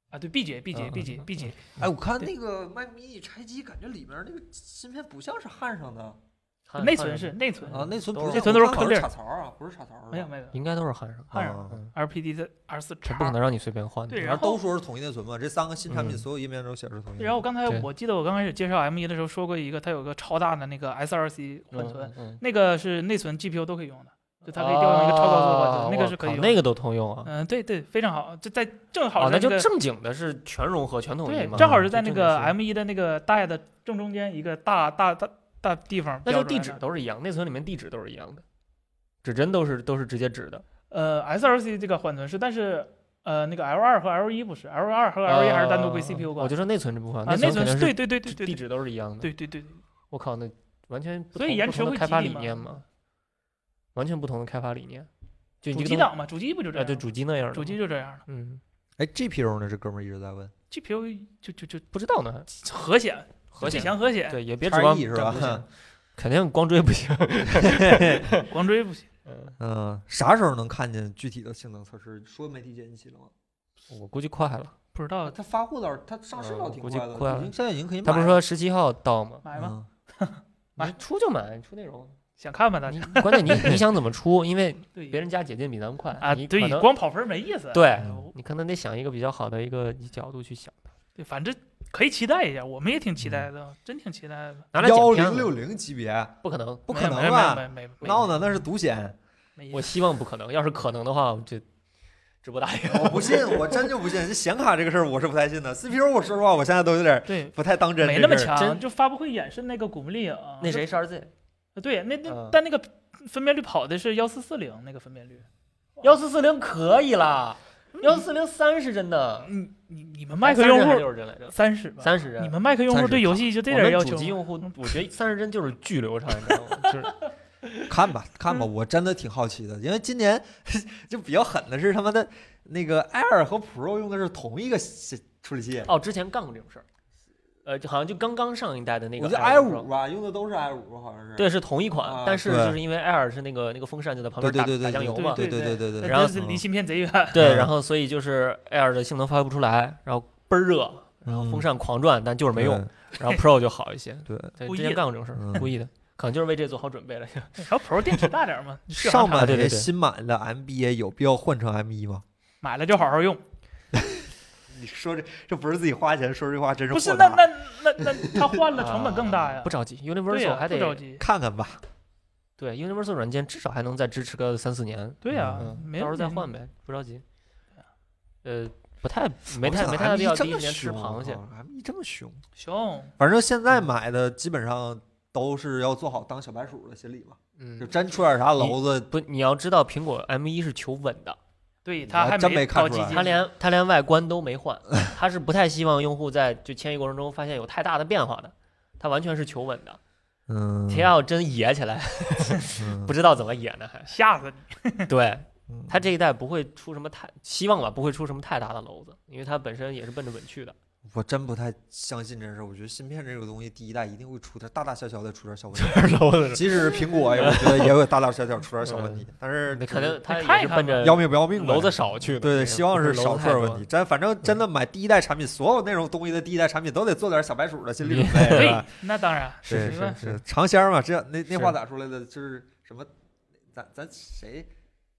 Speaker 2: 啊，对 BGA，BGA，BGA，BGA BGA,
Speaker 3: 嗯嗯嗯
Speaker 2: BGA
Speaker 1: 哎，我看
Speaker 2: 对
Speaker 1: 那个 Mac mini 拆机，感觉里面那个芯片不像是焊上的
Speaker 3: 焊
Speaker 2: 内
Speaker 3: 焊
Speaker 2: 存
Speaker 3: 上
Speaker 2: 是
Speaker 3: 嗯的
Speaker 2: 内存，
Speaker 1: 啊，内存不
Speaker 3: 都
Speaker 1: 像，
Speaker 3: 是内
Speaker 2: 存
Speaker 1: 我看好像
Speaker 2: 嗯都是扣链
Speaker 1: 插槽啊，不是插槽是吧？
Speaker 2: 没有没有
Speaker 3: 应该都是焊上，
Speaker 2: 焊
Speaker 1: 啊
Speaker 2: 哎上
Speaker 3: 嗯，
Speaker 2: LPD 的 R 四
Speaker 3: 这不可
Speaker 2: 叉。
Speaker 3: 能让你随便换的。
Speaker 2: 对，
Speaker 1: 然
Speaker 2: 然
Speaker 1: 后
Speaker 2: 后
Speaker 1: 都说是统一内存嘛，这三个新产品
Speaker 3: 嗯
Speaker 1: 所有页面都显示统一内存。
Speaker 2: 然后我刚才
Speaker 3: 对
Speaker 2: 我记得我刚开始介绍 M 一的时候说过一个，它有个超大的那个 SRC 缓存，
Speaker 3: 嗯，嗯
Speaker 2: 那个是内存 GPU 都可以用的，就它可以调用一个超高速的缓
Speaker 3: 啊
Speaker 2: 存，那
Speaker 3: 我
Speaker 2: 个是可以
Speaker 3: 靠
Speaker 2: 用的。
Speaker 3: 那个都通用啊。
Speaker 2: 嗯，对对，非常好，就在正好
Speaker 3: 哦，
Speaker 2: 在
Speaker 3: 那
Speaker 2: 这
Speaker 3: 就
Speaker 2: 个
Speaker 3: 正经的是全融合、全统一
Speaker 2: 对
Speaker 3: 嘛，，
Speaker 2: 正好
Speaker 3: 嗯
Speaker 2: 是在
Speaker 3: 就
Speaker 2: 那
Speaker 3: 正
Speaker 2: 个
Speaker 3: 经是
Speaker 2: M 一的那个大的正中间一个大大大大地方
Speaker 3: 那
Speaker 2: 标出
Speaker 3: 就
Speaker 2: 来的。
Speaker 3: 地址都是一样，内存里面地址都是一样的，指针都是都是直接指的。
Speaker 2: 呃，SRC 这个缓存是，但是呃，那个 L 二和 L 一不是，L 二和 L 一 E 还是单独归
Speaker 3: 啊
Speaker 2: CPU
Speaker 3: 我
Speaker 2: 管。
Speaker 3: 就说内存这部分，
Speaker 2: 啊，内
Speaker 3: 肯
Speaker 2: 存
Speaker 3: 定
Speaker 2: 是对对对对
Speaker 3: 指
Speaker 2: 对
Speaker 3: 地
Speaker 2: 对
Speaker 3: 址都是一样的。
Speaker 2: 对对对对，
Speaker 3: 我靠，那完全不
Speaker 2: 所以
Speaker 3: 同
Speaker 2: 延
Speaker 3: 不
Speaker 2: 迟
Speaker 3: 同的
Speaker 2: 会
Speaker 3: 开
Speaker 2: 极
Speaker 3: 发
Speaker 2: 低
Speaker 3: 理
Speaker 2: 嘛
Speaker 3: 念嘛，完全不同的开发理念。就
Speaker 2: 主
Speaker 3: 一个
Speaker 2: 机
Speaker 3: 东
Speaker 2: 党嘛，主机不就这
Speaker 3: 啊，
Speaker 2: 样
Speaker 3: 对
Speaker 2: 吗？
Speaker 3: 主机那样的
Speaker 2: 主
Speaker 3: 嘛
Speaker 2: 机就这样了
Speaker 3: 嗯，
Speaker 1: 哎，GPU 呢？这哥们儿一直在问
Speaker 3: 啊
Speaker 2: ，GPU 就就就
Speaker 3: 不知道呢，
Speaker 2: 核显，
Speaker 3: 核
Speaker 2: 最
Speaker 3: 显
Speaker 2: 强核显，
Speaker 3: 对也别指
Speaker 1: 叉
Speaker 3: 望
Speaker 1: E 是
Speaker 3: 干不
Speaker 1: 吧
Speaker 3: 行？肯定光追不行。
Speaker 2: 光追不行。
Speaker 3: 嗯，
Speaker 1: 嗯，啥时候能看见具体的性能测试？说媒体解禁期了吗？
Speaker 3: 我估计快了。
Speaker 2: 不知道
Speaker 1: 哦它发货倒是它上市
Speaker 3: 嗯
Speaker 1: 倒
Speaker 3: 我
Speaker 1: 挺
Speaker 3: 估计
Speaker 1: 快的，
Speaker 3: 快
Speaker 1: 已
Speaker 3: 了
Speaker 1: 经现在已经可以买
Speaker 3: 他
Speaker 1: 了。
Speaker 3: 不是说十七号到吗？
Speaker 2: 买吧，
Speaker 1: 嗯
Speaker 3: 你
Speaker 2: 买啊
Speaker 3: 出就买，出内容。
Speaker 2: 想看吧大
Speaker 3: 你
Speaker 2: 家。
Speaker 3: 关 键你你想怎么出？因为
Speaker 2: 对
Speaker 3: 别人家解禁比咱们快
Speaker 2: 啊，
Speaker 3: 你
Speaker 2: 对
Speaker 3: 可，能
Speaker 2: 光跑分儿没意思。
Speaker 3: 对
Speaker 2: 哎我
Speaker 3: 你可能得想一个比较好的一个角度去想，
Speaker 2: 对，反正可以期待一下，我们也挺期待
Speaker 3: 嗯
Speaker 2: 的，真挺期待的。
Speaker 3: 拿来剪
Speaker 1: 幺
Speaker 3: 片
Speaker 1: 零
Speaker 3: 子
Speaker 1: 六零级别，
Speaker 3: 不可能，啊
Speaker 1: 不可
Speaker 2: 没
Speaker 1: 能
Speaker 2: 有
Speaker 1: 吧？
Speaker 2: 没有没有没有没有
Speaker 1: 闹呢，那是独显，
Speaker 2: 没
Speaker 3: 我
Speaker 2: 有，
Speaker 3: 希望不可能。要是可能的话，我就直播打野。
Speaker 1: 我不信，我真就不信。这显卡这个事儿我是不太信的，CPU 我说实话我现在都有点
Speaker 2: 对，
Speaker 1: 不太当真。
Speaker 2: 没那么
Speaker 1: 这事儿，
Speaker 2: 强。
Speaker 3: 真
Speaker 2: 就发布会演示那个古墓丽影，
Speaker 3: 那谁是 RZ
Speaker 2: 对，那那
Speaker 3: 嗯
Speaker 2: 但那个分辨率跑的是幺四四零那个分辨率。
Speaker 3: 幺四四零可以啦，幺四零三十帧的，
Speaker 2: 你你你们嗯麦克
Speaker 3: 30
Speaker 2: 用
Speaker 3: 还是
Speaker 2: 户
Speaker 3: 六哎十帧来着，
Speaker 2: 三十吧？
Speaker 3: 三十帧。
Speaker 2: 你们麦克用户
Speaker 1: 30
Speaker 2: 对游戏就这
Speaker 3: 我
Speaker 2: 点
Speaker 3: 们
Speaker 2: 要
Speaker 3: 主
Speaker 2: 求嗯
Speaker 3: 机
Speaker 2: 吗？
Speaker 3: 用户，我觉得三十帧就是巨流畅，你知 道吗？就是
Speaker 1: 看吧看
Speaker 3: 嗯
Speaker 1: 吧，我真的挺好奇的，因为今年 就比较狠的是他妈的那个 Air 和 Pro 用的是同一个显处理器，
Speaker 3: 哦，之前干过这种事儿，呃，就好像就刚刚上一代的那
Speaker 1: 我
Speaker 3: 个
Speaker 1: 觉得
Speaker 3: i
Speaker 1: i 五吧用的都是 i 五，好像是。
Speaker 3: 对，是同一款，
Speaker 1: 啊
Speaker 3: 但是
Speaker 1: 对
Speaker 3: 就是因为 Air 是那个那个风扇就在旁
Speaker 1: 对
Speaker 3: 边
Speaker 1: 对对
Speaker 3: 打
Speaker 1: 对
Speaker 3: 打酱油
Speaker 1: 对
Speaker 3: 嘛，
Speaker 1: 对对对对对
Speaker 2: 那
Speaker 1: 对，
Speaker 2: 真
Speaker 3: 然
Speaker 2: 是
Speaker 1: 后
Speaker 2: 离芯片贼远。
Speaker 3: 对，
Speaker 1: 嗯
Speaker 3: 然后所以就是 Air 的性能发挥不出来，然后倍儿热，然
Speaker 1: 嗯
Speaker 3: 后风扇狂转，但就是没用。然后 Pro 就好一些。
Speaker 1: 对，
Speaker 3: 对，
Speaker 2: 故
Speaker 3: 之
Speaker 2: 意
Speaker 3: 前
Speaker 2: 的
Speaker 3: 干过这种事儿，
Speaker 1: 嗯
Speaker 3: 故意的，可能就是为这做好准备了。
Speaker 2: 然后 Pro 电池大点儿嘛，续航
Speaker 1: 上
Speaker 2: 长
Speaker 1: 半
Speaker 3: 对对
Speaker 1: 年
Speaker 3: 对
Speaker 1: 新买的 MBA 有必要换成 M 一吗？
Speaker 2: 买了就好好用。
Speaker 1: 你说这这不是自己花钱说这话，真是
Speaker 2: 不是
Speaker 1: 豁
Speaker 2: 那
Speaker 1: 达
Speaker 2: 那那 那它换了成本更大呀
Speaker 3: 啊不。着急
Speaker 2: 对
Speaker 3: ，Universal
Speaker 2: 呀，
Speaker 3: 还
Speaker 2: 不着
Speaker 3: 得
Speaker 2: 急。
Speaker 1: 看看吧。
Speaker 3: 对 Universal 软件至少还能再支持个三四年，
Speaker 2: 对呀
Speaker 3: 嗯，，
Speaker 2: 没
Speaker 3: 到时候再
Speaker 2: 没
Speaker 3: 换呗，不着急。
Speaker 2: 啊
Speaker 3: 呃，不太没
Speaker 1: 我
Speaker 3: 太
Speaker 1: 操
Speaker 3: 没太大
Speaker 1: M1
Speaker 3: 必要
Speaker 1: 这
Speaker 3: 第一
Speaker 1: 么
Speaker 3: 年吃
Speaker 1: 凶啊
Speaker 3: 螃蟹。
Speaker 1: ，M E 一这么凶。
Speaker 2: 熊。
Speaker 1: 反正现在
Speaker 3: 嗯
Speaker 1: 买的基本上都是要做好当小白鼠的心理嘛，就
Speaker 3: 嗯，
Speaker 1: 真出点啥篓子，
Speaker 3: 不，你要知道苹果 M 一是求稳的，
Speaker 2: 对，
Speaker 1: 我
Speaker 2: 它
Speaker 1: 还
Speaker 2: 还
Speaker 1: 真没看
Speaker 2: 到
Speaker 1: 出
Speaker 2: 极
Speaker 1: 来
Speaker 2: 限。
Speaker 3: 它连它连外观都没换，它是不太希望用户在就迁移过程中发现有太大的变化的，它完全是求稳的。
Speaker 1: 嗯，
Speaker 3: 天要真野起来，
Speaker 1: 嗯
Speaker 3: 不知道怎么野呢还。
Speaker 2: 吓死你！
Speaker 3: 对
Speaker 1: 嗯
Speaker 3: 它这一代不会出什么太希望吧，不会出什么太大的篓子，因为它本身也是奔着稳去的。
Speaker 1: 我真不太相信这事儿。我觉得芯片这个东西，第一代一定会出点大大小小的出点小 问题，
Speaker 4: 然后呢
Speaker 1: 即使是苹果，我觉得也会大大小小出点小问题，但 是
Speaker 3: 可能他
Speaker 2: 看
Speaker 3: 也
Speaker 2: 一
Speaker 3: 是
Speaker 2: 看
Speaker 3: 奔
Speaker 2: 吧
Speaker 1: 要
Speaker 3: 着
Speaker 1: 命不要命呗
Speaker 4: 楼子少去的，
Speaker 1: 对
Speaker 4: 哎
Speaker 1: 对，
Speaker 4: 呀
Speaker 1: 希望
Speaker 4: 不
Speaker 1: 是
Speaker 4: 楼
Speaker 1: 少
Speaker 4: 子太
Speaker 1: 出点
Speaker 4: 多
Speaker 1: 问题。咱反正真的买第一代产品，所有那种东西的第一代产品都得做点小白鼠的心理准备，
Speaker 3: 啊
Speaker 1: 是
Speaker 2: 对
Speaker 1: 吧？，
Speaker 2: 那当然，
Speaker 1: 对
Speaker 4: 是
Speaker 2: 明
Speaker 4: 是
Speaker 2: 白
Speaker 4: 是是，
Speaker 1: 尝鲜儿嘛，这那那话
Speaker 4: 是
Speaker 1: 咋说来的？就是什么？咱咱谁？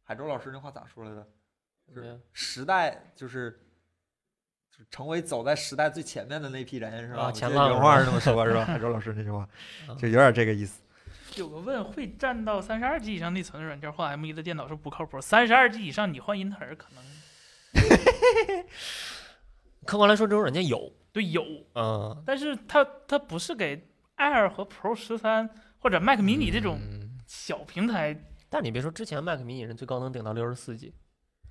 Speaker 1: 海舟老师那话咋说来的？
Speaker 3: 嗯
Speaker 1: 时代就是就是成为走在时代最前面的那批人，是吧？
Speaker 3: 啊
Speaker 1: 我
Speaker 3: 前
Speaker 1: 记得
Speaker 3: 浪
Speaker 1: 原
Speaker 3: 是
Speaker 1: 话
Speaker 3: 吧
Speaker 1: 是这么说，是吧？海舟老师那句话
Speaker 3: 啊
Speaker 1: 就有点这个意思。
Speaker 2: 有个问会占到三十二 G 以上内存的软件换 M1 的电脑是不靠谱，三十二 G 以上你换英特尔可能
Speaker 3: 客观来说，这种软件有，
Speaker 2: 对有，
Speaker 4: 嗯，
Speaker 2: 但是它它不是给 Air 和 Pro 十三或者 Mac mini 这种
Speaker 4: 嗯
Speaker 2: 小平台，
Speaker 3: 但你别说，之前 Mac mini 人最高能顶到六十四 G，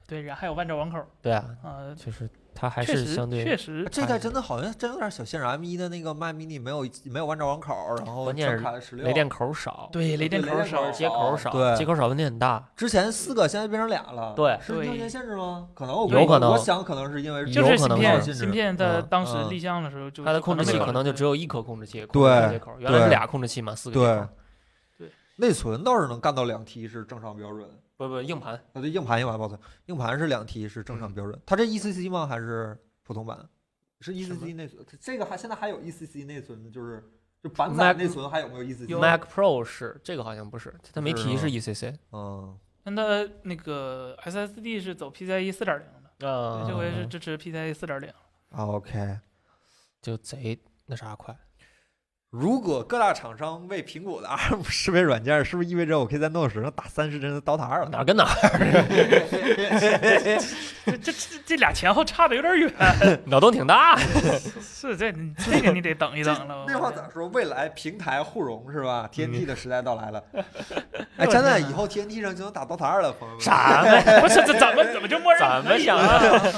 Speaker 2: 对，然后还有万兆网口
Speaker 3: 对啊，
Speaker 2: 啊，
Speaker 3: 确实它还
Speaker 2: 确
Speaker 3: 是
Speaker 2: 实
Speaker 3: 相对
Speaker 2: 确实
Speaker 1: 这
Speaker 3: 差
Speaker 1: 代
Speaker 3: 一
Speaker 1: 真的好像真有点小渲染 M 一的那个 Mac mini 没有没有万兆网口，然后
Speaker 3: 关键
Speaker 1: 全
Speaker 3: 是
Speaker 1: 卡的十六
Speaker 3: 雷电口少，
Speaker 2: 对雷电
Speaker 1: 对雷
Speaker 2: 口
Speaker 1: 电口
Speaker 2: 少
Speaker 1: 儿，
Speaker 3: 接口少，
Speaker 1: 哦对
Speaker 3: 接口少问题很大。
Speaker 1: 之前四个，现在变成俩了。
Speaker 3: 对
Speaker 1: 是硬件限制吗？可能我
Speaker 3: 有可能
Speaker 1: 我想可能是因为
Speaker 2: 就
Speaker 3: 有
Speaker 2: 是
Speaker 3: 可
Speaker 2: 芯
Speaker 3: 能
Speaker 2: 片，
Speaker 3: 是
Speaker 1: 限制
Speaker 2: 芯片它
Speaker 3: 嗯
Speaker 2: 当时
Speaker 1: 嗯
Speaker 2: 立项的时候就
Speaker 3: 它的控制器
Speaker 2: 没有
Speaker 3: 可能就只有一颗控制器，控
Speaker 1: 对
Speaker 3: 制一个接口，原来
Speaker 1: 对
Speaker 3: 是俩控制器嘛，四个接
Speaker 1: 对
Speaker 3: 口，
Speaker 2: 对
Speaker 1: 内存倒是能干到两 T 是正常标准，
Speaker 3: 不不硬盘，
Speaker 1: 它的硬盘硬盘抱歉，硬盘是两 T 是正常标准。它这 ECC 吗？还是普通版？是
Speaker 3: 嗯什么
Speaker 1: ECC 内存，它这个还现在还有 ECC 内存，就是就板载
Speaker 3: Mac-
Speaker 1: 内存还有没 E 有 ECC？
Speaker 3: Mac Pro 是这个好像不是，它没提
Speaker 1: 是
Speaker 3: 是 E ECC。
Speaker 1: 嗯，
Speaker 2: 那它那个 SSD 是走 PCIe 四点零的，
Speaker 3: 啊
Speaker 2: 对这回是支持 PCIe 四点零。
Speaker 1: 啊 OK。
Speaker 3: 就贼那啥快，
Speaker 1: 如果各大厂商为苹果的 ARM 适配软件，是不是意味着我可以在 Note 十上打三十帧的 Dota 二了？
Speaker 3: 哪儿跟哪儿，
Speaker 2: 这这这这俩前后差的有点远，
Speaker 3: 脑洞挺 大。
Speaker 2: 是这你这个你得等一等了。嗯
Speaker 1: 那话
Speaker 2: 我
Speaker 1: 咋说？未来平台互融是吧？TNT 的时代到来 了。
Speaker 2: 哎
Speaker 1: 哎，真的，
Speaker 2: 天哪
Speaker 1: 以后 TNT 上就能打 DOTA 二了，朋友们。？
Speaker 3: 啥呢？
Speaker 2: 哎不是这怎么怎么就默认
Speaker 3: 怎么想啊
Speaker 2: 的？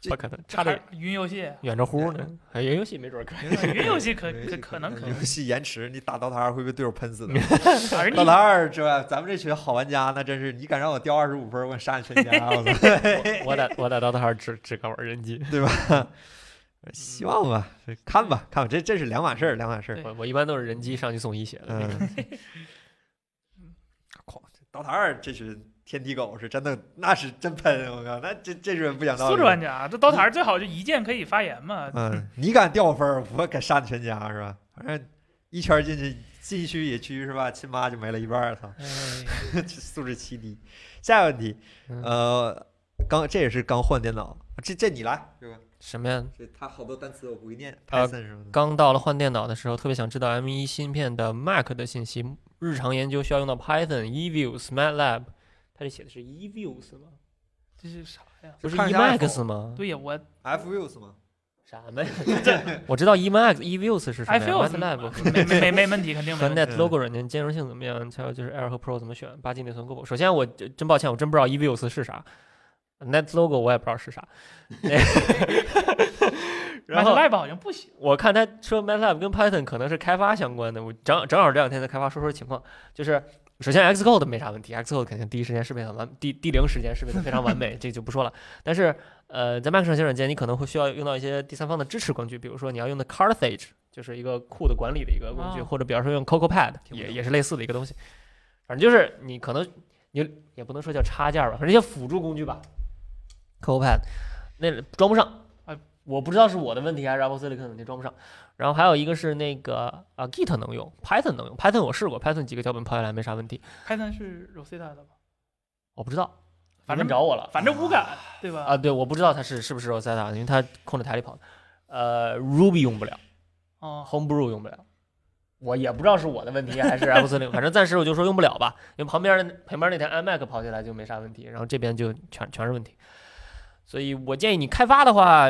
Speaker 1: 这
Speaker 3: 不可能，
Speaker 2: 差
Speaker 3: 差
Speaker 2: 点
Speaker 3: 点
Speaker 2: 云游 戏，
Speaker 3: 远着乎呢。哎，游戏没准儿可以。
Speaker 2: 云游戏可
Speaker 1: 游
Speaker 2: 可
Speaker 1: 戏
Speaker 2: 可能可
Speaker 1: 游戏延迟，你打 DOTA 二会被对手喷死的。
Speaker 2: 反正
Speaker 1: DOTA
Speaker 2: 你
Speaker 1: 二是吧？咱们这群好玩家，那真是你敢让我掉二十五分，我敢杀你全家！我 操，
Speaker 3: 我我在我在刀塔上只只敢玩人机，
Speaker 1: 对吧？希望吧，看吧，看吧，这这是两码事儿，两码事儿
Speaker 2: 对。
Speaker 3: 我我一般都是人机上去送一血的那个。
Speaker 1: 嗯， 哐，DOTA 二这群天梯狗是真的，那是真喷，我靠，那这这是不讲道理。
Speaker 2: 素质玩家，啊这刀塔最好就一键可以发言嘛。
Speaker 1: 嗯， 你敢掉分儿，我敢杀你全家是吧？反正一圈儿进去，禁区野区是吧？亲妈就没了一半儿，操，
Speaker 2: 哎
Speaker 1: 素质奇低。下一个问题，
Speaker 3: 嗯
Speaker 1: 呃，刚这也是刚换电脑，这这你来，对吧？
Speaker 3: 什么呀？
Speaker 1: 这他好多单词我不会念
Speaker 3: 呃
Speaker 1: ，Python 什么的。
Speaker 3: 刚到了换电脑的时候，特别想知道 M1 芯片的 Mac 的信息。日常研究需要用到 Python、eViews、MATLAB。它这写的是 eViews 吗？
Speaker 2: 这是啥呀？
Speaker 3: 不是
Speaker 1: 看一下
Speaker 3: Emacs 吗？
Speaker 2: 对呀，我
Speaker 1: FViews 吗？
Speaker 3: 什么 呀？我知道 Emacs、eViews 是什么
Speaker 2: i
Speaker 3: 呀嗯
Speaker 2: f e
Speaker 3: ？MATLAB
Speaker 2: 没没没没问题，肯定没
Speaker 3: 和
Speaker 2: 问题。
Speaker 3: Net Logo 软件兼容性怎么样？还有就是 Air 和 Pro 怎么选？八 G 内存够不？首先我真真抱歉，我真不知道 eViews 是啥，Net Logo 我也不知道是 啥。 然后
Speaker 2: MATLAB 好像不行，
Speaker 3: 我看他说 MATLAB 跟 Python 可能是开发相关的，我正正好这两天在开发说说情况，就是首先 Xcode 没啥问题，Xcode 肯定第一时间适配很完，第第零时间适配的非常完美，这就不说了。但是呃，在 Mac 上写软件，你可能会需要用到一些第三方的支持工具，比如说你要用的 Carthage，就是一个库的管理的一个工具，
Speaker 2: 哦
Speaker 3: 或者比方说用 CocoaPad
Speaker 1: 听不
Speaker 3: 也
Speaker 1: 懂
Speaker 3: 也是类似的一个东西。反正就是你可能你也不能说叫插件吧，反正一些辅助工具吧，CocoaPad 那装不上。
Speaker 2: 哎
Speaker 3: 我不知道是我的问题还是 Apple Silicon 的问题装不上，然后还有一个是那个啊 Git 能用，Python 能用，Python 我试过，Python 几个脚本跑下来没啥问题，
Speaker 2: Python 是 Rosetta 的吧？
Speaker 3: 我不知道，
Speaker 2: 反
Speaker 3: 你
Speaker 2: 正
Speaker 3: 们找我了，
Speaker 2: 反正无感，对吧？
Speaker 3: 啊，对，我不知道它是是不是 Rosetta，因为它控制台里跑的。呃，Ruby 用不了
Speaker 2: 哦，
Speaker 3: ，Homebrew 用不了，我也不知道是我的问 题还是 Apple 司令，反正暂时我就说用不了吧，因为旁边的旁边那台 iMac 跑起来就没啥问题，然后这边就全全是问题，所以我建议你开发的话，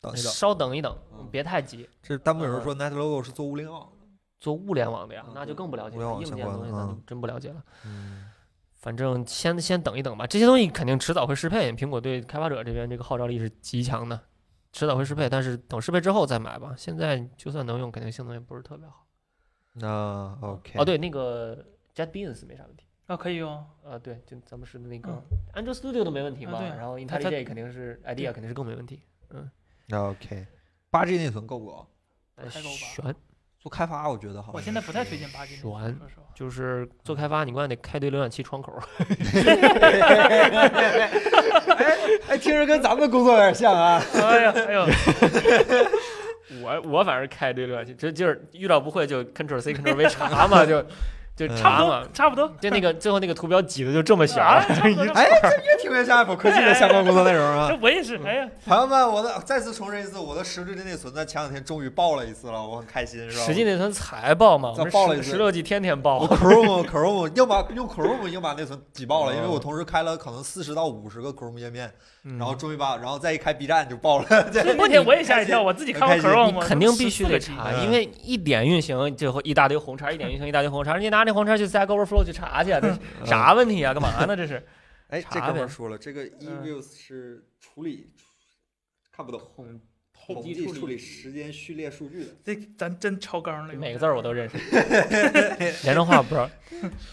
Speaker 1: 等一等，
Speaker 3: 稍等一等
Speaker 1: 嗯，
Speaker 3: 别太急。
Speaker 1: 这弹幕有人说 Net Logo 是做物联网的。
Speaker 3: 做物联网的呀
Speaker 1: 啊，
Speaker 3: 那
Speaker 1: 对
Speaker 3: 就更不了解
Speaker 1: 物联
Speaker 3: 了，
Speaker 1: 网
Speaker 3: 硬
Speaker 1: 相
Speaker 3: 件的
Speaker 1: 关
Speaker 3: 东西
Speaker 1: 的
Speaker 3: 咱
Speaker 1: 啊
Speaker 3: 就真不了解了。
Speaker 1: 嗯，
Speaker 3: 反正先先等一等吧，这些东西肯定迟早会适配。苹果对开发者这边这个号召力是极强的，迟早会适配，但是等适配之后再买吧。现在就算能用，肯定性能也不是特别好。
Speaker 1: 那 OK。
Speaker 3: 哦，，对，那个 JetBeans 没啥问题。
Speaker 2: 那可以哦用。
Speaker 3: 啊，对，就咱们是那个
Speaker 2: 嗯
Speaker 3: Android Studio 都没问题
Speaker 2: 啊
Speaker 3: 嘛，
Speaker 2: 对啊
Speaker 3: 然后
Speaker 2: 它它
Speaker 3: IntelliJ 肯定是 IDEA 肯定是更没问题。嗯，
Speaker 1: OK，八 G 内存够不够？
Speaker 3: 哎
Speaker 2: 太够吧
Speaker 3: 悬
Speaker 1: 做开发我觉得好像
Speaker 2: 我现在不太 推
Speaker 1: 是
Speaker 2: 荐八 G 内
Speaker 3: 悬
Speaker 2: 存，说实话。
Speaker 3: 就是做开发，你光得开对浏览器窗 口，
Speaker 1: 哎，听着跟咱们工作有点像啊。
Speaker 2: 哎呀，哎呦，
Speaker 3: 我我反正开对浏览器，这就是遇到不会就 Ctrl C Ctrl V 查嘛，就就
Speaker 1: 嗯
Speaker 2: 差
Speaker 3: 查
Speaker 2: 不
Speaker 3: 嘛
Speaker 2: 多，，差不多。
Speaker 3: 就那个最后那个图标挤的就 这么 小，
Speaker 2: 啊，差不多。
Speaker 1: 哎，这越听越像 Apple 科技的相关工作内容啊
Speaker 2: 这。我也是，哎呀，
Speaker 1: 朋友们，我的再次重申一次，我的十 G 内存在前两天终于爆了一次了，我很开心，是吧？
Speaker 3: 实际内存才爆嘛，我
Speaker 1: 再
Speaker 3: 们
Speaker 1: 爆了一次
Speaker 3: 十六 G 天天
Speaker 1: 我
Speaker 3: 爆，
Speaker 1: Chrome Chrome 硬把用 Chrome 硬把内存挤爆了，因为
Speaker 3: 哦
Speaker 1: 我同时开了可能四十到五十个 Chrome 页面，
Speaker 3: 然
Speaker 1: 然后终于把，然后再一开 B 站就爆了。 对
Speaker 2: 那天我也吓一跳，我自己看过
Speaker 1: 很开心
Speaker 2: Chrome，
Speaker 3: 嗯肯定必须得查，
Speaker 1: 嗯
Speaker 3: 因为一点运行就会一大堆红叉，一点运行一大堆红叉，人家拿那红叉去 Stack Overflow 去查去，这是啥问题啊？干嘛呢？这是
Speaker 1: 哎，这
Speaker 3: 查
Speaker 1: 哥们儿
Speaker 3: 呗嗯
Speaker 1: 说了，这个 eViews 是处理看不懂
Speaker 3: 统
Speaker 1: 统计处理时间序列数据的。
Speaker 2: 这咱真超纲了。
Speaker 3: 每个字儿我都认识， 连成话不知道。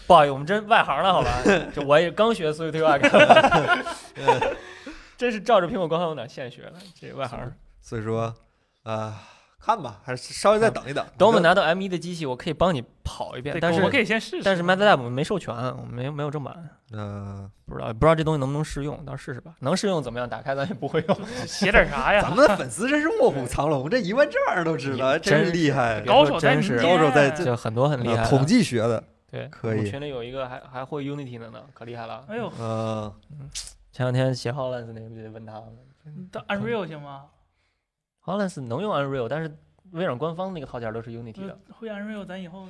Speaker 3: 不好意思，我们真外行了，好吧？这我也刚学 Swift UI，真 是照着苹果官方文档现学的，这外行。
Speaker 1: 所以说，呃，看吧，还是稍微再等一等。
Speaker 3: 等我们拿到 M1 的机器，我可以帮你跑一遍
Speaker 2: 对，，
Speaker 3: 但
Speaker 2: 我可
Speaker 3: 是
Speaker 2: 以先试啊试。
Speaker 3: 但是 MATLAB 我们没授权，我们没有没有正版，
Speaker 1: 嗯、
Speaker 3: 不知道不知道这东西能不能试用，到时候试试吧。能试用怎么样？打开咱也不会用。
Speaker 2: 写点啥呀？
Speaker 1: 咱们的粉丝真是卧虎藏龙，这一问这玩意儿都知道，
Speaker 3: 真
Speaker 1: 真是厉害
Speaker 3: 别。
Speaker 2: 高手在
Speaker 3: 真
Speaker 2: 民
Speaker 3: 是
Speaker 2: 间，哎
Speaker 1: 高手在这
Speaker 3: 就很多很厉害
Speaker 1: 呃
Speaker 3: 的，
Speaker 1: 统计学的，
Speaker 3: 对，
Speaker 1: 可以
Speaker 3: 我们群里有一个还还会 Unity 的呢，可厉害了。
Speaker 2: 哎呦，
Speaker 1: 嗯、
Speaker 3: 前两天写 Hololens 那个不就得问他了
Speaker 2: 你到 Unreal 行吗？
Speaker 3: ，Hololens 能用 Unreal，但是微软官方那个套件都是 Unity 的
Speaker 2: 会 Unreal，咱以后啊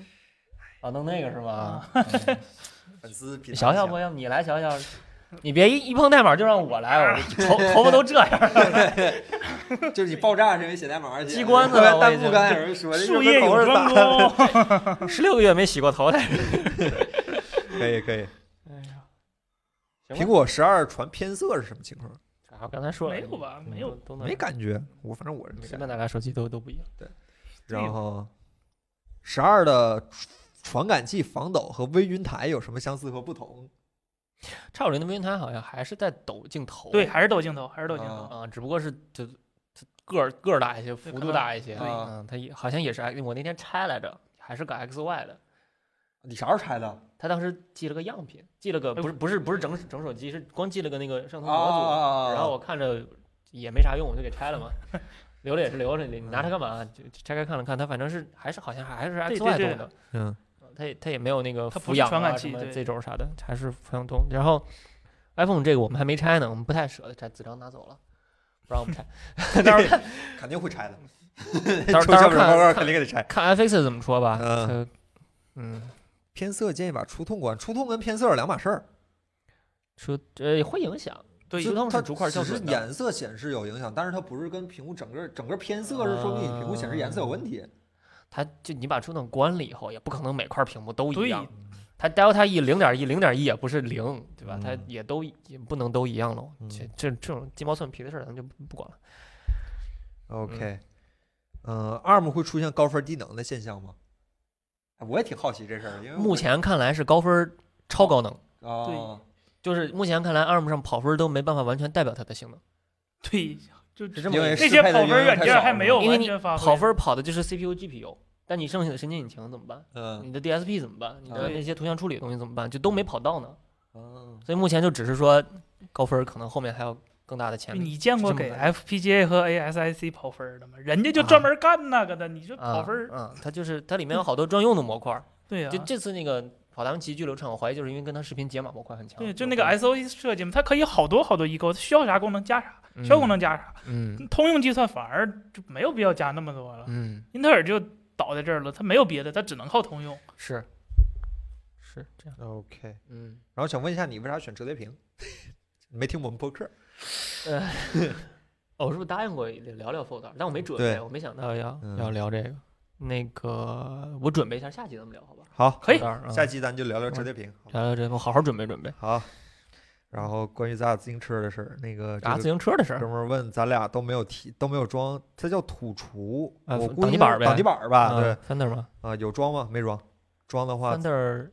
Speaker 3: 啊，弄那个是吗？
Speaker 1: 粉丝品
Speaker 3: 小小不要不你来小小，你别一一碰代码就让我 来，我头头发都这样，
Speaker 1: 就是你爆炸是因为写代码去，
Speaker 3: 机关 子
Speaker 1: 在
Speaker 3: 吧
Speaker 1: 弹
Speaker 3: 我已
Speaker 1: 幕
Speaker 3: 经
Speaker 1: 刚才有人说，这
Speaker 2: 术
Speaker 1: 日
Speaker 2: 业
Speaker 1: 本口
Speaker 2: 有
Speaker 1: 味儿
Speaker 2: 专
Speaker 1: 大
Speaker 2: 攻。
Speaker 3: 十六个月没洗过头 的。
Speaker 1: 可以可以。
Speaker 3: 哎呀，
Speaker 1: 苹果十二传偏色是什么情况？
Speaker 3: 我刚才 说了嗯
Speaker 2: 没有吧没有，
Speaker 3: 都能
Speaker 1: 没感觉，我反正我是没
Speaker 3: 随
Speaker 1: 感
Speaker 3: 便
Speaker 1: 觉。
Speaker 3: 哪俩手机都都不一样。
Speaker 1: 然后十二的传感器、防抖和微云台有什么相似和不同？
Speaker 3: 叉五零的微云台好像还是在抖镜头，
Speaker 2: 对，还是抖镜头，还是抖镜头。
Speaker 3: 啊，只不过是就就个儿个儿大一些，幅
Speaker 2: 可
Speaker 3: 度
Speaker 2: 能
Speaker 3: 大一些。
Speaker 1: 对
Speaker 3: 嗯，它也好像也是 X，我那天拆来着，还是个 XY 的。
Speaker 1: 你啥时候拆的？
Speaker 3: 他当时寄了个样品，寄了个
Speaker 2: 哎哦
Speaker 3: 不是不是不是整整手机，是光寄了个那个摄像头模组。
Speaker 1: 啊，
Speaker 3: 然后我看着也没啥用，我就给 拆了嘛。留着也是留着，你你拿它干嘛？啊就就拆开看了看，它反正是还是好像还还
Speaker 2: 对
Speaker 3: 是 X
Speaker 2: 对
Speaker 3: Y
Speaker 2: 对
Speaker 3: 动的，
Speaker 1: 嗯
Speaker 3: 它也它也没有那个
Speaker 2: 它
Speaker 3: 俯
Speaker 2: 不是
Speaker 3: 仰
Speaker 2: 传感
Speaker 3: 啊什
Speaker 2: 器
Speaker 3: 么
Speaker 2: 对
Speaker 3: 这种啥的，还是俯仰动。然后 iPhone 这个我们还没拆呢，我们不太舍得拆，子章拿走了，不让我 们拆。到时候看
Speaker 1: 肯定会拆 的。
Speaker 3: 到时候
Speaker 1: 抽
Speaker 3: 到时
Speaker 1: 象
Speaker 3: 候
Speaker 1: 表报告
Speaker 3: 看
Speaker 1: 肯定给你拆。
Speaker 3: 看 FX 怎么说吧。
Speaker 1: 嗯
Speaker 3: 它嗯，
Speaker 1: 偏色建议把触痛关，触痛跟偏色是两码事儿。
Speaker 3: 说呃会影响，
Speaker 2: 对
Speaker 3: 触，痛
Speaker 1: 它
Speaker 3: 是逐块校
Speaker 1: 只是
Speaker 3: 准的，
Speaker 1: 颜色显示有影响，但是它不是跟屏幕整个整个偏色是说明你屏幕显示颜色有问题。
Speaker 3: 它就你把触动关了以后，也不可能每块屏幕都一
Speaker 2: 对
Speaker 3: 样。它 delta e 零点一零点一也不是零，对吧？它
Speaker 1: 嗯
Speaker 3: 也都也不能都一样喽。
Speaker 1: 嗯
Speaker 3: 这这这种鸡毛蒜皮的事儿，咱们就不不管了。
Speaker 1: OK，嗯、a r m 会出现高分低能的现象吗？哎我也挺好奇这事儿，因哎为我
Speaker 3: 目前看来是高分儿超高能，
Speaker 1: 啊，
Speaker 2: 对
Speaker 3: 就是目前看来 ARM 上跑分儿都没办法完全代表它的性能，
Speaker 1: 嗯
Speaker 2: 对，就是那
Speaker 3: 这么
Speaker 1: 因
Speaker 3: 个
Speaker 1: 为
Speaker 3: 意思
Speaker 1: 适
Speaker 2: 些
Speaker 1: 配
Speaker 2: 跑
Speaker 1: 的
Speaker 2: 分啊
Speaker 1: 应用
Speaker 2: 软
Speaker 1: 太
Speaker 2: 件
Speaker 1: 少
Speaker 2: 还
Speaker 1: 了
Speaker 2: 没有
Speaker 3: 因为
Speaker 2: 完
Speaker 3: 你
Speaker 2: 全发挥。
Speaker 3: 跑分儿跑的就是 CPU、GPU，但你剩下的神经引擎怎么办？
Speaker 1: 嗯
Speaker 3: 你的 DSP 怎么办？你的
Speaker 1: 对
Speaker 3: 那些图像处理的东西怎么办？就都没跑到呢。
Speaker 1: 嗯
Speaker 3: 所以目前就只是说高分儿可能后面还有更大的潜力。
Speaker 2: 你见过
Speaker 3: 是这
Speaker 2: 给
Speaker 3: 么个
Speaker 2: FPGA 和 ASIC 跑分儿的吗？人家就专门干那个的，你这
Speaker 3: 啊
Speaker 2: 跑分儿，
Speaker 3: 啊，它就是它里面有好多专用的 模块儿，
Speaker 2: 对啊呀
Speaker 3: 就，这次那个跑达芬奇巨流畅，我怀疑就是因为跟它视频解码模块很强。嗯
Speaker 2: 对，就那个 SOC 设计嘛，它可以好多好多异构，它需要啥功能加啥，需要功能加啥。
Speaker 3: 嗯，嗯
Speaker 2: 通用计算反而就没有必要加那么多了，
Speaker 3: 嗯
Speaker 2: 英特尔就倒在这儿了，它没有别的，它只能靠通 用。
Speaker 3: 是是这样，
Speaker 1: ，OK。然
Speaker 3: 嗯，
Speaker 1: 后想问一下，你为啥选折叠屏？ 没听我们播客？
Speaker 3: 哦，我是不是答应过聊聊 Fold？但我没准备，
Speaker 1: 对
Speaker 3: 我没想到要
Speaker 1: 嗯
Speaker 3: 要聊这个。那个我准备一下，下期咱们聊好吧？
Speaker 1: 好，
Speaker 2: 可以
Speaker 1: 下
Speaker 3: 下
Speaker 1: 期咱就聊聊折叠屏。好吧
Speaker 3: 聊聊这个，我好好准备准备。
Speaker 1: 好，然后关于咱俩自行车的事儿，那个这
Speaker 3: 打
Speaker 1: 个
Speaker 3: 啊自行车的事
Speaker 1: 哥
Speaker 3: 儿，
Speaker 1: 们儿问咱俩都没有提，都没有装，它叫土厨，
Speaker 3: 啊
Speaker 1: 我
Speaker 3: 挡
Speaker 1: 估计
Speaker 3: 泥板儿
Speaker 1: 是
Speaker 3: 呗
Speaker 1: 挡泥板儿吧？对
Speaker 3: 嗯，Fender 吗
Speaker 1: 啊，有装吗？没装，装的
Speaker 3: 啊
Speaker 1: 话，
Speaker 3: ？Fender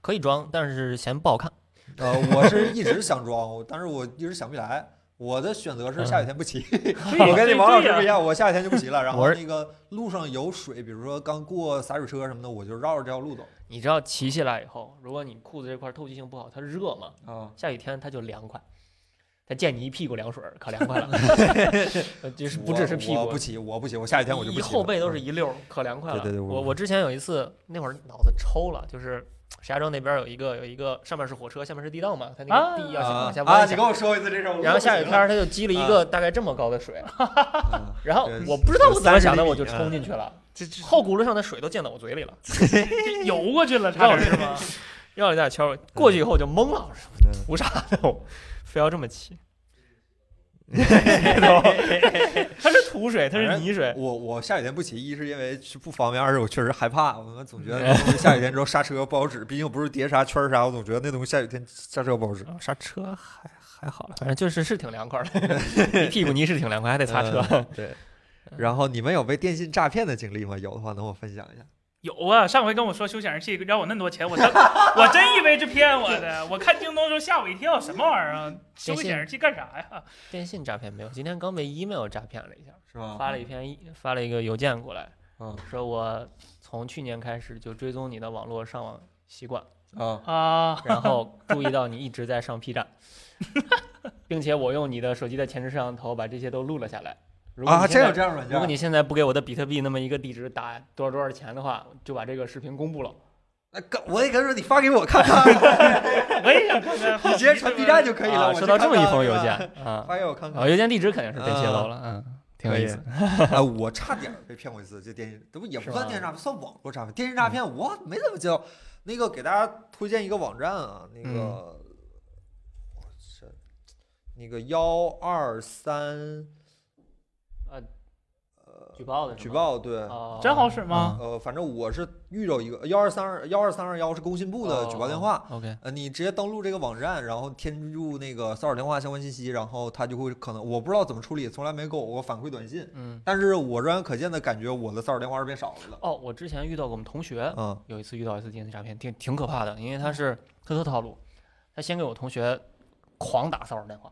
Speaker 3: 可以装，但是嫌不好看。
Speaker 1: 呃，我是一直想装，我但是我一直想不起来，我的选择是下雨天不骑，
Speaker 2: 对
Speaker 1: 我跟你王老师不一
Speaker 2: 对呀
Speaker 1: 样，我下雨天就不骑了。然后
Speaker 3: 嗯我是
Speaker 1: 那个路上有水，比如说刚过洒水车什么的，我就绕着这条路走
Speaker 3: 你知道骑起来以后，如果你裤子这块透气性不好，它热嘛，
Speaker 1: 啊。
Speaker 3: 下雨天它就凉快，它溅你一屁股凉水儿，可 凉快了，呃就是不只是屁
Speaker 1: 我
Speaker 3: 股啊
Speaker 1: 我不，骑，我不骑，我下雨天我就不
Speaker 3: 一
Speaker 1: 骑了。嗯
Speaker 3: 后背都是一溜儿，可凉快了。
Speaker 1: 对对对我
Speaker 3: 我我之前有一次那会儿脑子抽了，就是石家庄那边儿有一个有一个上面是火车，下面是地道嘛，它那
Speaker 2: 啊
Speaker 3: 个地要想
Speaker 1: 啊
Speaker 3: 往下
Speaker 1: 啊！
Speaker 3: 弯
Speaker 1: 你
Speaker 3: 下
Speaker 1: 跟我说一次这事儿，我
Speaker 3: 然后下雨天儿它就积了一
Speaker 1: 啊
Speaker 3: 个大概这么高的水，
Speaker 1: 嗯
Speaker 3: 然后
Speaker 1: 对
Speaker 3: 我不知道我怎么想的，
Speaker 1: 30厘米啊
Speaker 3: 我就冲进去了，后轱辘上的水都溅到我嘴里了，
Speaker 2: 这游过去了，差点是吗？
Speaker 3: 绕了一大圈儿，过去以后我就懵了，我说
Speaker 1: 嗯
Speaker 3: 图啥呢？我非要这 么骑？它是土水，它是泥水，
Speaker 1: 我我下雨天不骑，一是因为是不方便，二是我确实害怕。我们总觉得 那东西下雨天之后刹车不好使，毕竟不是碟刹圈儿刹，我总觉得那东西下雨天刹车不好使。
Speaker 3: 啊刹车还还好了，反正就是是挺凉快 的，一屁股泥是挺凉快，还得擦车。
Speaker 1: 嗯对。然后你们有被电信诈骗的经历吗？有的话，能我分享一下？
Speaker 2: 有啊，上回跟我说修显示器让我那么多钱，我 真我真以为是骗我的。我看京东时候吓我一跳，什么玩意儿啊？修个显示器干啥呀？
Speaker 3: 电信诈骗没有，今天刚被 email 诈骗了一下，
Speaker 1: 是吗？
Speaker 3: 发了一篇发了一个邮件过来，
Speaker 1: 嗯
Speaker 3: 说我从去年开始就追踪你的网络上网习惯，
Speaker 1: 啊
Speaker 2: 啊，
Speaker 3: 然后注意到你一直在上 P 站，并且我用你的手机的前置摄像头把这些都录了下来。如果你
Speaker 1: 啊！
Speaker 3: 现
Speaker 1: 真
Speaker 3: 在
Speaker 1: 有这样的软
Speaker 3: 如果
Speaker 1: 件？
Speaker 3: 你现在不给我的比特币那么一个地址打多少多少钱的话，就把这个视频公布了。
Speaker 1: 那个我也跟他说，你发给我看看，
Speaker 2: 我也想看看。
Speaker 1: 你 直接传 B 站就可以了。
Speaker 3: 啊
Speaker 1: 我去
Speaker 3: 收到这么一
Speaker 1: 看看
Speaker 3: 封邮
Speaker 1: 是吧
Speaker 3: 件， 啊
Speaker 1: 发给我看看。
Speaker 3: 啊，邮件地址肯定是被泄露了，嗯，挺有意思。
Speaker 1: 啊，我差点儿被骗过一次，这电信，这不也不
Speaker 3: 是嗯
Speaker 1: 算
Speaker 3: 吗
Speaker 1: 电信诈骗，算网络诈骗。电信诈骗我没怎么接到。那个给大家推荐一个网站啊，那个，
Speaker 3: 嗯
Speaker 1: 我是那个幺二三
Speaker 3: 举报的
Speaker 1: 举报对，
Speaker 3: 啊，
Speaker 2: 真好使吗？
Speaker 1: 呃，反正我是遇到一个幺二三二幺二三二幺是工信部
Speaker 3: 哦
Speaker 1: 的举报电话。
Speaker 3: OK，
Speaker 1: 呃，你直接登录这个网站，然后添入那个骚扰电话相关信息，然后他就会可能我不知道怎么处理，从来没给我反馈短信，
Speaker 3: 嗯，
Speaker 1: 但是我肉眼可见的感觉我的骚扰电话是变少了的。
Speaker 3: 哦，我之前遇到过我们同学，
Speaker 1: 嗯
Speaker 3: 有一次遇到一次电信诈骗，挺挺可怕的，因为
Speaker 2: 嗯
Speaker 3: 他是特特套路，他先给我同学狂打骚扰电话，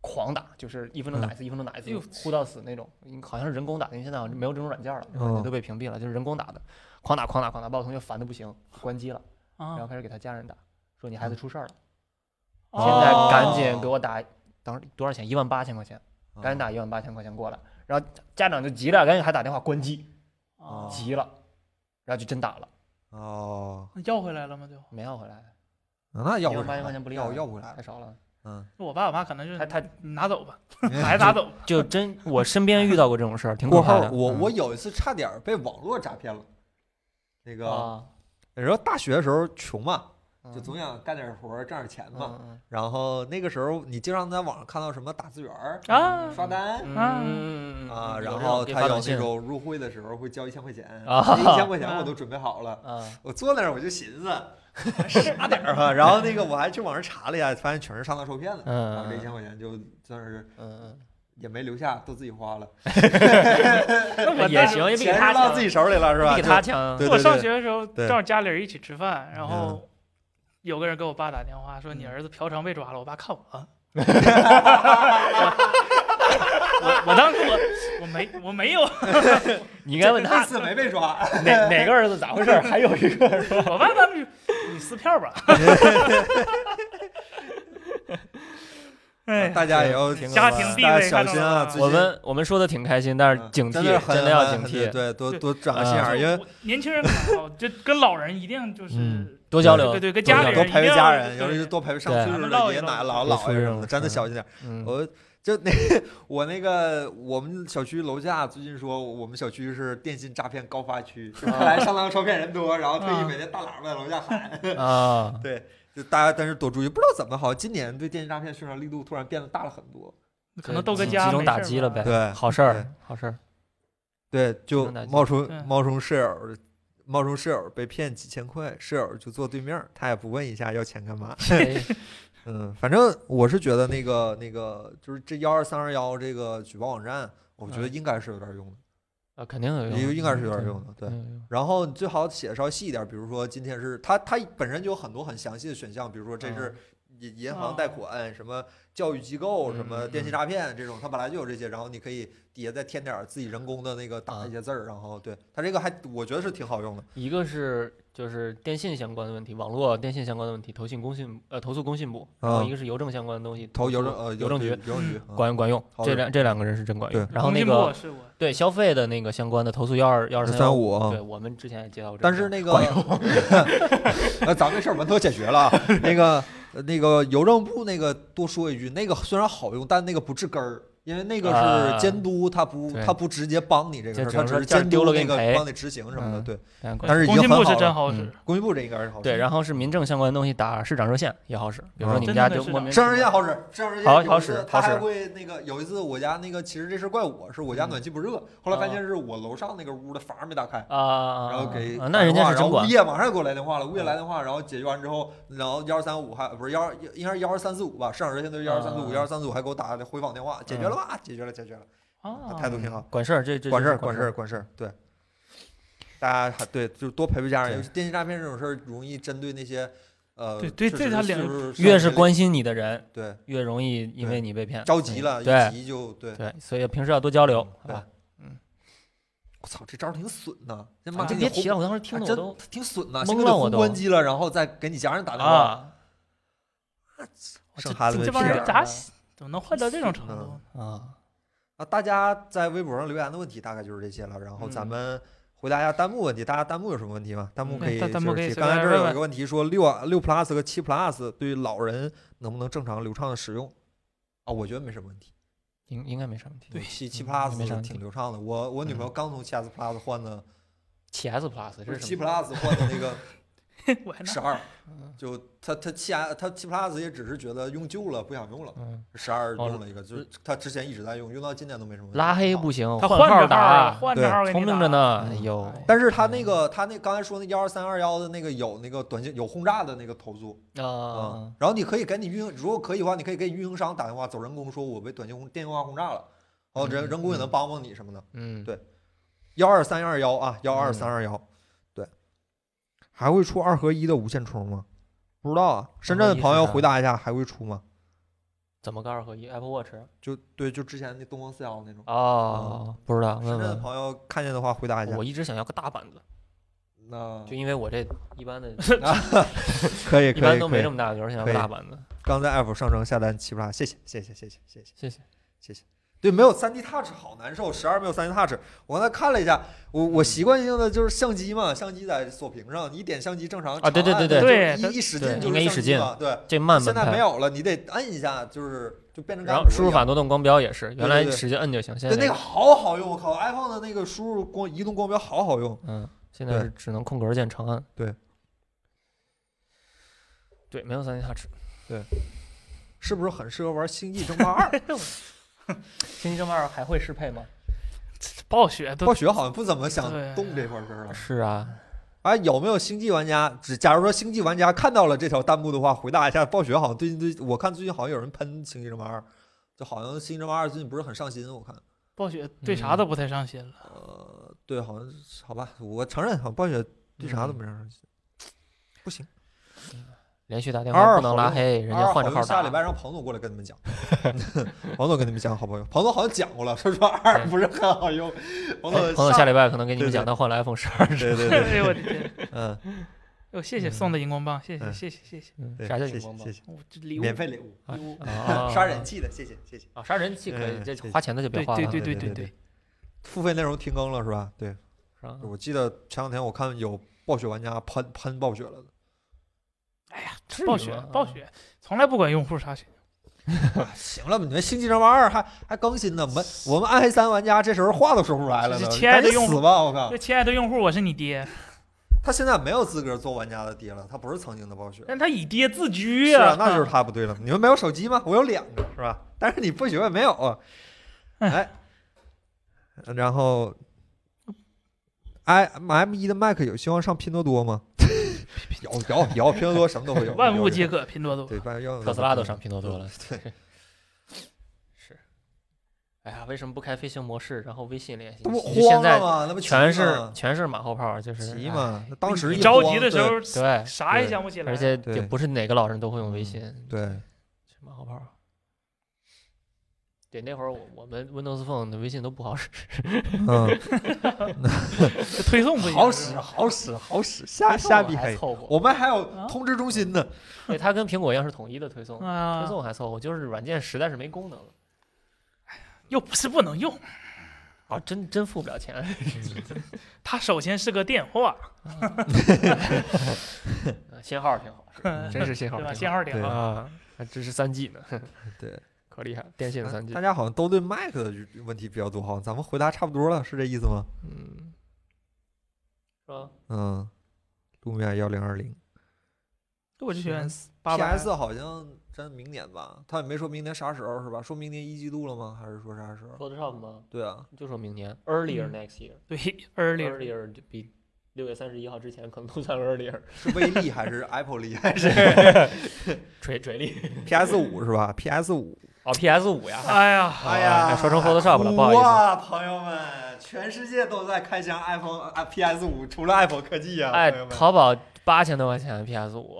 Speaker 3: 狂打，就是一分钟打一次，一分钟打一次
Speaker 2: 哎呦，
Speaker 3: 呼到死那种，嗯好像是人工打的，因为现在好像没有这种软件了，
Speaker 1: 嗯
Speaker 3: 都被屏蔽了，就是人工打的，狂打狂打狂打，把我同学烦的不行，关机了，然后
Speaker 2: 啊，
Speaker 3: 开始给他家人打，说你孩子出事儿了，
Speaker 2: 嗯哦
Speaker 3: 现在赶紧给我打，当时多少钱？一万八千块钱，
Speaker 2: 嗯
Speaker 1: 嗯
Speaker 3: 赶紧打一万八千块钱过来，然后家长就急了，赶紧还打电话关机，
Speaker 2: 啊
Speaker 3: 急了，然后就真打了，
Speaker 1: 哦，
Speaker 2: 那要回来了吗？就
Speaker 3: 没要回来，
Speaker 1: 那要
Speaker 3: 一
Speaker 1: 不
Speaker 3: 万八千块钱不
Speaker 1: 要
Speaker 3: 要
Speaker 1: 要不回来
Speaker 3: 太少了。
Speaker 1: 嗯，
Speaker 2: 我爸我妈可能就是
Speaker 3: 他他
Speaker 2: 你拿走吧，
Speaker 3: 哎
Speaker 2: 孩子拿 走吧。
Speaker 3: 就真我身边遇到过这种事儿，挺 可
Speaker 1: 过
Speaker 3: 怕
Speaker 1: 后
Speaker 3: 的。
Speaker 1: 我
Speaker 3: 嗯
Speaker 1: 我有一次差点儿被网络诈骗了，那个
Speaker 3: 啊，
Speaker 1: 那时候大学的时候穷嘛，
Speaker 3: 嗯
Speaker 1: 就总想干点活儿挣点钱
Speaker 3: 嗯
Speaker 1: 嘛。
Speaker 3: 嗯
Speaker 1: 然后那个时候你经常在网上看到什么打字员儿
Speaker 2: 啊
Speaker 1: 刷单
Speaker 3: 嗯
Speaker 2: 啊
Speaker 3: 嗯嗯嗯
Speaker 1: 啊，
Speaker 3: 嗯
Speaker 1: 然
Speaker 3: 有这种
Speaker 1: 后
Speaker 3: 给
Speaker 1: 他
Speaker 3: 发
Speaker 1: 有
Speaker 3: 短
Speaker 1: 那
Speaker 3: 信
Speaker 1: 种入会的时候会交一千块钱，
Speaker 3: 啊
Speaker 1: 一千块钱我都准备好了，
Speaker 3: 啊
Speaker 1: 我坐那儿我就寻 思。傻点儿哈，然后那个我还去网上查了一下，发现全是上当受骗的，
Speaker 3: 嗯
Speaker 1: 然后啊这一千块钱就算是
Speaker 3: 嗯
Speaker 1: 也没留下，都自己花了，
Speaker 2: 那我
Speaker 3: 嗯，也
Speaker 2: 当时
Speaker 3: 行，也比
Speaker 1: 钱是
Speaker 3: 他
Speaker 1: 落
Speaker 3: 强，
Speaker 1: 自己手里了是吧？
Speaker 3: 比他强。
Speaker 1: 对
Speaker 2: 我
Speaker 1: 对
Speaker 2: 上
Speaker 1: 对
Speaker 2: 学的时候
Speaker 1: 对
Speaker 2: 正好家里人一起吃饭，然
Speaker 1: 嗯
Speaker 2: 后有个人给我爸打电话说你儿子嫖娼被抓了，我爸看我 了。我我当时我我没我没有，
Speaker 3: 你应该问
Speaker 1: 这
Speaker 3: 他
Speaker 1: 次没被 抓，
Speaker 3: 哪哪个儿子咋回事儿，还有一个是吧？
Speaker 2: 我爸当时你撕票吧。哎呀，
Speaker 1: 大家也要
Speaker 3: 挺
Speaker 2: 家庭地
Speaker 1: 大
Speaker 2: 位
Speaker 1: 家小心啊！
Speaker 2: 看到了吗
Speaker 1: 最近
Speaker 3: 我 们我们说的挺开心，但是
Speaker 1: 嗯
Speaker 3: 警惕，
Speaker 1: 真
Speaker 3: 真
Speaker 1: 的很
Speaker 3: 的要
Speaker 1: 很
Speaker 3: 警惕，
Speaker 1: 对，多
Speaker 2: 对
Speaker 1: 多长个心眼儿，因为
Speaker 2: 就我年轻人可能好，就跟老人一定就是、
Speaker 3: 嗯多交流，
Speaker 2: 对对对跟
Speaker 3: 多
Speaker 2: 家
Speaker 3: 交
Speaker 2: 里
Speaker 3: 流
Speaker 1: 多
Speaker 2: 人
Speaker 1: 陪陪
Speaker 2: 一定
Speaker 1: 家
Speaker 2: 要
Speaker 1: 人，尤其是多陪陪上岁数
Speaker 2: 咱们
Speaker 1: 的
Speaker 2: 唠一
Speaker 1: 爷爷
Speaker 2: 唠
Speaker 1: 奶奶、姥
Speaker 3: 多
Speaker 1: 姥
Speaker 3: 说
Speaker 1: 爷
Speaker 3: 这
Speaker 1: 什么
Speaker 3: 种
Speaker 1: 的，真的
Speaker 3: 事儿
Speaker 1: 小心点儿。
Speaker 3: 嗯
Speaker 1: 我就那我那个我们小区楼下最近说我们小区是电信诈骗高发区，就看来上当受骗人多，然后特意
Speaker 2: 啊
Speaker 1: 每天大喇叭在楼下喊，
Speaker 3: 啊，
Speaker 1: 对，就大家但是多注意。不知道怎么好，今年对电信诈骗宣传力度突然变得大了很多。
Speaker 2: 可能都跟
Speaker 3: 集
Speaker 2: 家
Speaker 3: 集中
Speaker 2: 没
Speaker 3: 打
Speaker 2: 事儿
Speaker 3: 击了
Speaker 2: 吧
Speaker 3: 呗，
Speaker 1: 对
Speaker 3: 好事
Speaker 1: 对
Speaker 3: 儿，好事儿，
Speaker 1: 对，就
Speaker 3: 能打击
Speaker 1: 冒充
Speaker 2: 对
Speaker 1: 冒充舍友，冒充舍友被骗几千块，舍友就坐对面儿，他也不问一下要钱干嘛。
Speaker 3: 哎
Speaker 1: 嗯，反正我是觉得那个那个就是这幺二三二幺这个举报网站，我觉得
Speaker 3: 嗯
Speaker 1: 应该是有点用的，
Speaker 3: 啊，肯定有
Speaker 1: 应
Speaker 3: 用，
Speaker 1: 应该是有点用的，对。
Speaker 3: 嗯，有用
Speaker 1: 然后你最好写得稍微细一点，比如说今天是它它本身就有很多很详细的选项，比如说这是银银行贷款、什么教育机构、什么电信诈骗这种，它本来就有这些，然后你可以底下再添点儿自己人工的那个打一些字儿，然后对它这个还我觉得是挺好用的。
Speaker 3: 一个是就是电信相关的问题，网络电信相关的问题，投信工信呃投诉工信部，然后
Speaker 1: 啊
Speaker 3: 一个是邮政相关的东西，
Speaker 1: 投邮
Speaker 3: 诉
Speaker 1: 政呃
Speaker 3: 邮政局嗯
Speaker 1: 邮政局啊
Speaker 3: 管管用，
Speaker 1: 好
Speaker 3: 这
Speaker 1: 的
Speaker 3: 两这两个人是真管用。
Speaker 1: 对
Speaker 3: 然后
Speaker 2: 工
Speaker 3: 那
Speaker 2: 信部我
Speaker 3: 个
Speaker 2: 试过，
Speaker 3: 对消费的那个相关的投诉幺二幺二
Speaker 1: 三
Speaker 3: 三五，
Speaker 1: 五啊
Speaker 3: 对。我们之前也接到过这个，
Speaker 1: 但是那个， 呃，咱们这事儿我们都解决 了啊。那个，呃那个邮政部那个多说一句，那个虽然好用，但那个不治根儿，因为那个
Speaker 3: 啊
Speaker 1: 是监督，他不
Speaker 3: 对
Speaker 1: 他不直接帮你这个事
Speaker 3: 就
Speaker 1: 儿，
Speaker 3: 只
Speaker 1: 他只
Speaker 3: 能说
Speaker 1: 是
Speaker 3: 这儿
Speaker 1: 监
Speaker 3: 丢
Speaker 1: 督
Speaker 3: 了给
Speaker 1: 那
Speaker 3: 你
Speaker 1: 个
Speaker 3: 赔
Speaker 1: 帮你执行什么的。
Speaker 3: 嗯
Speaker 1: 对，
Speaker 3: 两个
Speaker 1: 但是已
Speaker 2: 工
Speaker 1: 经
Speaker 2: 信部
Speaker 1: 很好
Speaker 2: 是真
Speaker 1: 了。
Speaker 3: 嗯
Speaker 2: 好使，
Speaker 1: 工信部这应该是好使。
Speaker 3: 对，然后是民政相关的东西，打市长热线也好使。比如说
Speaker 1: 嗯
Speaker 2: 啊
Speaker 3: 你们
Speaker 2: 真
Speaker 3: 家
Speaker 2: 的
Speaker 3: 就是莫
Speaker 2: 的
Speaker 3: 名其
Speaker 1: 上热线
Speaker 3: 妙
Speaker 1: 好使，上热线
Speaker 3: 好
Speaker 1: 有一
Speaker 3: 好
Speaker 1: 次
Speaker 3: 使
Speaker 1: 他
Speaker 3: 好
Speaker 1: 还
Speaker 3: 使
Speaker 1: 会那个有一次我家那个其实这事儿怪我，是我
Speaker 3: 嗯
Speaker 1: 家暖气不热，后来发现是我楼上那个屋的阀儿没打开。
Speaker 3: 啊啊，
Speaker 1: 然后给
Speaker 3: 啊
Speaker 1: 打
Speaker 3: 那人
Speaker 1: 电
Speaker 3: 家
Speaker 1: 话
Speaker 3: 是
Speaker 1: 然
Speaker 3: 真
Speaker 1: 后
Speaker 3: 管
Speaker 1: 物业马上给我来电话了，物业来电话，然后解决完之后，然后幺二三五还不是幺二应该是幺二三四五吧，市场热线都是幺二三四五，幺二三四五还给我打的回访电话，解决了吧？解决了，解决了，
Speaker 2: 啊，
Speaker 1: 态度挺好，
Speaker 3: 管事儿，这这
Speaker 1: 管事
Speaker 3: 这
Speaker 1: 儿，
Speaker 3: 嗯是管
Speaker 1: 管事儿，管事儿，对。大家还对，就多陪陪家人，
Speaker 3: 对
Speaker 1: 尤其电信诈骗这种事儿，容易针对那些，呃，
Speaker 2: 对对
Speaker 1: 确
Speaker 2: 这
Speaker 1: 实
Speaker 2: 条
Speaker 1: 岁
Speaker 2: 领
Speaker 1: 数
Speaker 3: 越是
Speaker 1: 上
Speaker 3: 关心你的人，
Speaker 1: 对
Speaker 3: 越容易因为你被骗。嗯
Speaker 1: 着急了，
Speaker 3: 对
Speaker 1: 一急就对。
Speaker 3: 对，啊所以平时要多交流，好
Speaker 1: 对嗯
Speaker 3: 吧？
Speaker 1: 我操，这招儿挺损呐！先
Speaker 3: 你
Speaker 2: 啊
Speaker 1: 把
Speaker 3: 就
Speaker 1: 你
Speaker 3: 别
Speaker 1: 红
Speaker 3: 提了，我当时听
Speaker 1: 还
Speaker 3: 的我
Speaker 1: 真
Speaker 3: 都
Speaker 1: 挺损呐，
Speaker 3: 懵
Speaker 1: 先给
Speaker 3: 了
Speaker 1: 你
Speaker 3: 我
Speaker 1: 轰
Speaker 3: 都
Speaker 1: 关机了，然后再给你家人打电话，
Speaker 3: 啊
Speaker 1: 生孩子
Speaker 2: 这
Speaker 1: 没
Speaker 2: 这帮
Speaker 1: 屁眼儿啊
Speaker 2: 人咋
Speaker 1: 呢
Speaker 2: 想怎么能坏到这种程度
Speaker 1: 嗯
Speaker 2: 呢？
Speaker 3: 啊，
Speaker 1: 啊，大家在微博上留言的问题大概就是这些了，然后咱
Speaker 3: 嗯
Speaker 1: 们回答一下弹幕问题。大家弹幕有什么问题吗？弹幕
Speaker 3: 嗯
Speaker 1: 可
Speaker 2: 对
Speaker 1: 以
Speaker 2: 弹弹
Speaker 1: 就
Speaker 2: 幕
Speaker 1: 是
Speaker 2: 可以
Speaker 1: 提
Speaker 2: 随
Speaker 1: 刚才
Speaker 2: 便
Speaker 1: 这儿有
Speaker 2: 问
Speaker 1: 一个问题说六啊六 plus 和七 plus 对于老人能不能正常流畅的使用啊？我觉得没什么问题。
Speaker 3: 应应该没啥问题。
Speaker 1: 七七
Speaker 3: 嗯没啥
Speaker 1: plus
Speaker 3: 问题
Speaker 1: 挺流畅的。我我女朋友刚从七 S plus 换的，
Speaker 3: 七 S Plus
Speaker 1: 不
Speaker 3: 这
Speaker 1: 是
Speaker 3: 是
Speaker 1: 七
Speaker 3: 什么？嗯
Speaker 1: plus 换的那 个
Speaker 2: 我还
Speaker 1: 十
Speaker 2: 能
Speaker 1: 二，就她她七 S 她七 plus 也只是觉得用旧了不想用了，
Speaker 3: 嗯，
Speaker 1: 十二
Speaker 3: 哦
Speaker 1: 用了一个，就是她之前一直在用，用到今年都没什么问题。
Speaker 3: 拉黑
Speaker 1: 挺好
Speaker 3: 不行，
Speaker 2: 他
Speaker 3: 换号
Speaker 2: 着号儿
Speaker 3: 打，
Speaker 2: 换
Speaker 1: 对
Speaker 2: 着号儿给
Speaker 3: 聪
Speaker 2: 你
Speaker 3: 明着
Speaker 2: 打。
Speaker 3: 呢。
Speaker 1: 嗯
Speaker 3: 哎呦，
Speaker 1: 但是他那个他那刚才说那幺二三二幺的那个有那个短信有轰炸的那个投诉嗯
Speaker 3: 啊，
Speaker 1: 然后你可以给你运营，如果可以的话，你可以给你运营商打电话走人工，说我被短信轰电信化轰炸了，然后人
Speaker 3: 嗯
Speaker 1: 人工也能帮帮你什么的。
Speaker 3: 嗯，
Speaker 1: 对幺二三二幺啊，幺二三二幺，对，还会出二合一的无线充吗？不知道啊，深圳的朋友回答一下，还会出吗？
Speaker 3: 怎么个二合一？Apple Watch
Speaker 1: 就对，就之前那东风四幺那种。
Speaker 3: 哦，不知道，
Speaker 1: 深
Speaker 3: 问
Speaker 1: 圳的
Speaker 3: 问。
Speaker 1: 朋友看见的话回答一下
Speaker 3: 我。一直想要个大板子，
Speaker 1: 那
Speaker 3: 就因为我这一 般的
Speaker 1: 可以
Speaker 3: 一
Speaker 1: 可
Speaker 3: 般
Speaker 1: 以
Speaker 3: 都
Speaker 1: 可
Speaker 3: 没这
Speaker 1: 以。
Speaker 3: 么大个，我想要
Speaker 1: 可
Speaker 3: 个
Speaker 1: 以
Speaker 3: 大板子。
Speaker 1: 刚在 app 上升下单七不拉，谢谢谢谢谢谢谢谢。
Speaker 3: 谢谢。
Speaker 1: 对，没有3 D Touch 好难受，十二没有3 D Touch。我刚才看了一下，我我习惯性的就是相机嘛，相机在锁屏上，你一点相机正常
Speaker 3: 啊对对
Speaker 1: 长按
Speaker 2: 对
Speaker 3: 对
Speaker 1: 就是
Speaker 2: 对
Speaker 1: 一一使
Speaker 3: 对
Speaker 1: 劲就
Speaker 3: 应该
Speaker 1: 是
Speaker 3: 一
Speaker 1: 相
Speaker 3: 使
Speaker 1: 机
Speaker 3: 劲
Speaker 1: 嘛，对。
Speaker 3: 这慢
Speaker 1: 现
Speaker 3: 半
Speaker 1: 在没
Speaker 3: 拍，
Speaker 1: 有了，你得摁一下，就是就变成干
Speaker 3: 然后
Speaker 1: 果
Speaker 3: 输入
Speaker 1: 一样
Speaker 3: 法。挪动光标也是，
Speaker 1: 对
Speaker 3: 原来
Speaker 1: 对
Speaker 3: 使劲摁就行，现
Speaker 1: 对，
Speaker 3: 在
Speaker 1: 那个好好用，我靠！iPhone 的那个输入光移动光标好好用，
Speaker 3: 嗯，现在
Speaker 1: 对
Speaker 3: 是只能空格键长按。
Speaker 1: 对，
Speaker 3: 对，没有三 D touch。
Speaker 1: 是不是很适合玩《星际争霸二》？
Speaker 3: 星际争霸二还会适配吗？
Speaker 2: 暴雪都
Speaker 1: 暴雪好像不怎么想
Speaker 2: 对
Speaker 1: 动这块事儿了。
Speaker 3: 是啊，
Speaker 1: 哎，有没有星际玩家？只假如说星际玩家看到了这条弹幕的话，回答一下。暴雪好像最近最，我看最近好像有人喷《星际争霸二》，就好像《星际争霸二》最近不是很上心，我看。
Speaker 2: 暴雪对啥
Speaker 3: 嗯
Speaker 2: 都不太上心了。
Speaker 1: 呃，对，好像是好吧，我承认，好像暴雪对啥都没上心。不行，
Speaker 3: 连续打电
Speaker 1: 二
Speaker 3: 话不能
Speaker 1: 好
Speaker 3: 拉
Speaker 1: 用
Speaker 3: 黑，人
Speaker 1: 二
Speaker 3: 家换着
Speaker 1: 好
Speaker 3: 号
Speaker 1: 像下礼
Speaker 3: 打。
Speaker 1: 拜让彭总过来跟你们讲， 彭总跟你们讲好不好？彭总好像讲过了，说说二不是很好用。彭总
Speaker 3: 哎朋友下礼拜可能给你
Speaker 1: 对
Speaker 3: 们
Speaker 1: 对
Speaker 3: 讲，他换了 iPhone 十二，
Speaker 1: 对 对对，
Speaker 2: 哎呦我的天！
Speaker 1: 嗯，
Speaker 2: 哟，谢谢送的荧光棒，谢谢
Speaker 1: 嗯
Speaker 2: 谢谢谢谢，
Speaker 3: 嗯
Speaker 1: 对，
Speaker 3: 啥叫
Speaker 1: 谢
Speaker 3: 荧
Speaker 1: 谢
Speaker 3: 光棒
Speaker 1: 谢？谢，
Speaker 2: 我这礼物
Speaker 1: 免费礼物，
Speaker 2: 礼物，
Speaker 3: 啊
Speaker 1: 刷人气的，谢谢谢谢。
Speaker 3: 啊，杀人气可以，
Speaker 1: 嗯
Speaker 3: 这
Speaker 1: 谢谢
Speaker 3: 花钱的就别
Speaker 2: 对
Speaker 3: 花了，
Speaker 2: 对
Speaker 1: 对
Speaker 2: 对
Speaker 1: 对
Speaker 2: 对
Speaker 1: 对，付费内容停更了是吧？对。
Speaker 3: 是吧？
Speaker 1: 我记得前两天我看有暴雪玩家喷喷暴雪了，
Speaker 3: 至于
Speaker 2: 暴雪
Speaker 3: 吗
Speaker 2: 暴雪从来不管用户啥选，
Speaker 1: 行了吧，你们《星际争霸二》还还更新呢，我们我们暗黑三玩家这时候话都说不出来了
Speaker 2: 这
Speaker 1: 呢，
Speaker 2: 亲爱的
Speaker 1: 赶紧
Speaker 2: 用户
Speaker 1: 死吧！我靠
Speaker 2: 这，亲爱的用户，我是你 爹，
Speaker 1: 他现在没有资格做玩家的爹了，他不是曾经的暴雪，
Speaker 2: 但他以爹自居
Speaker 1: 是啊，那就是他不对了。你们没有手机吗？我有两个，是吧？但是你不许问没有啊，哎，然后。i M 一的 Mac 有希望上拼多多吗？ 有有有，拼多多什么都会有，
Speaker 2: 万物
Speaker 1: 有
Speaker 2: 皆可，拼多多。
Speaker 1: 对，万物
Speaker 3: 特斯拉都上拼多多了，
Speaker 1: 对，
Speaker 3: 是。哎呀，为什么不开飞行模式，然后微信联系？
Speaker 1: 那不
Speaker 3: 你现
Speaker 1: 慌了
Speaker 3: 在
Speaker 1: 吗？那不急
Speaker 3: 全是
Speaker 1: 吗
Speaker 3: 全是马后炮，就是
Speaker 1: 急嘛？那当时
Speaker 2: 你
Speaker 1: 一
Speaker 2: 着
Speaker 1: 慌
Speaker 2: 急的时候，
Speaker 3: 哎
Speaker 2: 啥也
Speaker 1: 对
Speaker 2: 想不起
Speaker 3: 对，
Speaker 2: 来。
Speaker 3: 而且
Speaker 1: 对嗯
Speaker 3: 也不是哪个老人都会用微信，
Speaker 1: 对对
Speaker 3: 是马后炮。对，那会儿我我们 Windows Phone 的微信都不好使，
Speaker 1: 嗯，
Speaker 2: 这推送不一样
Speaker 1: 好
Speaker 2: 是
Speaker 1: 使
Speaker 2: 吧
Speaker 1: 好使好使，瞎
Speaker 3: 推
Speaker 1: 瞎
Speaker 3: 送
Speaker 1: 逼
Speaker 3: 还
Speaker 1: 黑。
Speaker 3: 凑合。
Speaker 1: 我们还有
Speaker 2: 啊
Speaker 1: 通知中心呢，
Speaker 3: 对，它跟苹果一样是统一的推送，推
Speaker 2: 啊，
Speaker 3: 送还凑合，就是软件实在是没功能了
Speaker 2: 又不是不能用，
Speaker 3: 啊，真真付不了钱。
Speaker 2: 它首先是个电话，
Speaker 3: 呃信号挺好，嗯真是信号
Speaker 2: 对吧？
Speaker 3: 挺
Speaker 2: 信
Speaker 3: 好
Speaker 2: 号挺好，
Speaker 3: 啊，还支持三 G 呢，
Speaker 1: 对，
Speaker 3: 可厉害了，电信的三 G
Speaker 1: 啊大。家好像都对 Mac 的问题比较多，好像咱们回答差不多了，是这意思吗？
Speaker 3: 嗯，是吧？
Speaker 1: 嗯，路面幺零二零
Speaker 2: 我就选
Speaker 1: PS
Speaker 2: 八百
Speaker 1: PS 好像真明年吧，他也没说明年啥时候是吧？说明年一季度了吗？还是说啥时候？
Speaker 3: Photoshop 吗？
Speaker 1: 对啊，
Speaker 3: 就说明年 earlier
Speaker 2: 嗯
Speaker 3: next year。
Speaker 2: 对 early，
Speaker 3: earlier 就比六月三十一号之前可能都算 earlier。
Speaker 1: 是微力还是 Apple 力 还是
Speaker 3: 锤 锤力
Speaker 1: PS 五是吧？PS 五，
Speaker 3: 哦，PS 五呀，
Speaker 2: 哎呀，
Speaker 1: 哎呀
Speaker 3: 说成 Photoshop 了，不好意思。
Speaker 1: 哇，朋友们，全世界都在开箱 iPhone 啊 PS 五，除了 Apple 科技啊，
Speaker 3: 哎
Speaker 1: 朋友，们
Speaker 3: 淘宝八千多块钱 PS 五，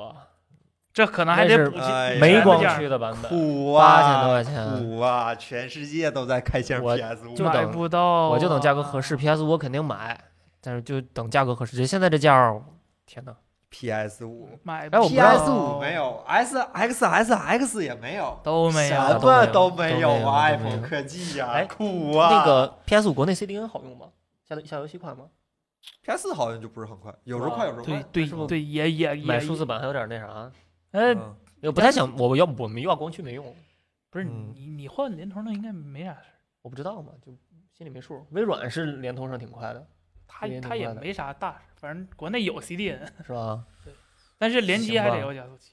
Speaker 2: 这可能还得
Speaker 3: 那是
Speaker 2: 补
Speaker 1: 哎呀
Speaker 2: 进
Speaker 3: 没光
Speaker 2: 驱
Speaker 3: 驱的版本，
Speaker 1: 苦
Speaker 3: 八千
Speaker 1: 啊，
Speaker 3: 多块钱，
Speaker 1: 苦啊，全世界都在开箱
Speaker 3: 我
Speaker 1: PS 五，
Speaker 3: 就
Speaker 2: 买
Speaker 3: 等
Speaker 2: 不到，
Speaker 3: 我就等价格合
Speaker 1: 哦
Speaker 3: 适。PS 五肯定买，但是就等价格合适。就现在这价儿，天哪！
Speaker 1: PS 五
Speaker 2: 买
Speaker 3: 哎我不知道
Speaker 1: ，PS 五没有，S X S X 也没有，
Speaker 2: 都没有，
Speaker 1: 什
Speaker 3: 啥
Speaker 1: 么
Speaker 3: 都
Speaker 1: 没有
Speaker 3: 没有都没有
Speaker 1: 啊
Speaker 3: 都没有
Speaker 1: ，iPhone 科技呀，
Speaker 3: 哎
Speaker 1: 苦啊！
Speaker 3: 那个 PS 五国内 CDN 好用吗？下下游戏快吗？
Speaker 1: PS 好像就不是很快，有时候
Speaker 3: 啊
Speaker 1: 快，有时候
Speaker 2: 对
Speaker 1: 慢。
Speaker 3: 是不
Speaker 2: 对
Speaker 3: 是
Speaker 2: 对，也也也
Speaker 3: 买，数字版还有点那啥，
Speaker 2: 呃，
Speaker 1: 嗯
Speaker 3: 我不太想，我要我们要光驱没用，
Speaker 2: 不是
Speaker 1: 嗯
Speaker 2: 你你换联通的应该没啥事儿，
Speaker 3: 我不知道嘛，就心里没数。微软是联通上挺快的，
Speaker 2: 他
Speaker 3: 也挺
Speaker 2: 他也
Speaker 3: 快的
Speaker 2: 没啥大事儿，反正国内有 CDN，
Speaker 3: 是吧？
Speaker 2: 但是联机
Speaker 3: 行
Speaker 2: 还
Speaker 3: 吧
Speaker 2: 得有加速器，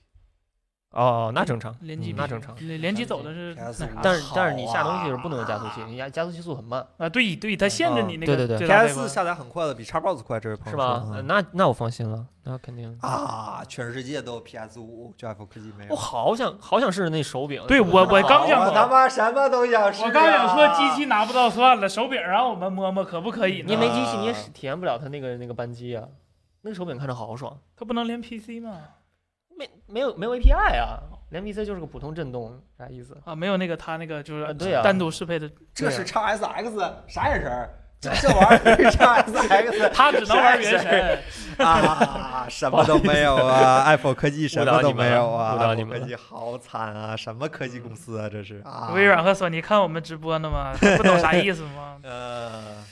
Speaker 3: 哦，那正常，
Speaker 2: 联机
Speaker 3: 嗯
Speaker 2: 必
Speaker 3: 那
Speaker 2: 须
Speaker 3: 正常。
Speaker 2: 联联机走的是那
Speaker 1: PS
Speaker 2: 啥
Speaker 3: 但是但是你下
Speaker 1: 好
Speaker 3: 东
Speaker 1: 啊
Speaker 3: 西是不能有加速器，你加加速器速很慢，
Speaker 2: 啊？对对，它限制
Speaker 1: 啊
Speaker 2: 你那
Speaker 3: 嗯对
Speaker 2: 个
Speaker 3: 对对
Speaker 2: 最大带宽
Speaker 1: ，PS 下载很快的，比 Xbox 快，这位朋
Speaker 3: 是
Speaker 1: 友
Speaker 3: 吧
Speaker 1: 说？
Speaker 3: 呃
Speaker 1: 嗯
Speaker 3: 那那我放心了，那肯定。
Speaker 1: 啊，全世界都有 PS 五，就 Apple 科技没
Speaker 3: 我
Speaker 1: 有。
Speaker 3: 好想好想试试那手柄。
Speaker 2: 对
Speaker 3: 就是
Speaker 2: 我
Speaker 3: 好
Speaker 2: 刚想
Speaker 3: 啊
Speaker 1: 我他妈什么都想试、啊。
Speaker 2: 我刚想说机器拿不到算了，手柄让我们摸摸可不可以
Speaker 3: 你
Speaker 2: 呢？
Speaker 3: 没机器，你也
Speaker 1: 啊
Speaker 3: 使体验不了它那个那个扳机啊。那个手柄看着好爽，
Speaker 2: 它不能连 PC 吗？
Speaker 3: 没没有没有 API 啊，连 PC 就是个普通震动，啥意思？
Speaker 2: 啊，没有那个它那个就
Speaker 3: 啊
Speaker 2: 是
Speaker 3: 对呀
Speaker 2: 单独适配的，
Speaker 1: 这是 x S X 啥眼神儿？这这玩意儿 x S X
Speaker 2: 它只能玩原神。
Speaker 3: 哎
Speaker 1: 啊，什么都没有 啊！Apple 科技什么都没有啊
Speaker 3: 误导你
Speaker 1: ！Apple
Speaker 3: 们了误导你们了
Speaker 1: 科技好惨啊！什么科技公司啊？这是啊！？
Speaker 2: 微软和索尼看我们直播呢吗？不懂啥意思吗
Speaker 1: 呃，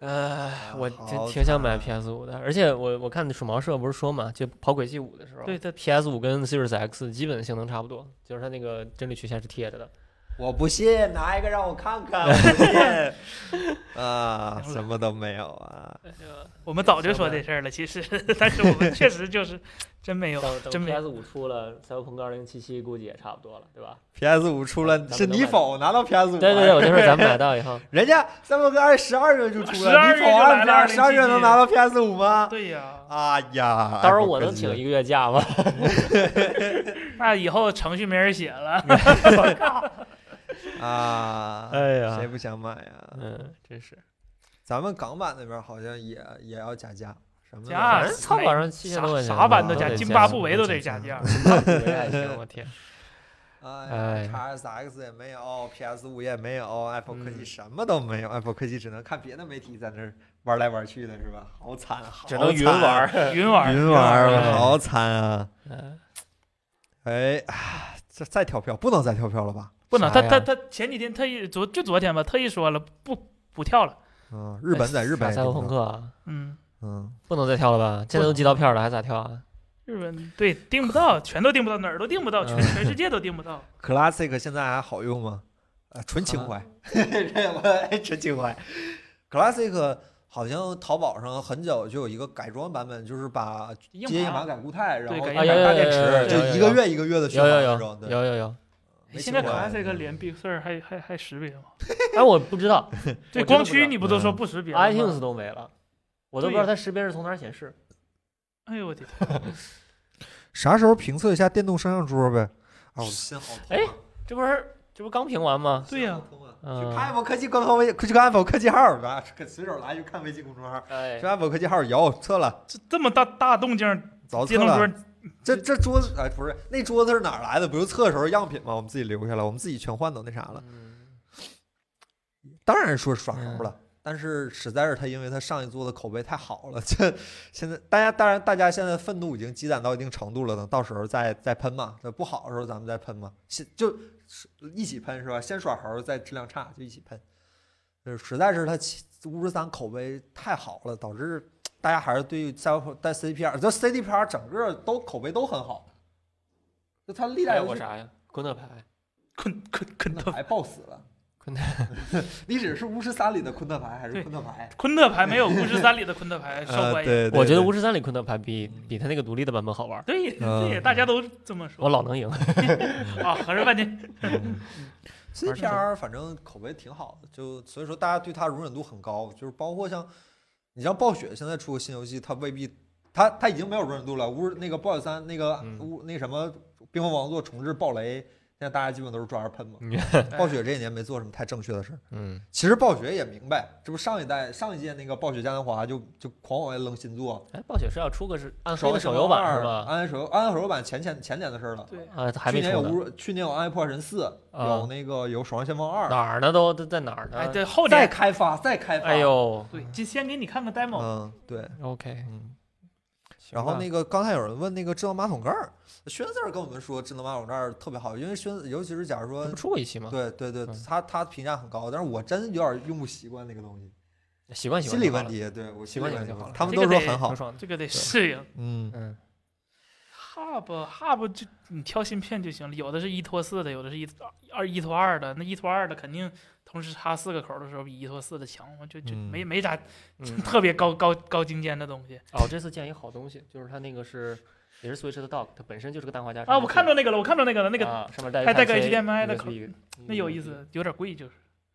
Speaker 3: 唉，我
Speaker 1: 好
Speaker 3: 挺挺想买
Speaker 2: 啊
Speaker 1: 惨
Speaker 3: PS 五的，而且我我看鼠毛社不是说嘛，就跑轨迹五的时候，
Speaker 2: 对它
Speaker 3: PS 五跟 Series X 基本性能差不多，就是它那个帧率曲线是贴着的。
Speaker 1: 我不信，拿一个让我看 看，我不信啊！什么都没有啊！
Speaker 2: 我们早就说这事儿了，其实， 但是我们确实 就是真没有
Speaker 3: 等，
Speaker 2: 哎真
Speaker 3: 等
Speaker 2: 没有
Speaker 3: PS 五出了，《赛博朋克2077》估计也差不多了，对吧？
Speaker 1: PS 五出了，
Speaker 3: 啊咱
Speaker 1: 是
Speaker 3: 们都
Speaker 1: 你
Speaker 3: 买
Speaker 1: 否拿到 PS 五？啊
Speaker 2: 嗯
Speaker 3: 对对对，我就
Speaker 2: 哎
Speaker 3: 说咱们买到以后，
Speaker 1: 人家三百个二十二月就出了，
Speaker 2: 12
Speaker 1: 你
Speaker 2: 月
Speaker 1: 否
Speaker 2: 就来了
Speaker 1: 二十二月能拿到 PS 五吗？
Speaker 2: 对呀，
Speaker 1: 啊呀，
Speaker 3: 到时候我
Speaker 1: Apple
Speaker 3: 能
Speaker 1: 科技
Speaker 3: 请一个月假吗？
Speaker 2: 那以后程序没人写了。
Speaker 1: 啊！
Speaker 3: 哎呀
Speaker 1: 谁不想买呀？
Speaker 3: 嗯，真是，
Speaker 1: 咱们港版那边好像也也要加价，什么的
Speaker 2: 加
Speaker 3: 反正淘宝上七千多块钱，
Speaker 2: 啥啥版
Speaker 1: 都
Speaker 2: 加
Speaker 3: 得
Speaker 2: 津
Speaker 1: 加
Speaker 2: 巴布 韦 都得加价
Speaker 3: 津巴布韦还行，我天，
Speaker 1: 哎
Speaker 3: 哎
Speaker 1: 呀，X S X 也没有，PS 五也没有，Apple 科技
Speaker 3: 嗯
Speaker 1: 什么都没有，Apple 科技只能看别的媒体在那儿玩来玩去的是吧？好惨，好
Speaker 3: 只能云
Speaker 1: 惨啊
Speaker 3: 玩，儿。
Speaker 2: 云 玩，
Speaker 1: 云玩儿
Speaker 3: 哎
Speaker 1: 好惨啊！
Speaker 3: 啊嗯
Speaker 1: 哎，啊这再跳票不能再跳票了吧？
Speaker 2: 不能，他
Speaker 3: 啥呀
Speaker 2: 他他前几天特意昨就昨天吧，特意说了不不跳了，
Speaker 1: 嗯，日本在日本
Speaker 3: 打
Speaker 1: 也
Speaker 3: 赛博
Speaker 1: 这么着，
Speaker 3: 朋克啊，
Speaker 2: 嗯，
Speaker 1: 嗯，
Speaker 3: 不能再跳了吧？现在都寄到票了，还咋跳啊？
Speaker 2: 日本对订不到，全都订不到，哪儿都订不到，全
Speaker 3: 嗯
Speaker 2: 全世界都订不到。
Speaker 1: Classic 现在还好用吗？呃，纯情怀，我啊 纯情怀。Classic 好像淘宝上很早就有一个改装版本，就是把
Speaker 2: 硬
Speaker 1: 接硬盘
Speaker 2: 盘
Speaker 1: 改固态，然
Speaker 2: 对
Speaker 1: 后
Speaker 2: 改硬
Speaker 1: 改
Speaker 2: 盘
Speaker 1: 大电
Speaker 3: 有有有
Speaker 1: 池，
Speaker 3: 有
Speaker 1: 就
Speaker 3: 有
Speaker 1: 一个
Speaker 3: 有
Speaker 1: 月一个月的循
Speaker 3: 有
Speaker 1: 环
Speaker 3: 有
Speaker 1: 那
Speaker 3: 有
Speaker 1: 种。对，
Speaker 3: 有有有，
Speaker 1: 没啊嗯
Speaker 2: 现在
Speaker 1: 情怀
Speaker 2: Classic 连 Big Sur 还还还识别吗？，
Speaker 3: 哎，我不知道
Speaker 2: 对，
Speaker 3: 我真
Speaker 2: 光
Speaker 3: 的不知
Speaker 2: 驱
Speaker 3: 道
Speaker 2: 你不都说不识别了吗？
Speaker 3: iTunes 都没了，我都不知道它识别是从哪儿显示。
Speaker 2: 哎呦我的天，
Speaker 1: 啥时候评测一下电动摄像桌呗？啊，我的心好痛啊。
Speaker 3: 哎这不是这不刚评完吗？
Speaker 2: 对呀、
Speaker 1: 去看
Speaker 3: 嗯，
Speaker 1: Apple 科技官方微，去看 Apple 科技号吧， 可随手来就看微信公众号，
Speaker 3: 哎
Speaker 1: 去，Apple 科技号摇撤了，
Speaker 2: 这这么大大动静，
Speaker 1: 早
Speaker 2: 电
Speaker 1: 撤
Speaker 2: 动
Speaker 1: 了
Speaker 2: 桌。
Speaker 1: 这这桌子哎，不是那桌子是哪儿来的？不就测时候样品吗？我们自己留下来，我们自己全换到那啥了。
Speaker 3: 嗯
Speaker 1: 当然说耍猴了，但是实在是他，因为他上一桌的口碑太好了， 这现在大家当然大家现在愤怒已经积攒到一定程度了，等到时候再再喷嘛，这不好的时候咱们再喷嘛，先就是一起喷是吧？先耍猴，再质量差就一起喷。就是实在是他其巫师三口碑太好了，导致大家还是对赛博但 CDPR 这 CDPR 整个都口碑都很好，就他历
Speaker 3: 还
Speaker 1: 代
Speaker 3: 有
Speaker 1: 游
Speaker 3: 哎我
Speaker 1: 戏
Speaker 3: 啥呀？昆特牌，
Speaker 2: 困困困
Speaker 1: 昆特
Speaker 2: 特
Speaker 1: 牌爆死了。
Speaker 3: 昆
Speaker 1: 特， 你指的是巫师三里的昆特牌还是
Speaker 2: 对
Speaker 1: 昆特牌？
Speaker 2: 昆特牌没有巫师三里的昆特 牌受欢迎。
Speaker 1: 呃对
Speaker 3: 我觉得
Speaker 1: 对
Speaker 3: 巫师三里昆特牌比比他那个独立的版本好玩，
Speaker 2: 对
Speaker 1: 嗯
Speaker 2: 对，大家都这么说
Speaker 3: 我老能赢。
Speaker 2: 啊，合着半天。
Speaker 1: 嗯 这片儿反正口碑挺好的，就所以说大家对它容忍度很高，就是包括像你像暴雪现在出个新游戏，它未必它它已经没有容忍度了。巫那个暴雪三那个啊
Speaker 3: 嗯
Speaker 1: 巫、那什么冰封王座重置暴雷，现在大家基本都是抓着喷嘛。暴雪这一年没做什么太正确的事儿，
Speaker 3: 嗯，
Speaker 1: 其实暴雪也明白，这不上一代上一届那个暴雪嘉年华就就狂往外扔新作，
Speaker 3: 哎，暴雪是要出个是暗黑
Speaker 1: 手
Speaker 3: 的手游版是吧？
Speaker 1: 暗黑手游暗黑手游版前前前年的事儿了。
Speaker 2: 对，
Speaker 3: 啊，还
Speaker 1: 去
Speaker 3: 没
Speaker 1: 年有
Speaker 3: 出
Speaker 1: 巫，
Speaker 3: 呢。
Speaker 1: 去年有《暗黑破坏神四》，
Speaker 3: 啊
Speaker 1: 有那个有《守望先锋二》，
Speaker 3: 哪儿呢都？都在哪儿
Speaker 2: 哎，
Speaker 3: 呢？
Speaker 2: 对，后
Speaker 1: 再
Speaker 2: 年
Speaker 1: 开发，再开发。
Speaker 3: 哎，呦哎
Speaker 2: 对，就先给你看个 demo，
Speaker 1: 嗯，对，
Speaker 3: ，OK，
Speaker 1: 嗯。
Speaker 3: 行
Speaker 1: 然后
Speaker 3: 吧
Speaker 1: 那个刚才有人问那个智能马桶盖儿，轩 Sir 跟我们说智能马桶盖儿特别好，因为轩，尤其是假如
Speaker 3: 这
Speaker 1: 说
Speaker 3: 不，出过一期吗？
Speaker 1: 对对对
Speaker 3: 嗯，
Speaker 1: 他他评价很高，但是我真有点用不习惯那个东西，
Speaker 3: 习惯习
Speaker 1: 心
Speaker 3: 惯，
Speaker 1: 理问，题，对我
Speaker 3: 习惯
Speaker 1: 心理
Speaker 3: 就
Speaker 1: 问题
Speaker 3: 好了
Speaker 1: 他们
Speaker 2: 这
Speaker 1: 都
Speaker 2: 个
Speaker 1: 说
Speaker 2: 得
Speaker 1: 很好
Speaker 3: 挺，爽的。
Speaker 2: 这个得适应。
Speaker 1: 嗯，
Speaker 3: 嗯，
Speaker 2: Hub Hub 就你挑芯片就行了，有的是一拖四的，有的是一二一拖二的。那一拖二的肯定同时插四个口的时候比一拖四的强，我就就
Speaker 1: 嗯
Speaker 2: 没没啥
Speaker 3: 嗯
Speaker 2: 特别高高高精尖的东西
Speaker 3: 哦，这次见一好东西，就是它那个是也是 Switch 的 dock，它本身就是个氮化镓
Speaker 2: 啊！我看到那个了，我看到那个了，那个
Speaker 3: 啊上面带
Speaker 2: 还带个
Speaker 3: Type-C
Speaker 2: HDMI 的口
Speaker 3: USB
Speaker 2: 那有意
Speaker 1: 嗯
Speaker 2: 思，有点贵就是，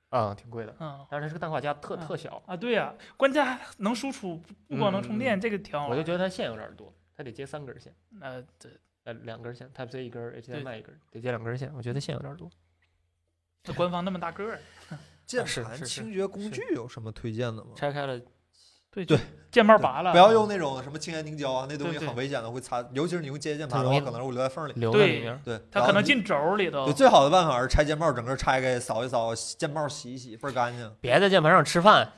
Speaker 3: 啊，挺贵的，
Speaker 2: 嗯
Speaker 3: 但是它是个氮化镓，特
Speaker 2: 啊
Speaker 3: 特小，
Speaker 2: 啊对呀、关键还能输出，不光能充
Speaker 1: 嗯
Speaker 2: 电，这个挺好
Speaker 3: 我就
Speaker 2: 玩。
Speaker 3: 觉得它线有点多，它得接三根线，
Speaker 2: 呃，对，
Speaker 3: 呃，两根线 Type C 一根儿，HDMI 一根儿，得接两根线，我觉得线有点多。
Speaker 2: 这官方那么大个 儿，
Speaker 1: 键
Speaker 3: 是
Speaker 1: 盘
Speaker 3: 是是
Speaker 1: 清洁工具有什么推荐的吗？
Speaker 3: 拆开了，
Speaker 2: 对
Speaker 1: 对，
Speaker 2: 键帽
Speaker 1: 对
Speaker 2: 拔了，啊
Speaker 1: 不要用那种什么轻粘凝胶啊，那东西
Speaker 2: 对对
Speaker 1: 很危险的，会擦，尤其是你用接键
Speaker 3: 它
Speaker 1: 盘的
Speaker 3: 容
Speaker 1: 话，
Speaker 3: 易
Speaker 1: 可能会留在缝儿里。
Speaker 3: 留在里
Speaker 2: 对
Speaker 3: 面。
Speaker 1: 对，
Speaker 2: 它
Speaker 1: 然
Speaker 2: 可
Speaker 1: 后
Speaker 2: 能
Speaker 1: 你
Speaker 2: 进轴里头
Speaker 1: 对，。最好的办法是拆键帽，整个拆开扫一扫，键帽洗一洗，倍儿干净。
Speaker 3: 别在键盘上吃饭，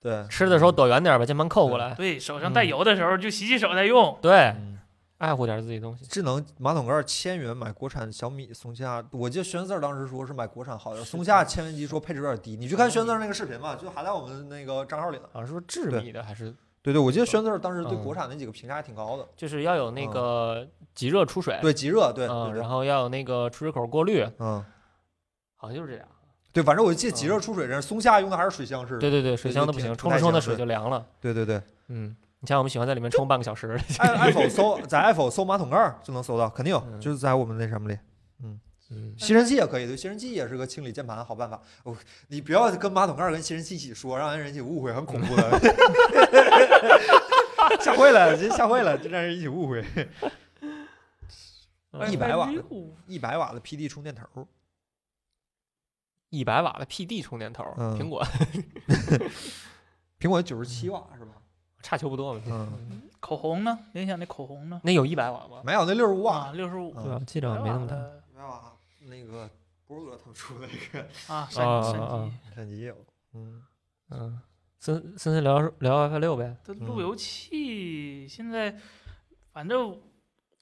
Speaker 1: 对，
Speaker 3: 吃的时候躲远点儿，把键盘扣过
Speaker 1: 对
Speaker 3: 来。
Speaker 2: 对手上带油的时候就洗洗手再用，
Speaker 3: 对，
Speaker 1: 嗯
Speaker 3: 爱护点儿自己东西。
Speaker 1: 智能马桶盖儿千元买国产小米松下，我记得轩 Sir 当时说是买国产好点儿，松下千元机说配置有点低。你去看轩 Sir 那个视频嘛，就还在我们那个账号里呢。
Speaker 3: 好像是不是致
Speaker 1: 对
Speaker 3: 密的，还是
Speaker 1: 对对，我记得轩 Sir 当时对
Speaker 3: 嗯
Speaker 1: 国产那几个评价还挺高的。
Speaker 3: 就是要有那个极热出水，
Speaker 1: 对，极热，对
Speaker 3: 嗯，
Speaker 1: 对对
Speaker 3: 然，后要有那个出水口过滤，
Speaker 1: 嗯，
Speaker 3: 好像就是这样。
Speaker 1: 对，反正我记得极热出水这松下用的还是水箱式的。
Speaker 3: 对对对，水
Speaker 1: 对
Speaker 3: 箱
Speaker 1: 就
Speaker 3: 都不
Speaker 1: 挺
Speaker 3: 行，
Speaker 1: 不
Speaker 3: 冲
Speaker 1: 太
Speaker 3: 着冲着
Speaker 1: 行
Speaker 3: 水
Speaker 1: 对
Speaker 3: 就凉了。
Speaker 1: 对对对，
Speaker 3: 嗯，你像我们喜欢在里面冲半个小时，
Speaker 1: 哎爱 iPhone 搜，在 iPhone 搜马桶盖儿就能搜到，肯定有，
Speaker 3: 嗯
Speaker 1: 就是在我们那什么里。
Speaker 3: 嗯，
Speaker 1: 吸尘器也可以，对，吸尘器也是个清理键盘的好办法。我、你不要跟马桶盖儿跟吸尘器一起说，让人起误会，很恐怖的。 吓坏了，这吓坏了，这让人一起误会。
Speaker 3: 嗯
Speaker 1: 一百瓦
Speaker 2: 六
Speaker 1: 一百瓦的 PD 充电头儿，
Speaker 3: 一百瓦的 PD 充电头，
Speaker 1: 嗯
Speaker 3: 苹果
Speaker 1: 苹果九十七瓦是吧？
Speaker 3: 差球不多嘛。
Speaker 1: 嗯，
Speaker 2: 口红呢？联想那口红呢？
Speaker 3: 那有一百瓦吗？
Speaker 1: 没有那六十五瓦，
Speaker 2: 啊，六十五，
Speaker 1: 嗯
Speaker 3: 对吧？记得好像没那么大。
Speaker 1: 一百瓦那个波哥他们出的那个
Speaker 2: 啊，闪
Speaker 3: 啊
Speaker 2: 闪
Speaker 3: 啊啊
Speaker 2: 机，
Speaker 1: 闪机也有，嗯，
Speaker 3: 嗯，森森森聊聊 WiFi 六呗。
Speaker 2: 这
Speaker 1: 嗯
Speaker 2: 路由器现在，反正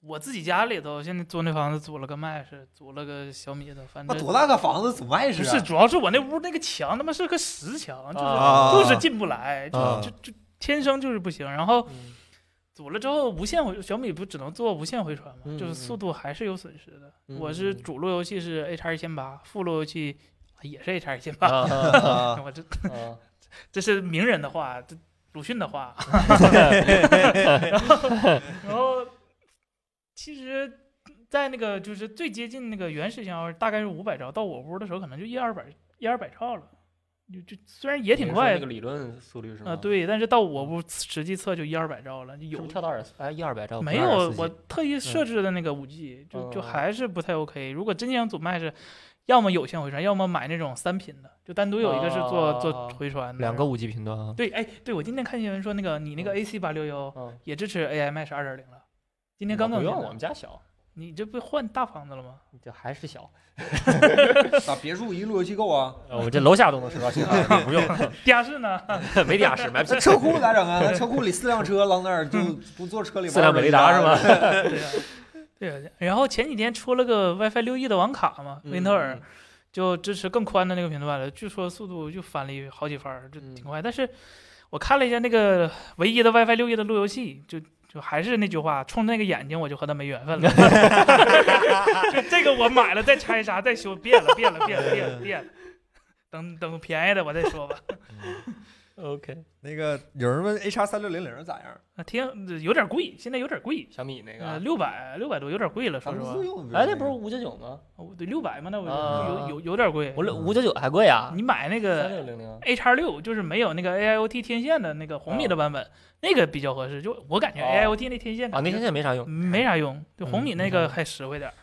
Speaker 2: 我自己家里头现在租那房子租了个麦是租了个小米的，反
Speaker 1: 那
Speaker 2: 正
Speaker 1: 多大个房子怎么卖
Speaker 2: 不
Speaker 1: 是
Speaker 2: 是，
Speaker 1: 啊？
Speaker 2: 主要是我那屋那个墙他妈是个实墙，就是、
Speaker 3: 啊
Speaker 2: 就是进不来，就、
Speaker 1: 啊
Speaker 2: 就就天生就是不行。然后
Speaker 3: 嗯
Speaker 2: 组了之后无线回，小米不只能做无线回传吗？
Speaker 3: 嗯
Speaker 2: 就是速度还是有损失的。我是
Speaker 3: 嗯嗯
Speaker 2: 主路由器是 H 一千八，副路由器也是 H 一千八。
Speaker 3: 啊
Speaker 1: 啊
Speaker 2: 我这
Speaker 3: 啊
Speaker 2: 这是名人的话，这鲁迅的话。然后，其实，在那个就是最接近那个原始信号，大概是五百兆，到我屋的时候可能就一二百一二百兆了。就就虽然也挺
Speaker 3: 你是说
Speaker 2: 快
Speaker 3: 那
Speaker 2: 的
Speaker 3: 个理论速率是
Speaker 2: 啊、
Speaker 3: 吗？，
Speaker 2: 对，但是到我不实际测就一二百兆了，有
Speaker 3: 有跳到二哎一二百兆，
Speaker 2: 没
Speaker 3: 不是
Speaker 2: 有，
Speaker 3: 240
Speaker 2: 我特意设置的那个五 G 就就
Speaker 3: 哦
Speaker 2: 还是不太 OK。如果真想组麦是，要么有线回传，要么买那种三频的，就单独有一个是做做
Speaker 3: 哦
Speaker 2: 回传的。
Speaker 3: 两个五 G 频段啊。
Speaker 2: 对，哎，对我今天看新闻说那个你那个 AC 八六幺
Speaker 3: 嗯，
Speaker 2: 也支持 AMS 二点零了，今
Speaker 3: 那
Speaker 2: 天刚更
Speaker 3: 嗯不
Speaker 2: 新
Speaker 3: 用，
Speaker 2: 的
Speaker 3: 我们家小，
Speaker 2: 你这不换大房子了吗？
Speaker 3: 这还是 小，
Speaker 1: 把别墅一路由器购啊，
Speaker 3: 呃我这楼下都能吃到信号， 不用，
Speaker 2: 地下室呢？
Speaker 3: 没地下室，买不起
Speaker 1: 那。车库咋整啊？ 那车库里四辆车扔那儿，就不坐车里玩儿了。
Speaker 3: 嗯四辆美利达是吗？
Speaker 2: 对啊，对啊。然后前几天出了个 WiFi 六 E 的网卡嘛，
Speaker 3: 嗯
Speaker 2: 英特尔就支持更宽的那个频段了，据说速度就翻了一好几番儿，就挺
Speaker 3: 嗯
Speaker 2: 快。但是我看了一下那个唯一的 WiFi 六 E 的路由器，就就还是那句话，冲着那个眼睛我就和他没缘分了。 就这个我买了再拆啥再修，别了别了别了别了别了，等等便宜的我再说吧。
Speaker 3: OK，
Speaker 1: 那个有人问 A 叉三六零零咋样？
Speaker 2: 啊挺有点贵，现在有点贵。
Speaker 3: 小米那个
Speaker 2: 呃，
Speaker 3: 啊，
Speaker 2: 六百六百多有点贵了，说
Speaker 1: 咱
Speaker 2: 实
Speaker 1: 们
Speaker 2: 话
Speaker 1: 自。用
Speaker 3: 哎，那不是五九九吗？
Speaker 2: 哦，对，六百嘛，那我
Speaker 3: 啊
Speaker 2: 有有有点贵。
Speaker 3: 我六五九九还贵啊，
Speaker 2: 你买那
Speaker 3: 三
Speaker 2: 个
Speaker 3: 六零啊零。
Speaker 2: A 叉六，就是没有那个 AIoT 天线的那个红米的版本，那个比较合适。就我感觉
Speaker 3: 啊哦
Speaker 2: AIoT 那天线
Speaker 3: 啊，那天线没啥用。
Speaker 2: 没啥用，对红米
Speaker 3: 嗯
Speaker 2: 那
Speaker 3: 没啥
Speaker 2: 个
Speaker 3: 用
Speaker 2: 还实惠点儿。
Speaker 3: 嗯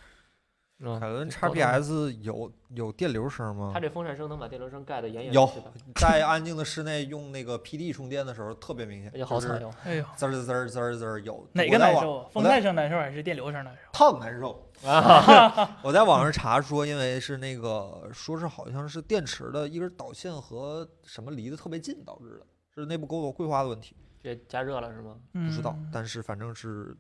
Speaker 1: 凯伦
Speaker 3: 就
Speaker 1: x
Speaker 3: 高
Speaker 1: P
Speaker 3: 端
Speaker 1: S 有有电流声吗
Speaker 3: 它？这风扇声能把电流声盖得严严
Speaker 1: 有
Speaker 3: 实实的，
Speaker 1: 在安静的室内用那个 PD 充电的时候特别明显，
Speaker 3: 哎呀，好
Speaker 1: 就
Speaker 3: 惨
Speaker 1: 是
Speaker 3: 哟！
Speaker 2: 哎呦，
Speaker 1: 滋儿滋儿滋儿滋儿有。
Speaker 2: 哪
Speaker 1: 我
Speaker 2: 个
Speaker 1: 在
Speaker 2: 难
Speaker 1: 网
Speaker 2: 受啊？
Speaker 1: 我
Speaker 2: 风
Speaker 1: 在
Speaker 2: 扇声难受还是电流声难受？
Speaker 1: 烫难受。
Speaker 3: 啊，
Speaker 1: 我在网上查说，因为是那个说是好像是电池的一根导线和什么离得特别近导致的，是内部构造规划的问题，
Speaker 3: 这加热了是吗
Speaker 2: 嗯，
Speaker 1: 不知 道，但是反正是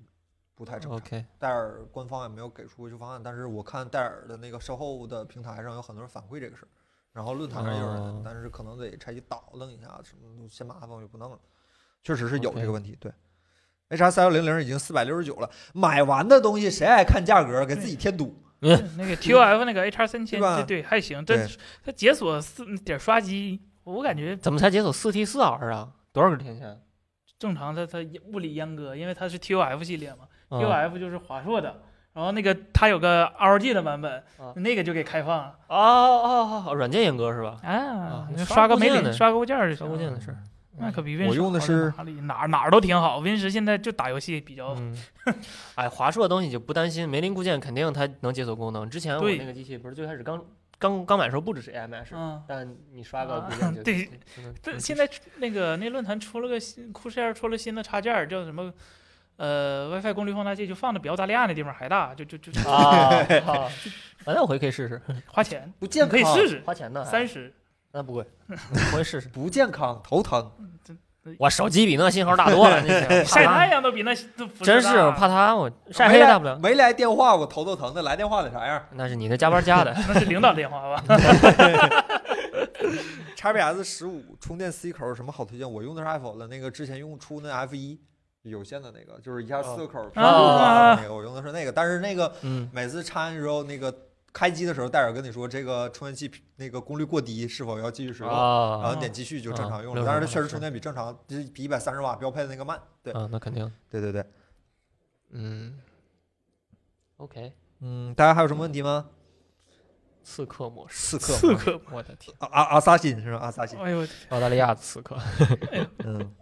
Speaker 1: 不太正常。
Speaker 3: ？OK，
Speaker 1: 戴尔官方也没有给出维修方案，但是我看戴尔的那个售后的平台上有很多人反馈这个事儿，然后论坛上也有人，
Speaker 3: 哦
Speaker 1: 但是可能得拆机倒楞一下，什么都嫌麻烦我就不弄了。确实是有
Speaker 3: OK
Speaker 1: 这个问题，对。H R 三幺零零已经四百六十九了，买完的东西谁爱看价格，给自己添堵。
Speaker 2: 对那个 TOF 那个 A 叉三千，
Speaker 1: 对吧
Speaker 2: 对对还行，但
Speaker 1: 对
Speaker 2: 是它解锁四嗯点刷机，我感觉
Speaker 3: 怎么才解锁四 T 四 R 啊？多少根天线？
Speaker 2: 正常它它物理阉割，因为它是 TOF 系列嘛。
Speaker 3: 嗯
Speaker 2: TOF 就是华硕的，然后那个它有个 ROG 的版本，
Speaker 3: 啊
Speaker 2: 那个就给开放了
Speaker 3: 哦哦哦，软件阉割是吧？
Speaker 2: 啊
Speaker 3: 那
Speaker 2: 刷
Speaker 3: 刷
Speaker 2: 个
Speaker 3: 个
Speaker 2: 梅
Speaker 3: 固件
Speaker 2: 林，
Speaker 3: 呢
Speaker 2: 刷个固件儿就
Speaker 3: 刷
Speaker 2: 行
Speaker 3: 固件嗯
Speaker 2: 了。
Speaker 3: 的事儿。
Speaker 2: 那可比 Win
Speaker 1: 我用的是
Speaker 2: 哪里哪儿哪儿都挺好，Win 十现在就打游戏比较
Speaker 3: 嗯， 哎，华硕的东西就不担心，梅林固件肯定它能解锁功能。之前我
Speaker 2: 对
Speaker 3: 那个机器不是最开始刚刚刚买的时候不支持 AMS，
Speaker 2: 嗯。
Speaker 3: 但你刷个
Speaker 2: 啊
Speaker 3: 固件就
Speaker 2: 对
Speaker 3: 就能
Speaker 2: 但
Speaker 3: 能
Speaker 2: 现
Speaker 3: 支
Speaker 2: 在那个那论坛出了个新酷 share 出了新的插件儿，叫什么？呃，WiFi 功率放大器就放的比澳大利亚那地方还大，就就就
Speaker 3: 持啊，好啊那我回去可以试试，
Speaker 2: 花钱，
Speaker 1: 不
Speaker 2: 你
Speaker 1: 健
Speaker 2: 可以
Speaker 1: 康，
Speaker 2: 试试，
Speaker 3: 花钱呢，
Speaker 2: 三
Speaker 3: 十
Speaker 2: 十。
Speaker 3: 那 不贵，我回去试试。
Speaker 1: 不健康，头疼。
Speaker 3: 我手机比那信号大多了，你 想
Speaker 2: 晒
Speaker 3: 怕它
Speaker 2: 太阳都比那都辐射
Speaker 3: 真是
Speaker 2: 大
Speaker 3: 我怕它我晒黑
Speaker 1: 没
Speaker 3: 也
Speaker 1: 来
Speaker 3: 大不了。
Speaker 1: 没来电话我头都疼的，来电话得啥样
Speaker 3: 那是你的加 班加的，
Speaker 2: 那是领导电话 吧？
Speaker 1: ？x P S 十五充电 C 口有什么好推荐？我用的是 iPhone 的那个，之前用出那 F 一有线的那个，就是一下四个口
Speaker 2: 啊
Speaker 1: 啊那个，我用的是那个，但是那个
Speaker 3: 嗯，
Speaker 1: 每次插完之后，那个开机的时候，戴尔跟你说这个充电器频那个功率过低，是否要继续使用？然
Speaker 3: 啊
Speaker 1: 后点继续就正常用了。
Speaker 3: 啊
Speaker 1: 但是它
Speaker 3: 60
Speaker 1: 确实充电比正常，就是比一百三十瓦标配的那个慢。对
Speaker 3: 啊，那肯定，
Speaker 1: 对对对，
Speaker 3: 嗯，OK，
Speaker 1: 嗯，大家还有什么问题吗？
Speaker 3: 刺客模
Speaker 1: 刺
Speaker 3: 式，
Speaker 1: 客
Speaker 2: 刺
Speaker 1: 吗
Speaker 2: 客，
Speaker 3: 我的天，
Speaker 1: 啊阿阿萨辛是吧？阿萨辛，
Speaker 2: 哎呦我
Speaker 3: 澳大利亚刺客
Speaker 1: 嗯，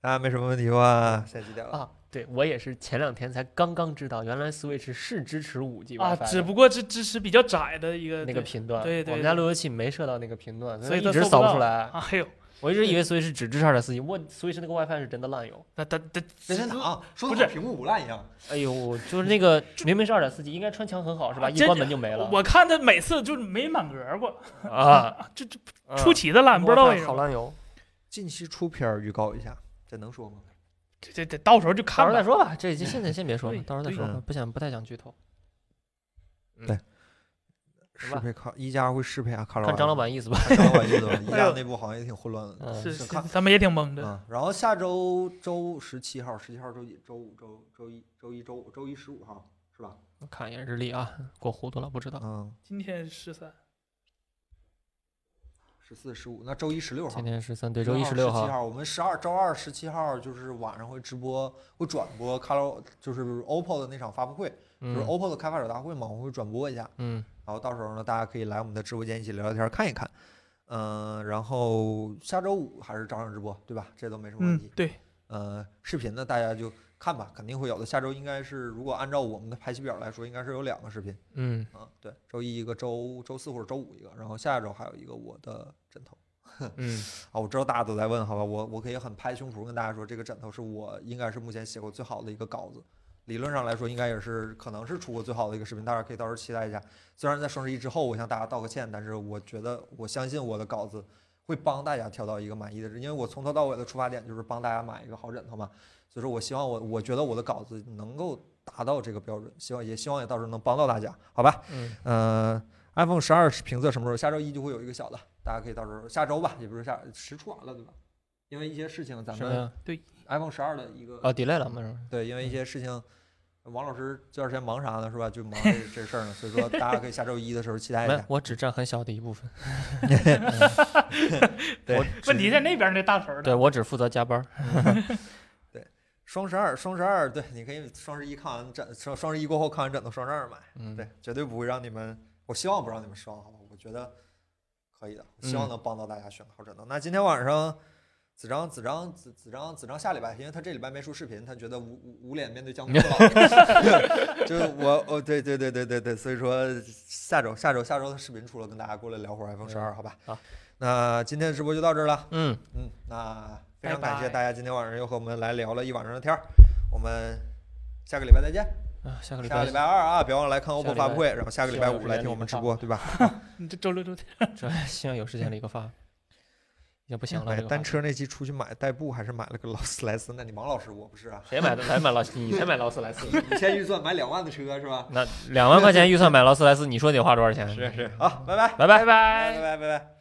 Speaker 1: 大家没什么问题吧？现在几点了？
Speaker 3: 啊，对我也是前两天才刚刚知道，原来 Switch 是支持五 G
Speaker 2: 啊，只不过是支持比较窄的一个
Speaker 3: 那个
Speaker 2: 对
Speaker 3: 频段，
Speaker 2: 对对
Speaker 3: 我们家路由器没设到那个频段，
Speaker 2: 所以
Speaker 3: 一
Speaker 2: 它
Speaker 3: 直
Speaker 2: 搜不
Speaker 3: 扫
Speaker 2: 到
Speaker 3: 出来。
Speaker 2: 啊，还有
Speaker 3: 我一直以为 Switch 只支持二点四 G，我 Switch 那个 WiFi 是真的烂哟。
Speaker 2: 那他他
Speaker 1: 任天堂啊说
Speaker 2: 不
Speaker 1: 的
Speaker 2: 是
Speaker 1: 屏幕不烂一样，
Speaker 3: 哎呦，就是那个 明明是二点四 G，应该穿墙很好是吧？
Speaker 2: 啊
Speaker 3: 一
Speaker 2: 这
Speaker 3: 关门就没了
Speaker 2: 我看他每次就是没满格过，
Speaker 3: 啊！
Speaker 2: 这这
Speaker 3: 嗯
Speaker 2: 出奇的烂，不知道为
Speaker 3: WiFi
Speaker 2: 什
Speaker 3: 好
Speaker 2: 么。
Speaker 3: 烂哟。
Speaker 1: 近期出片儿预告一下，这能说吗？
Speaker 2: 这这这到时候就
Speaker 3: 到
Speaker 2: 看
Speaker 3: 时候再
Speaker 2: 吧。
Speaker 3: 说吧，这这现在先别说了
Speaker 2: 对，
Speaker 3: 到时候再
Speaker 2: 对
Speaker 3: 说吧
Speaker 1: 嗯，
Speaker 3: 不想不太想剧透。行
Speaker 1: 适
Speaker 3: 吧
Speaker 1: 配卡一加会适配啊，卡
Speaker 3: 看张老
Speaker 1: 老
Speaker 3: 板意思吧。
Speaker 1: 板，张老板意思吧？一加内部好像也挺混乱的。
Speaker 3: 嗯
Speaker 2: 是
Speaker 1: 是
Speaker 2: 是
Speaker 1: 看，
Speaker 2: 他们也挺懵的。
Speaker 1: 嗯，然后下周周十七号、十七号周几、周五、周周一、周一周五、周一十五号是吧？
Speaker 3: 我看一眼日历啊，过糊涂了，不知道。
Speaker 1: 嗯，
Speaker 2: 今天十三，
Speaker 1: 十四、十五，那周一十六号
Speaker 3: 今。天十三，对，周一十六
Speaker 1: 17号
Speaker 3: 号。
Speaker 1: 我们十二周二十七号就是晚上会直播，会转播 Color 就是 OPPO 的那场发布会，就
Speaker 3: 嗯
Speaker 1: 是 OPPO 的开发者大会嘛，我会转播一下。
Speaker 3: 嗯，
Speaker 1: 然后到时候呢，大家可以来我们的直播间一起聊聊天，看一看。嗯、然后下周五还是照常直播，对吧？这都没什么问
Speaker 2: 嗯
Speaker 1: 题。，
Speaker 2: 对，
Speaker 1: 呃，视频呢，大家就看吧，肯定会有的。下周应该是，如果按照我们的排期表来说，应该是有两个视频
Speaker 3: 嗯，
Speaker 1: 啊。对，周一一个，周周四或者周五一个，然后下周还有一个我的枕头
Speaker 3: 嗯，
Speaker 1: 啊。我知道大家都在问，好吧，我我可以很拍胸脯跟大家说，这个枕头是我应该是目前写过最好的一个稿子。理论上来说，应该也是可能是出过最好的一个视频，大家可以到时候期待一下。虽然在双十一之后，我向大家道个歉，但是我觉得我相信我的稿子会帮大家挑到一个满意的，因为我从头到尾的出发点就是帮大家买一个好枕头嘛。所以说我希望我我觉得我的稿子能够达到这个标准，希望也希望也到时候能帮到大家，好吧？
Speaker 3: 嗯，
Speaker 1: 呃，iPhone 十二评测什么时候？下周一就会有一个小的，大家可以到时候下周吧，也不是下十出完了对吧？因为一些事情，咱
Speaker 3: 什么
Speaker 1: 们
Speaker 3: 呀？
Speaker 1: iPhone 十二的一个
Speaker 3: 哦，delay 了嘛是吧？
Speaker 1: 对，因为一些事情，王老师这段时间忙啥呢？是吧？就忙这这事儿呢，所以说大家可以下周一的时候期待一
Speaker 3: 没有
Speaker 1: 下，。
Speaker 3: 我只占很小的一部分。
Speaker 1: 对
Speaker 3: 我
Speaker 2: 问题在那边那大头儿
Speaker 3: 对
Speaker 2: 呢。
Speaker 3: 我只负责加班儿。
Speaker 1: 双十二，双十二，对，你可以双十一看完枕，双双十一过后看完枕头，双十二买。
Speaker 3: 嗯，
Speaker 1: 对，绝对不会让你们，我希望不让你们失望，好吧？我觉得可以的，希望
Speaker 3: 嗯
Speaker 1: 能帮到大家选个好枕头。那今天晚上，子章、子章、子子章、子章下礼拜，因为他这礼拜没出视频，他觉得无无无脸面对江峰了，就是我，哦，对对对对对对，所以说下周下周下周的视频出了，跟大家过来聊会儿 iPhone 十嗯二，好吧？
Speaker 3: 好，
Speaker 1: 那今天的直播就到这儿了，
Speaker 3: 嗯，
Speaker 1: 嗯，那非
Speaker 2: 拜
Speaker 1: 常感谢
Speaker 2: 拜
Speaker 1: 大家今天晚上又和我们来聊了一晚上的天儿，我们下个礼拜再见。
Speaker 3: 啊，下个礼
Speaker 1: 下个
Speaker 3: 拜
Speaker 1: 礼拜二啊，别忘了来看
Speaker 3: 下
Speaker 1: OPPO
Speaker 3: 礼
Speaker 1: 发
Speaker 3: 拜
Speaker 1: 布会，然后下个礼拜五来听我们直播，对吧？
Speaker 2: 你嗯这周六周天
Speaker 3: 这希望有时间理个发，已经不行了。
Speaker 1: 买
Speaker 3: 这个
Speaker 1: 哎单
Speaker 3: 发
Speaker 1: 车那期出去买代步，还是买了个劳斯莱斯？那你王老师我不是 啊，
Speaker 3: 谁买的？来买劳斯，你才买劳斯莱斯。
Speaker 1: 五千预算买两万的车是吧？
Speaker 3: 那两万块钱预算买劳斯莱斯，你说得花多少钱？
Speaker 1: 是，好，拜拜，
Speaker 3: 拜拜。
Speaker 2: 拜拜
Speaker 1: 拜拜拜拜。